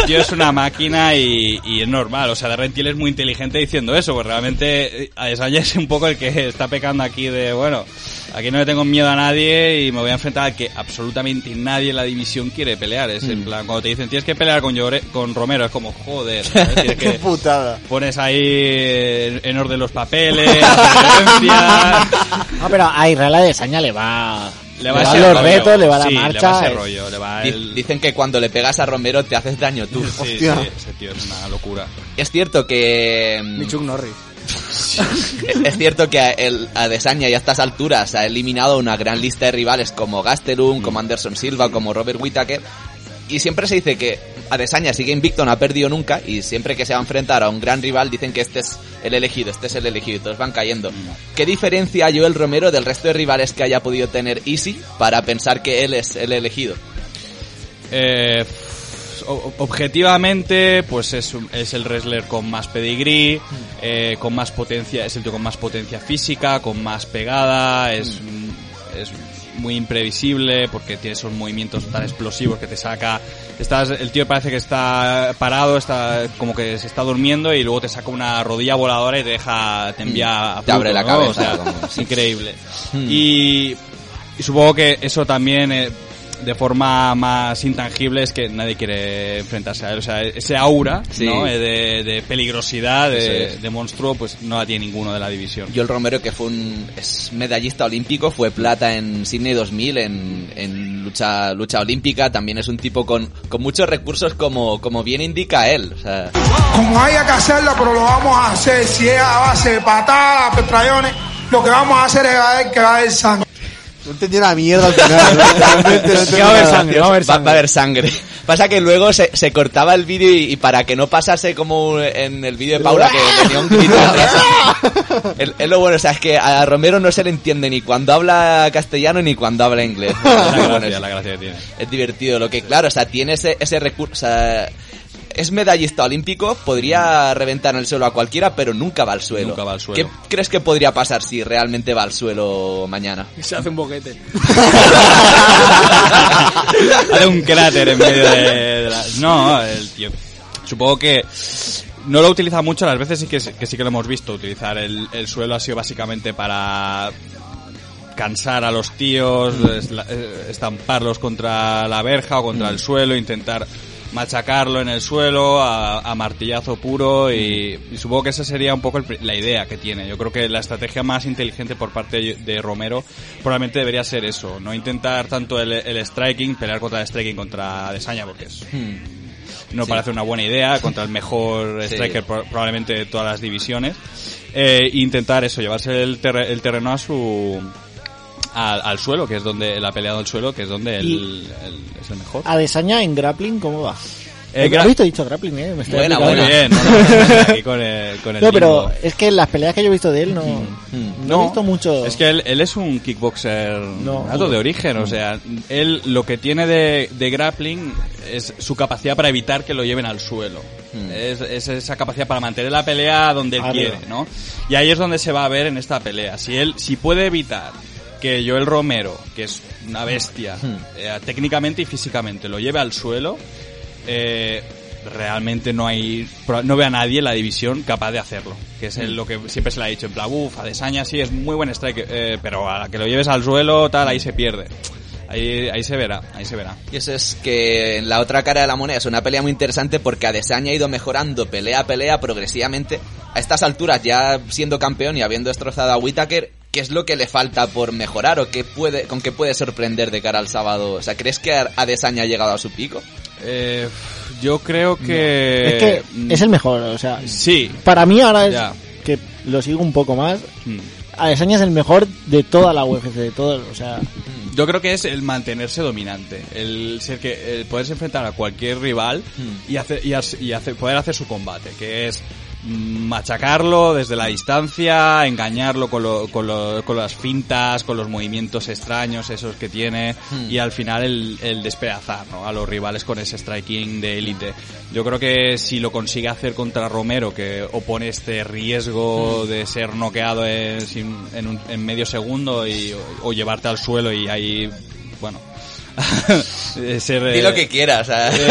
Speaker 12: el tío es una máquina y, y es normal, o sea, de Rentil es muy inteligente diciendo eso, pues realmente eh, Adesanya es un poco el que está pecando aquí de, bueno, aquí no le tengo miedo a nadie y me voy a enfrentar al que absolutamente nadie en la división quiere pelear. Es
Speaker 6: Mm.
Speaker 12: en plan, cuando te dicen tienes que pelear con, Llore- con Romero, es como, joder, ¿sabes? Tienes que-
Speaker 5: putada.
Speaker 12: pones ahí en- en orden los papeles, la referencia,
Speaker 4: No, pero a Israel Adesanya le va Le va ese los rollo. retos, le va la
Speaker 6: Sí,
Speaker 4: marcha,
Speaker 6: ese
Speaker 4: es-
Speaker 6: rollo, le va el- Dicen que cuando le pegas a Romero te haces daño tú.
Speaker 4: Hostia. sí,
Speaker 6: ese tío es una locura. Es cierto que... mm,
Speaker 15: Norris.
Speaker 6: es cierto que a, el, a Desaña y a estas alturas ha eliminado una gran lista de rivales como Gastelum, como
Speaker 3: Mm.
Speaker 6: Anderson Silva, como Robert Whittaker. Y siempre se dice que Adesanya sigue invicto, no ha perdido nunca. Y siempre que se va a enfrentar a un gran rival, dicen que este es el elegido, este es el elegido. Y todos van cayendo.
Speaker 3: Mm.
Speaker 6: ¿Qué diferencia Joel Romero del resto de rivales que haya podido tener Easy para pensar que él es el elegido?
Speaker 3: Eh, f- o- objetivamente, pues es, un- es el wrestler con más pedigrí, eh, con más potencia, es el tío con más potencia física, con más pegada, es,
Speaker 6: Mm.
Speaker 3: es muy imprevisible porque tiene esos movimientos tan explosivos que te saca. Estás, el tío parece que está parado, está como que se está durmiendo y luego te saca una rodilla voladora y te deja, te envía a
Speaker 6: Mm. Te abre la
Speaker 3: ¿no?
Speaker 6: cabeza,
Speaker 3: O sea,
Speaker 6: como- Mm.
Speaker 3: es increíble. Y, y supongo que eso también, eh, de forma más intangible, es que nadie quiere enfrentarse a él. O sea, ese aura
Speaker 6: Sí.
Speaker 3: ¿no? Eh, de, de peligrosidad, de,
Speaker 6: Eso es.
Speaker 3: de monstruo, pues no la tiene ninguno de la división.
Speaker 6: Joel Romero, que fue un es medallista olímpico, fue plata en Sydney 2000 en, en lucha lucha olímpica. También es un tipo con, con muchos recursos, como, como bien indica él. O sea,
Speaker 16: Como haya que hacerla, pero lo vamos a hacer. Si es a base de patadas, petrayones, lo que vamos a hacer es a ver que va a haber sangre.
Speaker 5: No entendí una mierda al final. Realmente no entendí nada.
Speaker 6: Va- va a haber sangre. Pasa que luego se, se cortaba el vídeo y, y para que no pasase como en el vídeo de Paula que tenía un grito atrás. Es es lo bueno, o sea, es que a Romero no se le entiende ni cuando habla castellano ni cuando habla inglés.
Speaker 3: La
Speaker 6: Bueno,
Speaker 3: gracia,
Speaker 6: es-
Speaker 3: la gracia que tiene.
Speaker 6: es divertido. Lo que, claro, o sea, tiene ese, ese recurso. o sea, es medallista olímpico, podría reventar en el suelo a cualquiera, pero nunca va al suelo.
Speaker 3: Nunca va al suelo.
Speaker 6: ¿Qué crees que podría pasar si realmente va al suelo mañana?
Speaker 17: Se hace un boquete.
Speaker 3: Hace un cráter en medio de, de la- No, el tío... Supongo que no lo utiliza mucho, las veces sí que, que sí que lo hemos visto utilizar. El, el suelo ha sido básicamente para cansar a los tíos, esla- eh, estamparlos contra la verja o contra el suelo, intentar machacarlo en el suelo a, a martillazo puro y, y supongo que esa sería un poco el pri- la idea que tiene. Yo creo que la estrategia más inteligente por parte de Romero probablemente debería ser eso, no intentar tanto el, el striking, pelear contra el striking contra Desaña porque es no
Speaker 6: Hmm. Sí.
Speaker 3: parece una buena idea contra el mejor
Speaker 6: Sí.
Speaker 3: striker pro- probablemente de todas las divisiones. Eh, intentar eso, llevarse el, terre- el terreno a su al, al suelo, que es donde la pelea del suelo, que es donde el,
Speaker 4: Y-
Speaker 3: el- es el mejor.
Speaker 4: Adesaña Eh, en grappling, ¿cómo va?
Speaker 3: Eh,
Speaker 4: ¿Lo
Speaker 3: gra-
Speaker 4: ¿Has visto? He dicho grappling, eh. Me estoy
Speaker 3: Buena,
Speaker 4: aplicando.
Speaker 3: buena. Bien, no, no, aquí con el- con el
Speaker 4: No, pero
Speaker 3: limbo. Mm,
Speaker 4: es que las peleas que yo he visto de él no, no he visto mucho.
Speaker 3: Es que él, él es un kickboxer
Speaker 4: No.
Speaker 3: nato de origen, o sea, él lo que tiene de, de grappling es su capacidad para evitar que lo lleven al suelo. Es, es esa capacidad para mantener la pelea donde él
Speaker 6: Arriba.
Speaker 3: quiere, ¿no? Y ahí es donde se va a ver en esta pelea. Si él, si puede evitar que Joel Romero, que es una bestia, eh, técnicamente y físicamente, lo lleve al suelo, eh, realmente no hay pro- no ve a nadie en la división capaz de hacerlo que es el- lo que siempre se le ha dicho en plan uff Adesanya sí es muy buen strike eh, pero a la que lo lleves al suelo tal ahí se pierde ahí, ahí se verá ahí se verá
Speaker 6: Y eso es que en la otra cara de la moneda es una pelea muy interesante porque Adesanya ha ido mejorando pelea a pelea progresivamente. A estas alturas, ya siendo campeón y habiendo destrozado a Whittaker, ¿qué es lo que le falta por mejorar o qué puede, con qué puede sorprender de cara al sábado? O sea, ¿crees que Adesanya ha llegado a su pico?
Speaker 3: Eh, yo creo que
Speaker 4: Es que es el mejor, o sea.
Speaker 3: Eh, Sí.
Speaker 4: Para mí ahora es
Speaker 3: Ya.
Speaker 4: que lo sigo un poco más.
Speaker 3: Mm.
Speaker 4: Adesanya es el mejor de toda la UFC, de todo, o sea,
Speaker 3: Mm. Yo creo que es el mantenerse dominante, el ser que el poderse enfrentar a cualquier rival y hacer y, as- y hacer- poder hacer su combate, que es mm, machacarlo desde la distancia, engañarlo con, lo- con, lo- con las fintas, con los movimientos extraños esos que tiene
Speaker 6: Hmm.
Speaker 3: y al final el, el despedazar ¿no? a los rivales con ese striking de élite. Yo creo que si lo consigue hacer contra Romero, que opone este riesgo de ser noqueado en, sin- en un- en medio segundo y, o llevarte al suelo y ahí, bueno, Eh, ser,
Speaker 6: Di
Speaker 3: eh,
Speaker 6: lo que quieras. ah.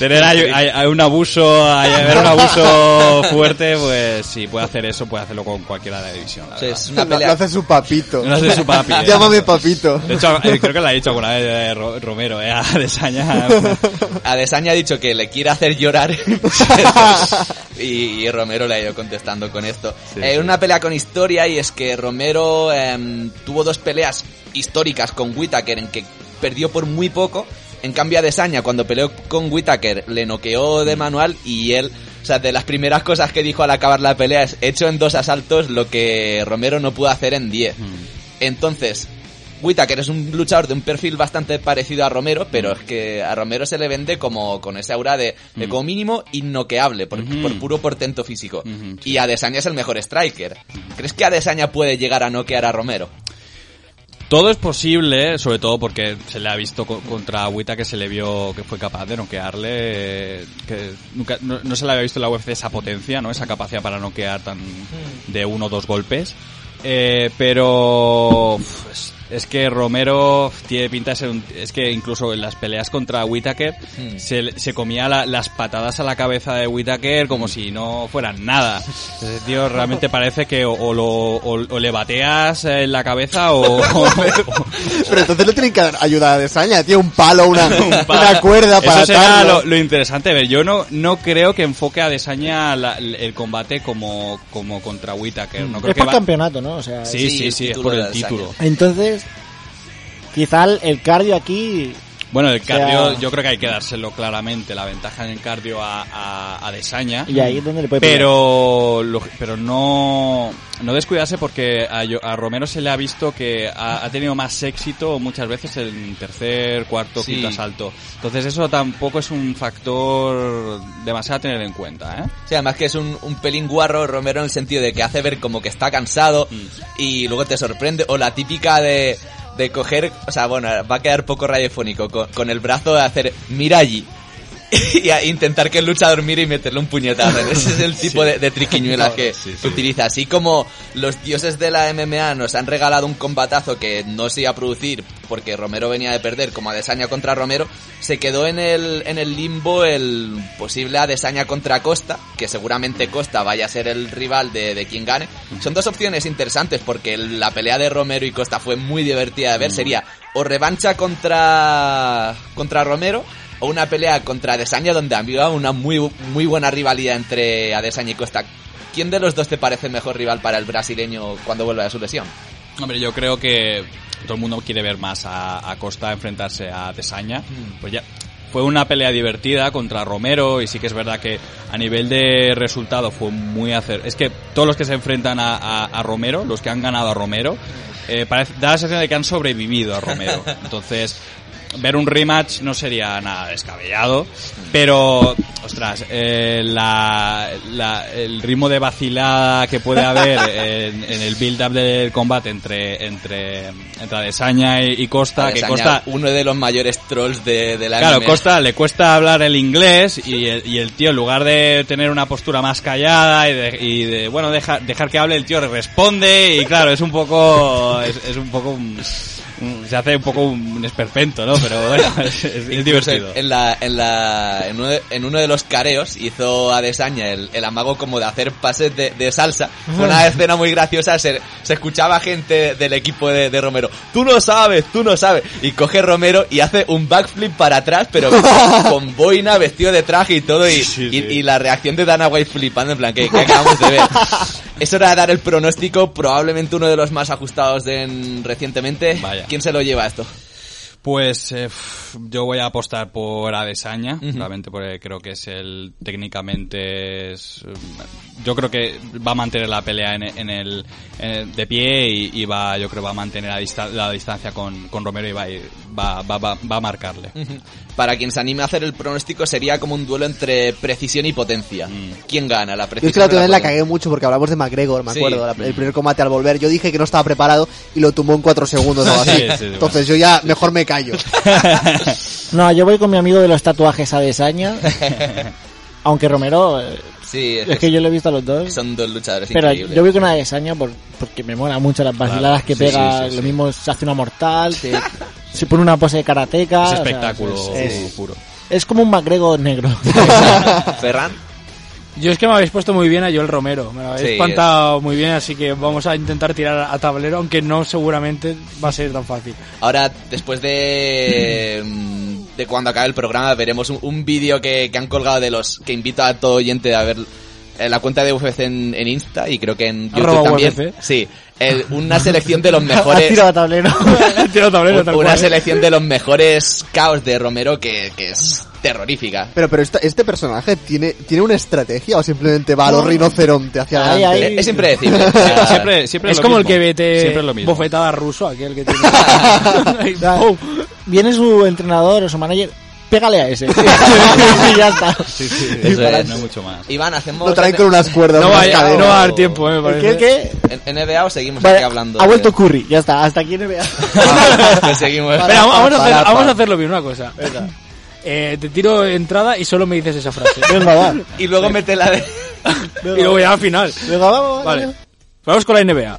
Speaker 3: tener hay- Eh, hay- hay un abuso, hay, haber un abuso fuerte, pues si puede hacer eso, puede hacerlo con cualquiera de la división. la verdad.
Speaker 5: Lo- Lo hace su papito.
Speaker 3: Lo hace su papi, eh.
Speaker 5: Llámame papito.
Speaker 3: De hecho, eh, creo que lo ha dicho alguna vez eh, Ro- Romero, eh, a Desaña.
Speaker 6: Adesaña ha dicho que le quiere hacer llorar y, y Romero le ha ido contestando con esto.
Speaker 3: Sí,
Speaker 6: Eh,
Speaker 3: sí.
Speaker 6: Una pelea con historia y es que Romero em, tuvo dos peleas históricas con Whittaker en que perdió por muy poco. En cambio Adesaña cuando peleó con Whittaker le noqueó
Speaker 3: Mm.
Speaker 6: de manual y él, o sea, de las primeras cosas que dijo al acabar la pelea es hecho en dos asaltos lo que Romero no pudo hacer en diez.
Speaker 3: Mm.
Speaker 6: Entonces, Whittaker es un luchador de un perfil bastante parecido a Romero, pero
Speaker 3: Mm.
Speaker 6: es que a Romero se le vende como con esa aura de, de como mínimo innoqueable, por,
Speaker 3: Mm-hmm.
Speaker 6: por puro portento físico. Y Adesanya es el mejor striker. ¿Crees que Adesanya puede llegar a noquear a Romero?
Speaker 3: Todo es posible, eh, sobre todo porque se le ha visto co- contra Agüita que se le vio que fue capaz de noquearle, eh, que nunca, no, no se le había visto en la UFC esa potencia, ¿no? Esa capacidad para noquear tan de uno o dos golpes. Eh, pero uf, es, es que Romero tiene pinta de ser un- es que incluso en las peleas contra Whittaker
Speaker 6: Mm.
Speaker 3: se, le- se comía la- las patadas a la cabeza de Whittaker como si no fueran nada. Ese tío realmente parece que o, o lo, o- o le bateas en la cabeza o, o-
Speaker 5: Pero entonces le tienen que dar ayuda a Desaña, tío, un palo, una, una cuerda para
Speaker 3: Eso será
Speaker 5: atarlo.
Speaker 3: lo, lo interesante. A ver, yo no, no creo que enfoque a Desaña la- el combate como, como contra Whittaker. No creo
Speaker 4: Es
Speaker 3: que
Speaker 4: por
Speaker 3: va-
Speaker 4: campeonato, ¿no? O sea,
Speaker 3: Sí,
Speaker 4: es-
Speaker 3: sí, sí, es por el título.
Speaker 4: Entonces, quizá el- el cardio aquí
Speaker 3: Bueno, el
Speaker 4: O sea-
Speaker 3: cardio, yo creo que hay que dárselo claramente, la ventaja en el cardio a, a, a Desaña.
Speaker 4: Y ahí es donde le puede pegar.
Speaker 3: pero, lo- pero no, no descuidarse porque a, Yo- a Romero se le ha visto que ha, ha tenido más éxito muchas veces en tercer, cuarto,
Speaker 6: Sí.
Speaker 3: quinto asalto. Entonces eso tampoco es un factor demasiado a tener en cuenta, ¿eh?
Speaker 6: Sí, además que es un, un pelín guarro Romero en el sentido de que hace ver como que está cansado
Speaker 3: Mm.
Speaker 6: y luego te sorprende. O la típica de, de coger, o sea, bueno, va a quedar poco radiofónico, con, con el brazo de hacer, mira allí. y a intentar que el luchador mire y meterle un puñetazo. Ese es el tipo de, de triquiñuelas que que utiliza. Así como los dioses de la MMA nos han regalado un combatazo que no se iba a producir porque Romero venía de perder, como Adesanya contra Romero, se quedó en el, en el limbo el posible Adesanya contra Costa, que seguramente Costa vaya a ser el rival de, de quien gane. Son dos opciones interesantes porque el- la pelea de Romero y Costa fue muy divertida de ver. Sería o revancha contra, contra Romero o una pelea contra Adesanya donde había una muy, muy buena rivalidad entre Adesanya y Costa. ¿Quién de los dos te parece mejor rival para el brasileño cuando vuelva de su lesión?
Speaker 3: Hombre, yo creo que todo el mundo quiere ver más a, a Costa enfrentarse a Desaña.
Speaker 6: Hmm.
Speaker 3: Pues ya fue una pelea divertida contra Romero y sí que es verdad que a nivel de resultado fue muy hacer. Es que todos los que se enfrentan a, a- a Romero, los que han ganado a Romero, eh, parece, da la sensación de que han sobrevivido a Romero. Entonces, ver un rematch no sería nada descabellado, pero, ostras, eh, la, la- el ritmo de vacilada que puede haber en, en el build-up del combate entre, entre, entre Adesanya y, y Costa, que
Speaker 6: Adesanya,
Speaker 3: Costa...
Speaker 6: uno de los mayores trolls de, de la
Speaker 3: Claro,
Speaker 6: MMA.
Speaker 3: Costa le cuesta hablar el inglés y el, y el tío, en lugar de tener una postura más callada y de, y de, bueno, deja- dejar que hable, el tío responde y claro, es un poco, es, es un poco un- un- se hace un poco un esperpento, ¿no? Pero bueno, es, es- es
Speaker 6: Incluso
Speaker 3: divertido.
Speaker 6: En, en la, en, la, en, uno de, en uno de los careos hizo Adesanya el, el amago como de hacer pases de, de salsa. Fue una escena muy graciosa. Se, se escuchaba gente del equipo de, de Romero. Tú no sabes, tú no sabes. Y coge Romero y hace un backflip para atrás, pero con, con boina, vestido de traje y todo. Y, y, y la reacción de Dana White flipando en plan, que acabamos de ver? Es hora de dar el pronóstico, probablemente uno de los más ajustados en, recientemente. ¿Quién se lo lleva esto?
Speaker 3: Pues eh, f- yo voy a apostar por Adesanya,
Speaker 6: Ujú.
Speaker 3: realmente porque creo que es el técnicamente es eh, yo creo que va a mantener la pelea en, en el en- eh, de pie y, y va yo creo va a mantener la, dista- la distancia con, con Romero y va a ir- va, va, va, va a marcarle.
Speaker 6: Ujú. Para quien se anime a hacer el pronóstico sería como un duelo entre precisión y potencia.
Speaker 3: Mm.
Speaker 6: ¿Quién gana? La
Speaker 5: Yo
Speaker 6: precisión.
Speaker 5: es que la otra
Speaker 6: o
Speaker 5: vez la
Speaker 6: potencia?
Speaker 5: cagué mucho porque hablamos de McGregor, me
Speaker 6: Sí.
Speaker 5: acuerdo, la- el primer combate al volver. Yo dije que no estaba preparado y lo tumbó en cuatro segundos o algo así.
Speaker 4: Sí, sí, sí,
Speaker 5: Entonces yo ya mejor me callo.
Speaker 4: No, yo voy con mi amigo de los tatuajes a Desaña. aunque Romero. eh,
Speaker 6: Sí,
Speaker 4: es que yo lo he visto a los dos.
Speaker 6: Son dos luchadores
Speaker 4: Pero
Speaker 6: increíbles.
Speaker 4: yo voy con Adesaña por, porque me mola mucho las vaciladas
Speaker 6: Claro,
Speaker 4: que
Speaker 6: sí,
Speaker 4: pega.
Speaker 6: sí, sí,
Speaker 4: lo
Speaker 6: sí.
Speaker 4: mismo se hace una mortal, te, se pone una pose de karateca.
Speaker 12: Es
Speaker 4: o sea,
Speaker 12: espectáculo
Speaker 4: es,
Speaker 12: puro.
Speaker 4: es como un MacGregor negro.
Speaker 6: Ferran.
Speaker 3: Yo es que me habéis puesto muy bien a Joel Romero, me lo habéis
Speaker 6: Sí,
Speaker 3: espantado muy bien, así que vamos a intentar tirar a tablero, aunque no seguramente va a ser tan fácil.
Speaker 6: Ahora, después de. mm, de cuando acabe el programa, veremos un, un vídeo que, que han colgado de los. que invito a todo oyente a ver eh, la cuenta de UFC en, en Insta y creo que en YouTube
Speaker 3: Arroba
Speaker 6: también.
Speaker 3: UFC.
Speaker 6: Sí. El- una selección de los
Speaker 4: Ha
Speaker 6: mejores.
Speaker 4: tirado a tablero.
Speaker 3: Ha tirado a tablero, tal
Speaker 6: una
Speaker 3: cual. ¿eh?
Speaker 6: selección de los mejores caos de Romero que, que es terrorífica.
Speaker 5: Pero, pero esta- este personaje tiene, tiene una estrategia o simplemente va a los rinoceronte hacia
Speaker 6: Ahí,
Speaker 5: adelante.
Speaker 6: ahí. Es impredecible. Siempre- siempre
Speaker 3: es
Speaker 6: lo
Speaker 3: como
Speaker 6: mismo.
Speaker 3: el que vete
Speaker 6: Siempre lo mismo.
Speaker 3: bofetada ruso, aquel que tiene...
Speaker 4: O sea, Viene su entrenador o su manager, pégale a ese. y ya está.
Speaker 12: Eso
Speaker 6: para-
Speaker 12: es, no mucho más.
Speaker 6: Iván, hacemos.
Speaker 5: Lo traen con unas cuerdas,
Speaker 3: No
Speaker 5: unas
Speaker 3: va, a-
Speaker 5: cadenas.
Speaker 3: no va a dar tiempo, eh, me parece.
Speaker 4: qué?
Speaker 6: ¿En NBA o seguimos
Speaker 4: Vale,
Speaker 6: aquí hablando?
Speaker 4: ha
Speaker 6: de-
Speaker 4: vuelto Curry, ya está. Hasta aquí NBA.
Speaker 6: Pues seguimos.
Speaker 3: Espera, vamos, a hacer- vamos a hacerlo bien, una cosa. Eh, te tiro entrada y solo me dices esa frase.
Speaker 4: Venga, va.
Speaker 6: Y luego mete la de.
Speaker 3: y luego ya al final.
Speaker 4: Venga, vamos.
Speaker 3: Vale. Vamos con la NBA.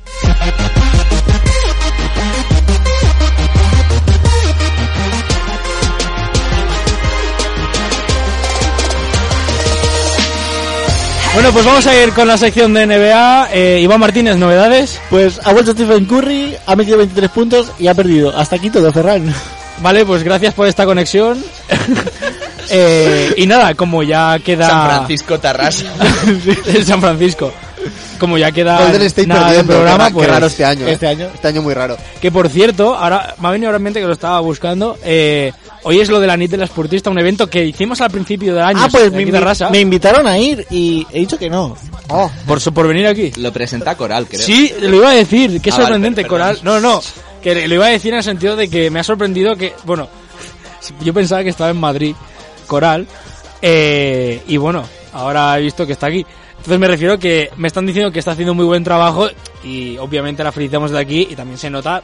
Speaker 3: Bueno, pues vamos a ir con la sección de NBA. Eh, Iván Martínez, novedades.
Speaker 4: Pues ha vuelto Stephen Curry, ha metido 23 puntos y ha perdido. Hasta aquí todo, Ferran.
Speaker 3: Vale, pues gracias por esta conexión. Eh, y nada, como ya
Speaker 4: Ah.
Speaker 3: queda.
Speaker 6: San Francisco Tarrasa.
Speaker 3: El San Francisco. Como ya queda
Speaker 5: Golden State
Speaker 3: nada de
Speaker 5: Pues perdiendo,
Speaker 3: programa,
Speaker 5: qué,
Speaker 3: pues,
Speaker 5: raro este año. eh.
Speaker 4: este año.
Speaker 5: Este año muy raro.
Speaker 3: Que por cierto, ahora me ha venido ahora en mente que lo estaba buscando. eh, hoy es lo de la NIT de la Esportista, un evento que hicimos al principio del año.
Speaker 4: Ah, pues
Speaker 3: aquí
Speaker 4: me,
Speaker 3: en Tarrasa,
Speaker 4: me invitaron a ir y he dicho que no.
Speaker 3: por, su- por venir aquí.
Speaker 6: Lo presenta Coral, creo.
Speaker 3: Sí, lo iba a decir, que
Speaker 6: Ah, vale,
Speaker 3: sorprendente,
Speaker 6: per-
Speaker 3: Coral.
Speaker 6: perdón.
Speaker 3: No, no, que le- lo iba a decir en el sentido de que me ha sorprendido que, bueno, yo pensaba que estaba en Madrid, Coral, eh, y bueno, ahora he visto que está aquí. Entonces me refiero que me están diciendo que está haciendo muy buen trabajo y obviamente la felicitamos de aquí y también se nota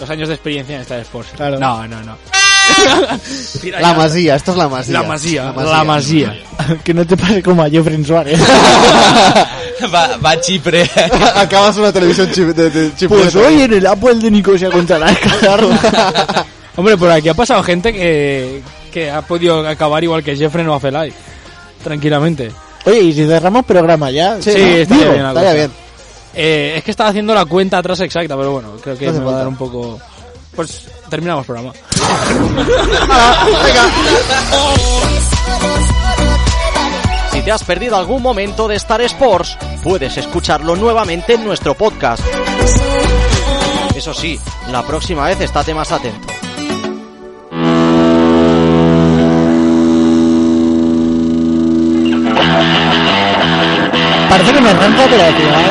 Speaker 3: los años de experiencia en esta Sports.
Speaker 4: Claro.
Speaker 3: No, no, no. Mira
Speaker 5: La
Speaker 3: ya.
Speaker 5: masía, esto es la
Speaker 3: La
Speaker 5: masía.
Speaker 3: masía, la masía.
Speaker 4: que no te pase como a Jeffrey Suárez.
Speaker 6: Va, va a Chipre.
Speaker 5: Acabas una televisión chip, de, de chipoleta.
Speaker 4: pues hoy en el Apple de Nicosia contra la Escalarla.
Speaker 3: Hombre, por aquí ha pasado gente que, que ha podido acabar igual que Jeffrey no Afelay. Tranquilamente.
Speaker 4: Oye, y si cerramos programa ya.
Speaker 3: Sí,
Speaker 4: ¿no?
Speaker 3: estaría
Speaker 4: Digo,
Speaker 3: bien la
Speaker 4: estaría
Speaker 3: cosa.
Speaker 4: bien.
Speaker 3: Eh, es que estaba haciendo la cuenta atrás exacta, pero bueno, creo que
Speaker 4: No
Speaker 3: me
Speaker 4: hace
Speaker 3: va a dar
Speaker 4: falta.
Speaker 3: un poco. Pues terminamos programa.
Speaker 2: Si te has perdido algún momento de Star Sports, puedes escucharlo nuevamente en nuestro podcast. Eso sí, la próxima vez estate más atento.
Speaker 4: Parece que me arranca, pero ¿eh? al final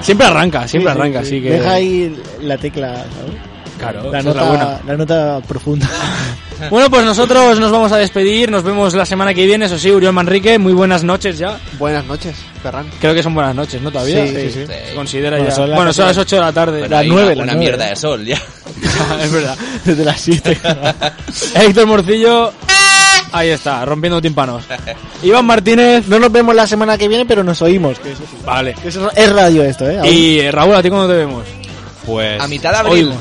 Speaker 3: Siempre arranca, siempre arranca, así que.
Speaker 4: Deja ahí la tecla, ¿sabes?
Speaker 3: Claro,
Speaker 4: La
Speaker 3: esa es la
Speaker 4: nota,
Speaker 3: buena.
Speaker 4: la nota profunda.
Speaker 3: Bueno, pues nosotros nos vamos a despedir. Nos vemos la semana que viene. Eso sí, Uriol Manrique, muy buenas noches ya.
Speaker 5: Buenas noches, Ferran.
Speaker 3: Creo que son buenas noches, ¿no? Todavía.
Speaker 4: Sí, sí, sí.
Speaker 3: Se considera
Speaker 4: Bueno,
Speaker 3: ya.
Speaker 4: son las
Speaker 3: bueno, son las
Speaker 4: casi-
Speaker 3: 8 de la tarde.
Speaker 6: Bueno,
Speaker 4: las
Speaker 6: hay
Speaker 4: nueve,
Speaker 6: una,
Speaker 4: las
Speaker 6: una
Speaker 4: nueve.
Speaker 6: mierda de sol, ya.
Speaker 3: es verdad.
Speaker 4: Desde las 7.
Speaker 3: Héctor Morcillo. Ahí está, rompiendo tímpanos. Iván Martínez.
Speaker 4: No nos vemos la semana que viene, pero nos oímos. Que eso sí.
Speaker 3: Vale.
Speaker 4: Que eso es radio esto, ¿eh?
Speaker 3: Y eh, Raúl, ¿a ti cuándo te vemos?
Speaker 12: Pues.
Speaker 6: A mitad de abril.
Speaker 3: Oímos.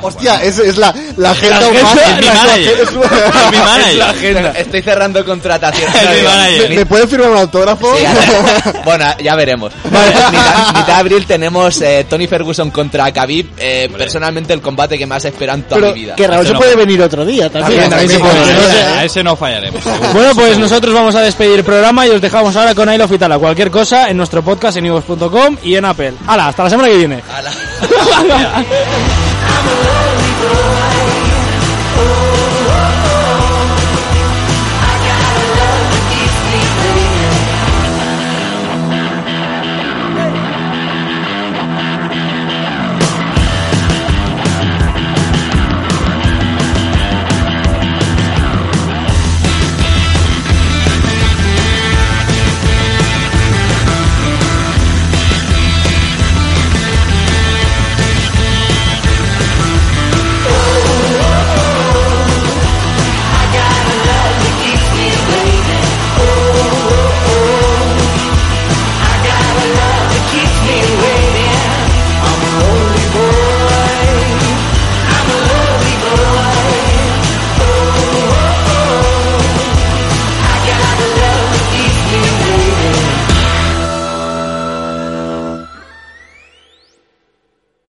Speaker 5: Hostia, es, es la, la agenda
Speaker 3: La
Speaker 5: humana.
Speaker 3: agenda- la
Speaker 12: manager.
Speaker 5: Es una-
Speaker 12: Es mi
Speaker 6: Es la
Speaker 12: manager.
Speaker 6: agenda. Estoy cerrando contrataciones.
Speaker 12: Es mi
Speaker 6: Iván.
Speaker 12: manager.
Speaker 5: ¿Me, me puedes firmar un autógrafo?
Speaker 6: Sí, ya- bueno, ya veremos. Pues, mitad, mitad de abril tenemos eh, Tony Ferguson contra Khabib. eh, personalmente el combate que más espero en toda
Speaker 4: Pero
Speaker 6: mi vida.
Speaker 4: que Raúl
Speaker 12: Eso
Speaker 4: se
Speaker 12: no.
Speaker 4: puede venir otro día también.
Speaker 5: También, también se puede.
Speaker 12: A
Speaker 4: No
Speaker 12: ese-
Speaker 4: sé.
Speaker 12: A ese no fallaremos.
Speaker 3: Bueno, pues nosotros vamos a despedir el programa y os dejamos ahora con I Love Itala. Cualquier cosa en nuestro podcast en iVoox.com y en Apple. ¡Hala! Hasta la semana que viene.
Speaker 6: Ala.